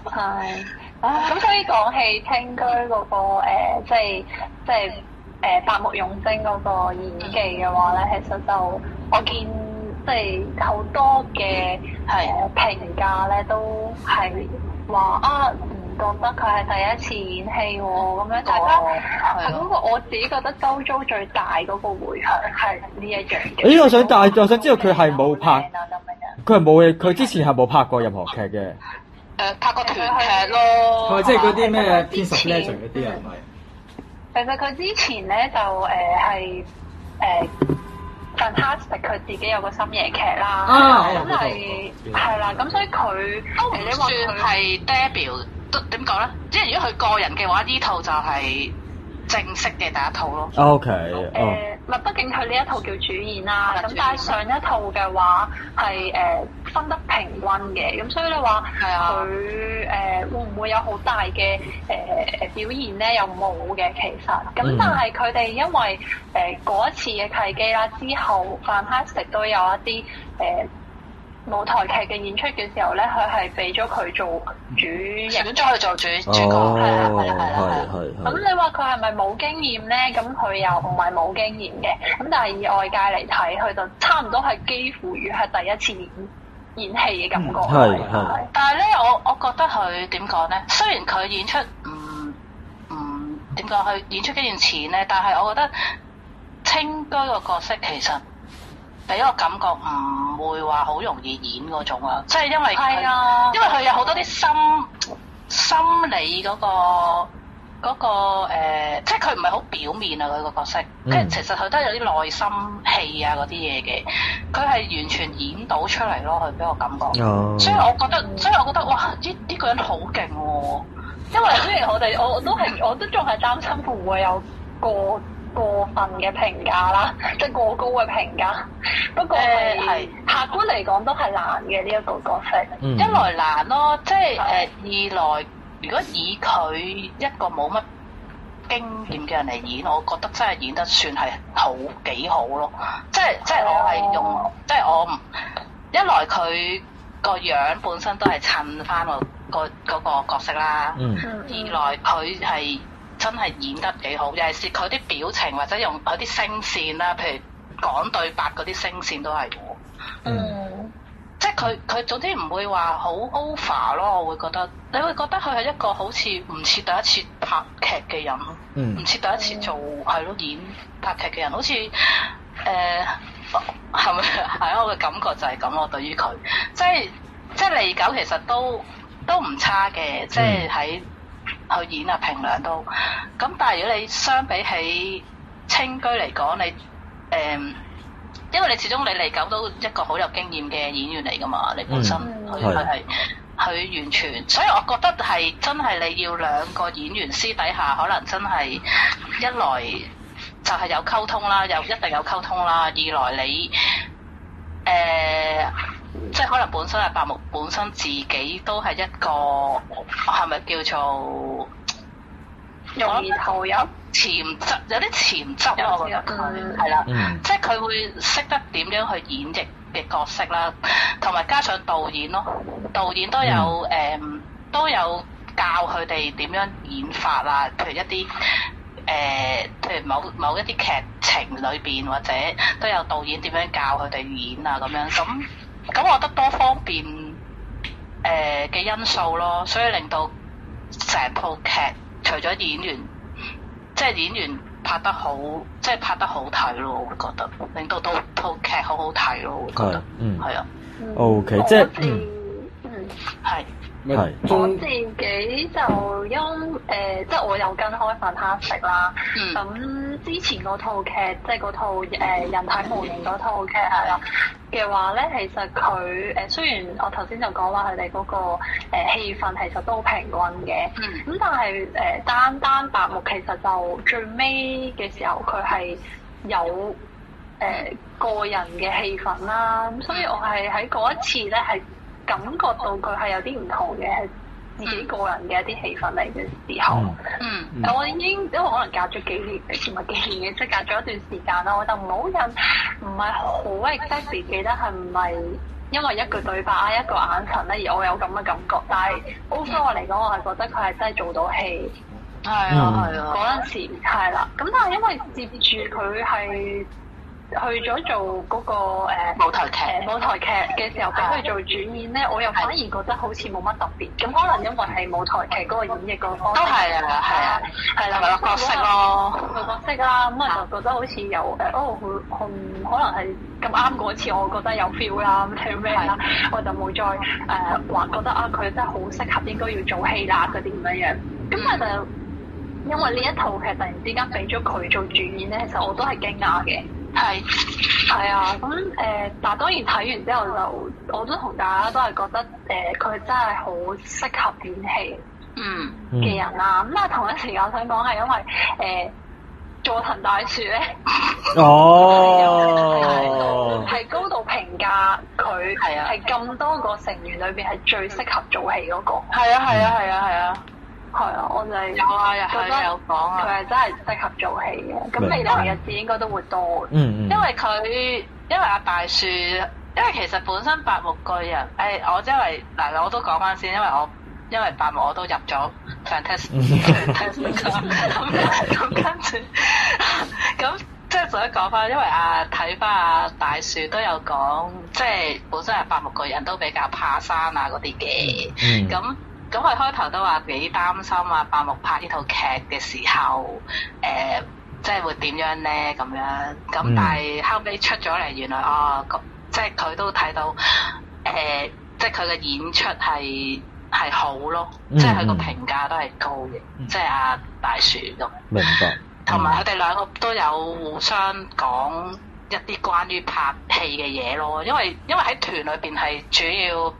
Speaker 1: 係。
Speaker 10: 啊
Speaker 1: 咁所以講起聽居嗰、個、呃、即係即係誒、呃、白木勇晶嗰個演技嘅話咧，其實就我見即係好多嘅誒呃
Speaker 10: 係
Speaker 1: 評價咧，都係話啊，嗯覺得佢係第一次演戲喎，咁樣大家
Speaker 10: 哦係
Speaker 1: 嗰
Speaker 10: 咯，
Speaker 1: 個我自己覺得周遭最大嗰個迴響係呢一樣嘅。
Speaker 3: 咦我想但係我想知道佢係冇拍
Speaker 1: 好靚啊咁樣
Speaker 3: 佢係冇嘢，佢之前係冇拍過任何劇嘅。
Speaker 10: 誒呃拍個團劇
Speaker 8: 係
Speaker 10: 咯，
Speaker 8: 哦咪即係嗰啲咩天十 legend 嗰啲啊？係咪？
Speaker 10: *laughs*
Speaker 1: 其實佢之前咧就誒係誒 Fantastic 佢自己有個深夜劇啦，
Speaker 8: 啊我有
Speaker 1: 咁係係啦，咁所以佢
Speaker 10: 都
Speaker 1: 誒
Speaker 10: 唔
Speaker 1: 你話
Speaker 10: 算
Speaker 1: 佢
Speaker 10: 係 debut，都點講咧？即係如果佢個人嘅話，呢套就係正式嘅第一套咯。
Speaker 3: O K，哦，
Speaker 1: 誒，嗱，畢竟佢呢一套叫主演啦，
Speaker 10: 係啊
Speaker 1: 咁
Speaker 10: 主演
Speaker 1: 但係上一套嘅話係誒分得平均嘅，咁所以你話
Speaker 10: 係啊
Speaker 1: 佢誒會唔會有好大嘅誒誒表現咧？又冇嘅其實，咁
Speaker 3: 嗯
Speaker 1: 但係佢哋因為誒嗰一次嘅契機啦，之後 Fantastic 都有一啲誒舞台劇嘅演出嘅時候咧，佢係俾咗佢做主
Speaker 10: 選
Speaker 1: 演。
Speaker 10: 咗佢做主主角，係啦
Speaker 3: 哦，
Speaker 10: 係啦係啊啦。
Speaker 3: 係係
Speaker 1: 咁
Speaker 3: 係。
Speaker 1: 你話佢係咪冇經驗咧？咁佢又唔係冇經驗嘅，咁但係以外界嚟睇，佢就差唔多係幾乎於係第一次演演戲嘅感覺。
Speaker 3: 係係
Speaker 10: 但係咧，我我覺得佢點講咧？雖然佢演出唔唔點講，佢演出幾年前咧，但係我覺得清居個角色其實俾我感覺唔會話好容易演嗰種啊，即係因為佢
Speaker 1: 係啊，
Speaker 10: 因為佢有好多啲心心理嗰、個。嗰、個、呃、即係佢唔係好表面啊！佢個角色，
Speaker 3: 嗯
Speaker 10: 跟住、其實佢都有啲內心戲啊嗰啲嘢嘅，佢係完全演到出嚟咯，佢俾我感覺。
Speaker 3: 哦
Speaker 10: 所以我覺得，所以我覺得，哇！呢呢、個人好勁喎，
Speaker 1: 因為雖然我哋我我都係我都仲係擔心會唔會有過過分嘅評價啦， *laughs* 即係過高嘅評價。不過
Speaker 10: 誒
Speaker 1: 係
Speaker 10: 係
Speaker 1: 客觀嚟講都係難嘅呢一個角色。
Speaker 3: 嗯
Speaker 10: 一來難咯，即係誒、呃二來如果以佢一個冇乜經驗嘅人嚟演，我覺得真係演得算係好幾好咯。即
Speaker 3: 哦
Speaker 10: 係即係我係用，即係我唔一來佢個樣本身都係襯翻個個嗰個角色啦。
Speaker 3: 嗯
Speaker 10: 二來佢係真係演得幾好，尤其是佢啲表情或者用佢啲聲線啦，譬如講對白嗰啲聲線都係喎，
Speaker 3: 嗯
Speaker 10: 即係佢佢總之唔會話好 over 咯，我會覺得你會覺得佢係一個好似唔似第一次拍劇嘅人，
Speaker 3: 嗯
Speaker 10: 唔似第一次做係咯演拍劇嘅人，好似誒係咪 *laughs* 係啊？我嘅感覺就係咁咯，對於佢即係即係利九其實都都唔差嘅，即係喺佢演啊平良都咁，但係如果你相比起清居嚟講，你誒。因為你始終你利九都一個好有經驗嘅演員嚟㗎嘛，你本身
Speaker 1: 嗯
Speaker 10: 佢
Speaker 3: 係
Speaker 10: 佢係佢完全，所以我覺得係真係你要兩個演員私底下可能真係一來就係有溝通啦，又一定有溝通啦；二來你誒、呃即係可能本身係白木本身自己都係一個係咪叫做
Speaker 1: 容易投入。
Speaker 10: 潛質有啲潛質啊咯，我覺得
Speaker 1: 嗯
Speaker 10: 佢係啦。
Speaker 3: 嗯
Speaker 10: 即係佢會識得點樣去演繹嘅角色啦，同埋加上導演咯，導演都有誒、都有教佢哋點樣演法啊，譬如一啲誒、譬如某某一啲劇情裏邊或者都有導演點樣教佢哋演啊咁樣，咁咁我覺得多方面誒嘅、因素咯，所以令到成套劇除咗演員。即係演員拍得好，即係拍得好睇咯，我會覺得令到套套劇好好睇咯，我會覺
Speaker 3: 係
Speaker 10: 得
Speaker 3: 嗯
Speaker 10: 係啊，
Speaker 3: O K，即係嗯
Speaker 1: 嗯。
Speaker 10: 係
Speaker 3: 係
Speaker 1: 我
Speaker 7: 中
Speaker 1: 自己就因誒、呃即係我有跟開飯卡食啦。
Speaker 10: 嗯
Speaker 1: 咁、之前嗰套劇，即係嗰套誒、呃人體模型嗰套劇係啦嘅話咧，其實佢誒、呃、雖然我頭先就講話佢哋嗰個誒、呃、氣氛其實都好平均嘅，
Speaker 10: 嗯
Speaker 1: 咁但係誒、呃、單單白目其實就最尾嘅時候佢係有。誒、個人嘅氣氛啦，咁所以我係喺嗰一次咧係感覺到佢係有啲唔同嘅，係自己個人嘅一啲氣氛嚟嘅時候。
Speaker 10: 嗯
Speaker 1: 但我已經因為可能隔咗幾年，唔係幾年嘅，即係隔咗一段時間啦，我就唔好印，唔係好 exactly 記得係唔係因為一句對白啊，一個眼神咧，而我有咁嘅感覺。但係 overall 嚟講，我係覺得佢係真係做到戲。
Speaker 10: 係啊係啊，
Speaker 1: 嗰陣時係啦，咁但係因為接住佢係去咗做嗰、個、呃、
Speaker 10: 舞台劇
Speaker 1: 誒舞台劇嘅時候俾佢做主演咧，我又反而覺得好似冇乜特別。咁可能因為係舞台劇嗰個演繹個方
Speaker 10: 都
Speaker 1: 式
Speaker 10: 係啊，係啊，
Speaker 1: 係
Speaker 10: 同埋
Speaker 1: 啦，
Speaker 10: 個角色咯。
Speaker 1: 佢角色啦，咁啊就覺得好似有誒，哦，佢佢可能係咁啱嗰次，我覺得有 feel 啦，咁樣咩啦，我就冇再誒話、覺得啊，佢真係好適合應該要做戲啦嗰啲咁樣樣。咁我就因為呢一套劇突然之間俾咗佢做主演咧，其實我都係驚訝嘅。
Speaker 10: 係
Speaker 1: 係啊，咁誒、呃但係當然睇完之後就，我都同大家都係覺得誒，佢、真係好適合演戲。
Speaker 10: 嗯。
Speaker 1: 嘅人啦。咁啊，同一時間我想講係因為誒佐藤大樹咧，
Speaker 3: 哦，
Speaker 1: 係高度評價佢
Speaker 10: 係啊
Speaker 1: 係咁多個成員裏邊係最適合做戲嗰個。
Speaker 10: 係啊，係啊，係啊，係啊，
Speaker 1: 係啊，我就係
Speaker 10: 有啊，有
Speaker 1: 覺
Speaker 10: 啊，有
Speaker 1: 得
Speaker 10: 講
Speaker 1: 佢
Speaker 10: 啊，
Speaker 1: 係真係適合做戲嘅。咁
Speaker 3: 明白
Speaker 1: 未來日子應該都會多嘅。
Speaker 3: 嗯嗯，
Speaker 10: 因為佢因為阿大樹，因為其實本身白木巨人，誒、我因為嗱，我都講翻先，因為我因為白木我都入咗 fantasy，咁咁跟住咁。即係想講翻，因為啊睇翻啊大樹都有講，即係本身係白木巨人都比較怕生啊嗰啲嘅，
Speaker 3: 嗯
Speaker 10: 咁咁佢開頭都話幾擔心啊，白木拍呢套劇嘅時候，誒、即係會點樣咧咁樣？咁
Speaker 3: 嗯
Speaker 10: 但係後尾出咗嚟，原來哦，咁即係佢都睇到誒、呃即係佢嘅演出係係好咯，
Speaker 3: 嗯
Speaker 10: 即係佢個
Speaker 3: 嗯
Speaker 10: 評價都係高嘅，即係阿大樹咁。
Speaker 3: 明白，
Speaker 10: 同埋佢哋兩個都有互相講一啲關於拍戲嘅嘢咯，因為因為喺團裏邊係主要誒、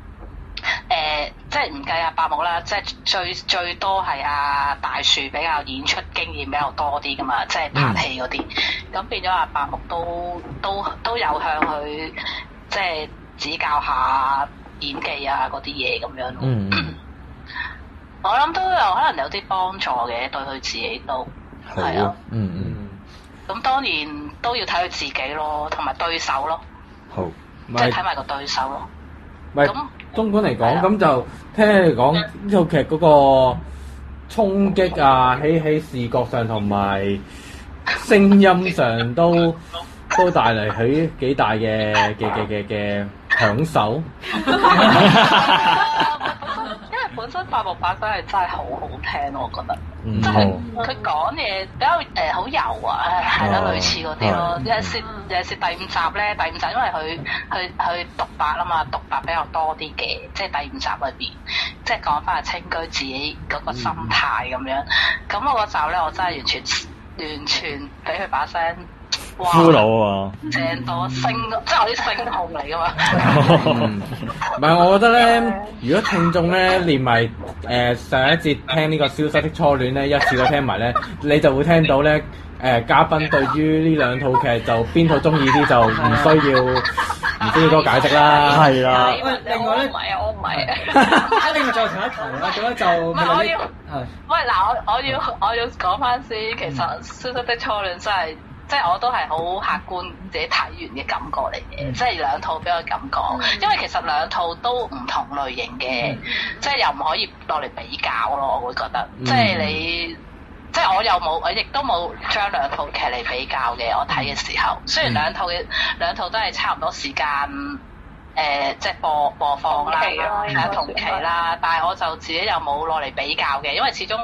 Speaker 10: 呃即係唔計阿白木啦，即係最最多係阿大樹比較演出經驗比較多啲噶嘛，即係拍戲嗰啲，咁、變咗阿白木都都都有向佢即係指教下演技啊嗰啲嘢咁樣咯。
Speaker 3: 嗯嗯
Speaker 10: 我諗都有可能有啲幫助嘅，對佢自己都係啊
Speaker 2: 好。
Speaker 3: 嗯嗯，
Speaker 10: 咁當然都要睇佢自己咯，同埋對手咯，
Speaker 3: 好，
Speaker 9: 唔
Speaker 10: 即係睇埋個對手咯。
Speaker 9: 唔係
Speaker 10: 咁
Speaker 9: 中觀嚟講，
Speaker 10: 係啊
Speaker 9: 咁就聽你講呢套劇嗰個衝擊啊，喺喺視覺上同埋聲音上都都帶嚟佢幾大嘅嘅嘅嘅嘅享受。
Speaker 10: 因為本身法木把聲係真係好好聽咯，我覺得。
Speaker 9: 嗯，
Speaker 10: 真
Speaker 9: 好
Speaker 10: 係佢講嘢比較誒好柔啊，係啦，
Speaker 3: 哦嗯
Speaker 10: 類似嗰啲咯
Speaker 3: 係。
Speaker 10: 有時有時第五集咧，第五集因為佢佢佢獨白啊嘛，獨白比較多啲嘅，即係第五集裏邊，即係講翻阿清居自己嗰個心態咁
Speaker 3: 嗯
Speaker 10: 樣。咁我嗰集咧，我真係完全完全俾佢把聲，哇！
Speaker 3: 俘虜啊，
Speaker 10: 正到升，即係我啲聲控嚟噶嘛。
Speaker 9: 嗯 *laughs* 唔係，我覺得咧，如果聽眾咧連埋誒、呃上一節聽呢個《消失的初戀》咧，一次過聽埋咧， *laughs* 你就會聽到咧誒、呃嘉賓對於呢兩套劇就邊套中意啲就唔需要唔需要多解釋啦。
Speaker 3: 係啊啦，
Speaker 8: 喂另外咧
Speaker 1: 我唔係啊，我唔係啊。
Speaker 3: *laughs*
Speaker 10: *laughs*
Speaker 8: 啊，另外再提一提啦，咁咧就
Speaker 10: 唔係我要
Speaker 8: 係
Speaker 10: 喂嗱，我我要我要講翻先，其實《消失的初戀》真係即係我都係好客觀自己睇完嘅感覺嚟嘅，即係兩套俾我感覺，因為其實兩套都唔同類型嘅，即係又唔可以落嚟比較咯，我會覺得，即係你。即係我又冇，我亦都冇將兩套劇嚟比較嘅。我睇嘅時候，雖然兩套嘅兩套都係差唔多時間，誒、即係播播放啦，
Speaker 1: 同期啦
Speaker 10: 係啊同期啦，但係我就自己又冇攞嚟比較嘅，因為始終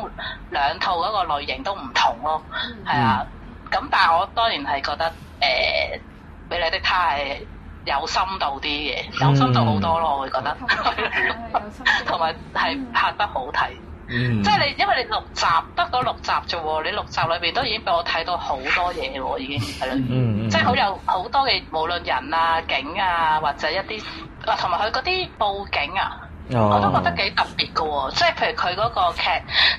Speaker 10: 兩套嗰個類型都唔同咯，係啊。咁但係我當然係覺得誒、美麗的他係有深度啲嘅，有深度好多咯，我會覺得，同埋係拍得好睇。
Speaker 9: 嗯
Speaker 10: 即係你，因為你六集得嗰六集啫喎，你六集裏邊都已經俾我睇到好多嘢喎，已經係咯，
Speaker 3: 嗯嗯
Speaker 10: 即係好有好多嘅，無論人啊、景啊，或者一啲啊，同埋佢嗰啲佈景啊，我都覺得幾特別嘅喎。即係譬如佢嗰個劇，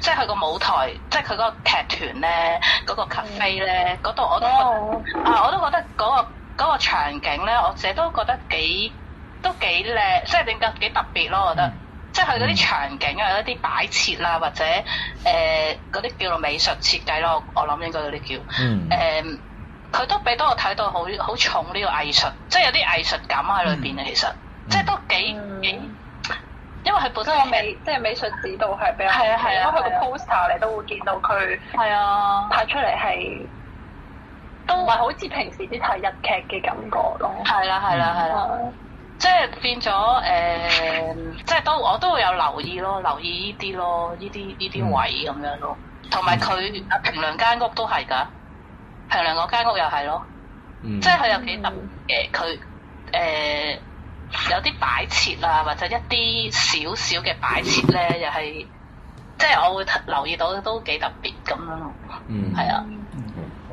Speaker 10: 即係佢個舞台，即係佢嗰個劇團咧，嗰、個 cafe 咧，嗰度我都覺得啊，我都覺得嗰、個嗰、個場景咧，我自己都覺得幾都幾靚，即係點解幾特別咯？我覺得，即係佢嗰啲場景啊，有一啲擺設啦，或者誒呃嗰啲叫做美術設計咯，我我諗應該嗰啲叫
Speaker 3: 嗯
Speaker 10: 誒，佢、都俾到我睇到好好重呢個藝術，即係有啲藝術感喺裏邊啊，其實，即係都幾幾，因為佢本身
Speaker 1: 個
Speaker 10: 有美，
Speaker 1: 美即係美術指導係比較，
Speaker 10: 係啊係啊
Speaker 1: 因為佢個
Speaker 10: 係啊
Speaker 1: poster 你都會見到佢
Speaker 10: 係啊。
Speaker 1: 拍出嚟係都唔係好似平時啲睇日劇嘅感覺咯。
Speaker 10: 係啦係啦係啦，即係變咗誒、即係都我都會有留意咯，留意呢啲咯，呢啲呢
Speaker 8: 嗯
Speaker 10: 啲位咁樣咯，同埋佢啊平良間屋都係㗎，平良嗰間屋又係咯，
Speaker 9: 嗯
Speaker 10: 即係佢有幾特別嘅，佢誒、有啲擺設啊，或者一啲少少嘅擺設咧，又係即係我會留意到都幾特別咁樣咯，
Speaker 9: 嗯，
Speaker 10: 係啊。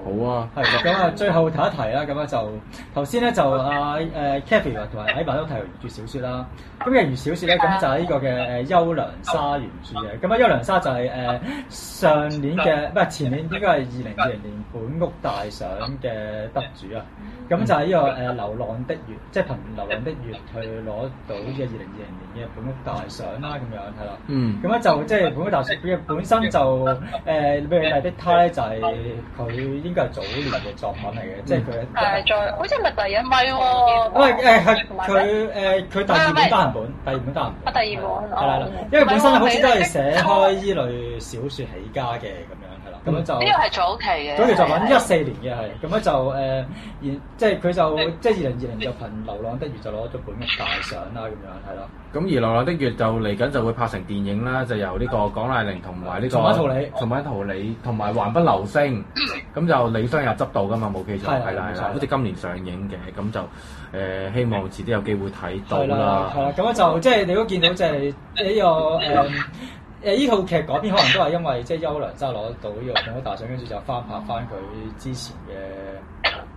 Speaker 9: 好啊，
Speaker 8: 係啦咁啊，最後提一提啦，咁啊就頭先咧就啊誒 Kathy 話同埋喺埋都提過原著小説啦。咁嘅原著小説咧，咁就係呢啊個嘅誒優良沙原著嘅。咁啊優良沙就係、誒、上年嘅唔係前年應該係二零二零年本屋大賞嘅得主啊。咁就係呢、個誒、流浪的月，即係憑流浪的月去攞到呢個二零二零年嘅本屋大賞啦，咁樣係啦。
Speaker 9: 嗯
Speaker 8: 咁咧就即係本大學嘅本身就誒，譬如麗的他咧就係佢應該係早年嘅作品嚟嘅，即係佢
Speaker 1: 誒，再好似咪第一唔係
Speaker 8: 因為
Speaker 1: 喎，
Speaker 8: 啊誒係佢誒佢第二本單行本，第二本單行本，
Speaker 1: 啊第二
Speaker 8: 係
Speaker 1: 本
Speaker 8: 啦係啦
Speaker 1: 哦，
Speaker 8: 因為本身好似都係寫開依類小説起家嘅咁樣係啦，咁樣就
Speaker 1: 嗯
Speaker 10: 呢個係早期嘅，
Speaker 8: 早期作
Speaker 10: 係
Speaker 8: 品
Speaker 10: 係
Speaker 8: 一四年嘅係，咁咧就誒，然即係佢就
Speaker 1: 嗯
Speaker 8: 即係二零二零就憑《流浪的月》就攞咗本嘅大獎啦，咁樣係啦，
Speaker 9: 咁而《流浪的月》就嚟緊就會拍成電影啦，就由呢個廣瀨鈴同埋呢個
Speaker 8: 嗯松坂桃李嗯
Speaker 9: 松坂桃李同埋橫濱流星，咁就李商又執導噶嘛，冇記錯
Speaker 8: 係
Speaker 9: 係啦
Speaker 8: 冇
Speaker 9: 係
Speaker 8: 錯
Speaker 9: 啦，好似今年上映嘅，咁就誒希望遲啲有機會睇到
Speaker 8: 係啦，係啦
Speaker 9: 啦，，
Speaker 8: 咁樣啊就即係你都見到就係呢個誒誒呢套劇改編，可能都係因為即係優良真係攞到呢個獎大獎，跟住就翻拍翻佢之前嘅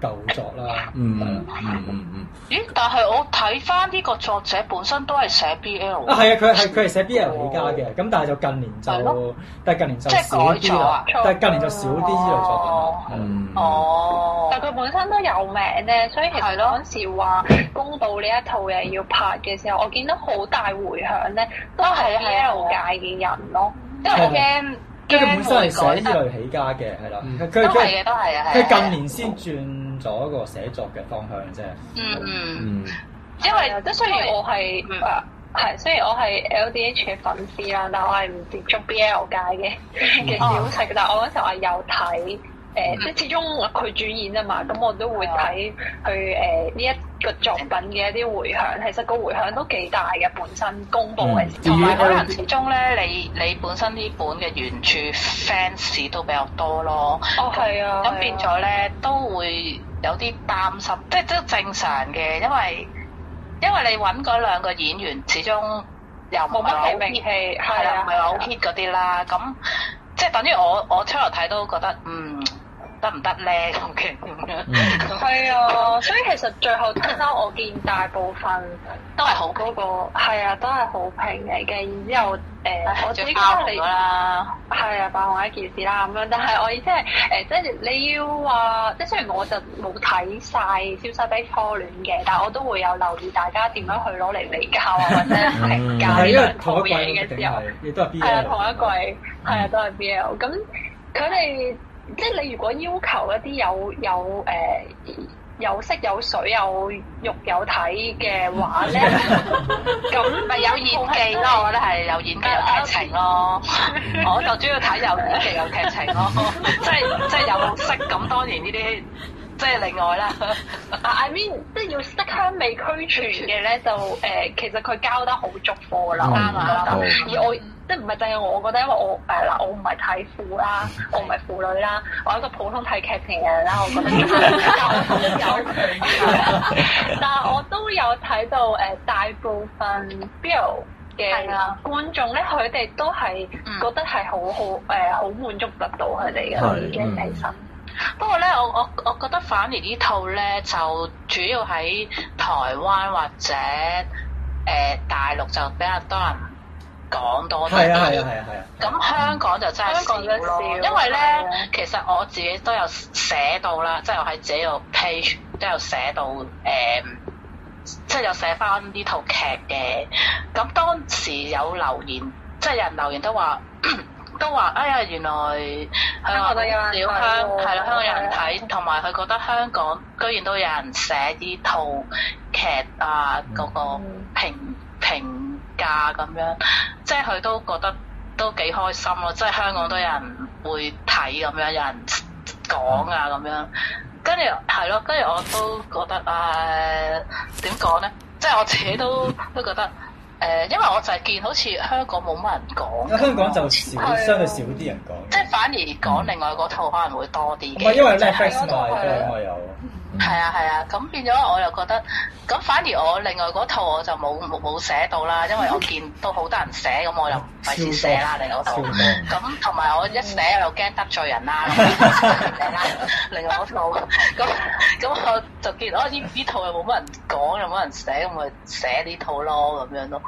Speaker 8: 舊作啦。
Speaker 9: 嗯
Speaker 8: 係啦
Speaker 9: 嗯嗯嗯，
Speaker 10: 咦？但係我睇翻呢個作者本身都係寫 BL，
Speaker 8: 啊，係啊，佢係佢係寫 BL 起家嘅，咁但係就近年
Speaker 10: 哦係
Speaker 8: 就
Speaker 10: 咯，
Speaker 8: 但係近年就
Speaker 10: 即係
Speaker 8: 少
Speaker 10: 改
Speaker 8: 啲
Speaker 10: 咗
Speaker 8: 啦
Speaker 10: 啊，
Speaker 8: 但係近年就少啲呢類作品啦。係啦
Speaker 9: 嗯
Speaker 10: 哦，
Speaker 1: 但佢本身都有名咧，所以其實嗰陣時話公佈呢一套嘢要拍嘅時候，我見到好大迴響咧，
Speaker 10: 哦啊
Speaker 1: 都係 BL 界嘅人咯，因為我驚
Speaker 8: 即係嗯佢本身係寫
Speaker 10: 驚
Speaker 8: 呢類起家嘅，係啦，佢
Speaker 10: 哦嗯都
Speaker 8: 佢
Speaker 10: 係
Speaker 8: 佢
Speaker 10: 嘅，都係啊嘅，係嘅
Speaker 8: 佢近年先轉咗個寫作嘅方向啫。
Speaker 10: 嗯嗯，
Speaker 9: 嗯
Speaker 10: 因
Speaker 1: 因為
Speaker 10: 為
Speaker 1: 即係雖然我係
Speaker 10: 嗯
Speaker 1: 誒係，雖然我係 LDH 嘅粉絲啦，但我係唔接觸 BL 界嘅嘅
Speaker 10: 哦
Speaker 1: 小食，但我嗰時候係有睇。
Speaker 10: 嗯
Speaker 1: 誒、即係始終佢主演啊嘛，咁我都
Speaker 10: 哦
Speaker 1: 會睇佢誒呢一個作品嘅一啲迴響，其實個迴響都幾大嘅，本身公佈嘅時
Speaker 9: 至於
Speaker 8: 嗯
Speaker 10: 同埋可
Speaker 9: L-
Speaker 10: 能始終咧，你你本身呢本嘅原著 fans 都比較多咯，
Speaker 1: 候，哦係啊，
Speaker 10: 咁變咗咧都會有啲擔心，即係都正常嘅，因為因為你揾嗰兩個演員始終又
Speaker 1: 冇
Speaker 10: 冇
Speaker 1: 乜提名氣，
Speaker 10: 係
Speaker 1: 係
Speaker 10: 啦，
Speaker 1: 啊
Speaker 10: 唔係，話好 hit 嗰啲啦，咁即係等於我我出嚟睇都覺得嗯得唔得咧咁嘅咁樣，
Speaker 9: 嗯
Speaker 1: 係啊，所以其實最後睇翻我見大部分。
Speaker 10: 都係好
Speaker 1: 嗰、個係啊，都係好評嚟嘅。然之後誒、我自己
Speaker 10: 最
Speaker 1: 覺
Speaker 10: 包
Speaker 1: 得
Speaker 10: 紅
Speaker 1: 你
Speaker 10: 咗啦，
Speaker 1: 係啊，爆紅一件事啦咁樣。但係我意思係誒、即係你要話，即係雖然我就冇睇晒《消失的初戀》嘅，但係我都會有留意大家點樣去攞嚟比較啊，或者
Speaker 8: 嗯
Speaker 1: 評價
Speaker 8: 係因
Speaker 1: 呢
Speaker 8: 為
Speaker 1: 兩套
Speaker 8: 同一季
Speaker 1: 嘢
Speaker 8: 一
Speaker 1: 嘅
Speaker 8: 定
Speaker 1: 時候
Speaker 8: 係。亦都係 B
Speaker 1: 係啊，
Speaker 8: L
Speaker 1: 同一季係啊，都係 BL。咁佢哋即係你如果要求一啲有有誒、呃有色有水有肉有體嘅話
Speaker 8: *laughs*
Speaker 1: 咧，咁
Speaker 10: 咪有演技咯，我覺得係有演技有劇情咯，我就主要睇有演技有劇情咯， *laughs* 即係即係有色咁，當然呢啲即係另外啦。
Speaker 1: I mean，即係要色香味俱全嘅咧，就誒、呃其實佢交得好足貨啦，
Speaker 9: 嗯
Speaker 1: 啱啊
Speaker 9: 好
Speaker 1: 而我即係唔係淨係我覺得，因為我誒嗱，我唔係睇腐啦，
Speaker 9: 嗯
Speaker 1: 我唔係腐女啦，我係一個普通睇劇情嘅人啦，我覺得
Speaker 9: *laughs*
Speaker 1: 有有， *laughs* 但係我都有睇到誒、呃大部分 BL 嘅
Speaker 10: 係啊
Speaker 1: 觀眾咧，佢哋都係
Speaker 10: 嗯
Speaker 1: 覺得係好好誒，好滿足得到佢哋
Speaker 9: 係
Speaker 1: 嘅已經
Speaker 9: 嗯
Speaker 1: 其實。
Speaker 10: 不過咧，我我我覺得反而呢套咧就主要喺台灣或者誒、呃大陸就比較多人講多啲。
Speaker 8: 係啊係啊係啊係啊！
Speaker 10: 咁香港就真係
Speaker 1: 香港真係
Speaker 10: 少
Speaker 1: 少
Speaker 10: 咯，因為
Speaker 1: 係
Speaker 10: 咧
Speaker 1: 啊
Speaker 10: 其實我自己都有寫到啦，即係我喺自己個 page 都有寫到誒、即係有寫翻呢套劇嘅。咁當時有留言，即係有人留言都話。 *clears throat* 都話：哎呀，原來香
Speaker 1: 港都有人睇喎
Speaker 10: 香係啦，香港有人睇，同埋佢覺得香港居然都有人寫呢套劇啊，嗰、個評評價咁樣，即係佢都覺得都幾開心咯，即係香港都有人會睇咁樣，有人講啊咁樣，跟跟住係咯，跟住我都覺得誒點講咧，即係我自己
Speaker 8: *laughs*
Speaker 10: 都都覺得誒、因為我就係見好似香港冇乜人講咁咯，
Speaker 8: 香港就少，相對少啲人
Speaker 10: 即
Speaker 8: 講。
Speaker 10: 係反而講另外嗰套可能會多啲
Speaker 8: 唔
Speaker 10: 嘅。
Speaker 8: 係因為
Speaker 10: 就係
Speaker 8: Netflix
Speaker 10: 嗰套
Speaker 8: 賣
Speaker 10: 係啦
Speaker 8: 嘅，我有。
Speaker 10: 係啊係啊，咁變咗我又覺得，咁反而我另外嗰套我就冇冇冇寫到啦，因為我見都好多人寫，咁我又費事寫啦另外嗰套。咁同埋我一寫又驚得罪人啦，另外嗰套。咁咁我就見哦呢呢套又冇乜人講，又冇人寫，咁咪寫呢套咯咁樣咯。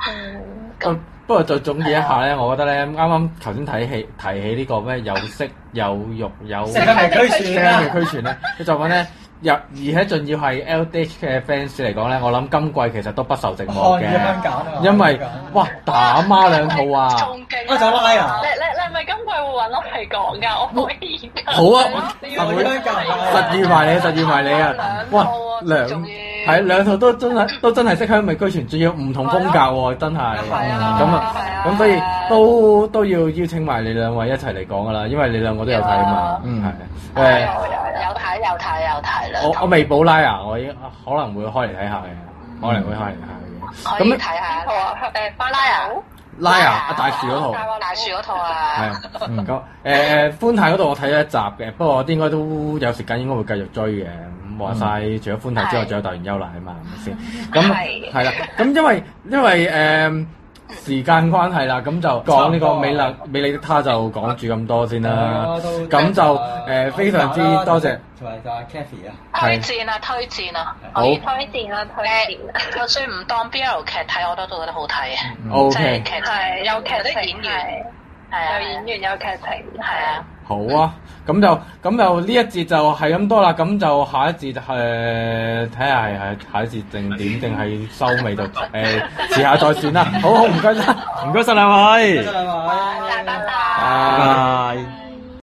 Speaker 10: 咁
Speaker 9: 不不過再總結一下咧，我覺得咧，啱啱頭先睇起提起呢個咩有色有肉有
Speaker 8: 食係咪區
Speaker 9: 聲
Speaker 8: 處
Speaker 9: 嘅
Speaker 8: 啊？
Speaker 9: 俱全咧，嘅作品咧，入而且仲要係 LDH 嘅 fans 嚟講咧，我諗今季其實都不受寂寞
Speaker 8: 看嘅香
Speaker 9: 嘅，
Speaker 8: 港啊！
Speaker 9: 因為哇打孖兩套啊！
Speaker 10: 仲勁
Speaker 8: 啊仲有拉啊
Speaker 10: 你你你係咪今季會揾我嚟講㗎？我可以㗎。
Speaker 9: 好啊，
Speaker 8: 要
Speaker 9: 阿妹
Speaker 8: 香港啊
Speaker 9: 實現埋你，實現埋你啊！哇，兩
Speaker 10: 仲
Speaker 9: 係兩套都真係都真係識香味俱全，仲要唔同風格喎，真係
Speaker 10: 係啊
Speaker 9: 咁啊，咁所以都都要邀請埋你兩位一齊嚟講噶啦，因為你兩個都有睇啊嘛，
Speaker 3: 嗯
Speaker 9: 係
Speaker 10: 有
Speaker 9: 誒。
Speaker 10: 有睇有睇有睇啦，
Speaker 9: 我我未補拉啊，我應可能會開嚟睇下嘅，可能會開嚟睇下嘅。
Speaker 10: 可以
Speaker 9: 咁
Speaker 10: 睇下誒巴拉啊，
Speaker 9: 拉啊，阿大樹嗰套係
Speaker 10: 大樹嗰套啊
Speaker 9: 啊，， *laughs* 咁呃誒誒寬泰嗰度我睇咗一集嘅，不過我應該都有時間應該會繼續追嘅。咁話晒，除咗寬泰之外，
Speaker 10: 係
Speaker 9: 仲有大元優奶啊嘛，嗯係咪先？咁
Speaker 10: 係
Speaker 9: 係啦，咁因為因為誒。時間關係啦，咁就講呢個美麗美麗的他就講住咁多先
Speaker 8: 啊
Speaker 9: 啦。咁就誒非常之多謝。
Speaker 8: 同埋就係 Kathy 啊，
Speaker 10: 推薦啊推薦啊，
Speaker 9: 好
Speaker 10: 可以推薦啊推薦，就算唔當 BL 劇睇，我都都覺得好睇嘅，
Speaker 9: O
Speaker 10: 即係
Speaker 9: K，
Speaker 10: 劇係有劇啲演員，係啊有演員有劇情，係啊。
Speaker 9: 好啊，咁就咁就呢一節就係咁多啦，咁就下一節誒睇下係係下一節定點定係收尾就誒呃遲下再算啦。好好，唔該晒。
Speaker 10: 啊
Speaker 3: 唔該晒兩位，
Speaker 8: 真係嘛？
Speaker 10: 拜拜
Speaker 9: 啊
Speaker 3: 拜。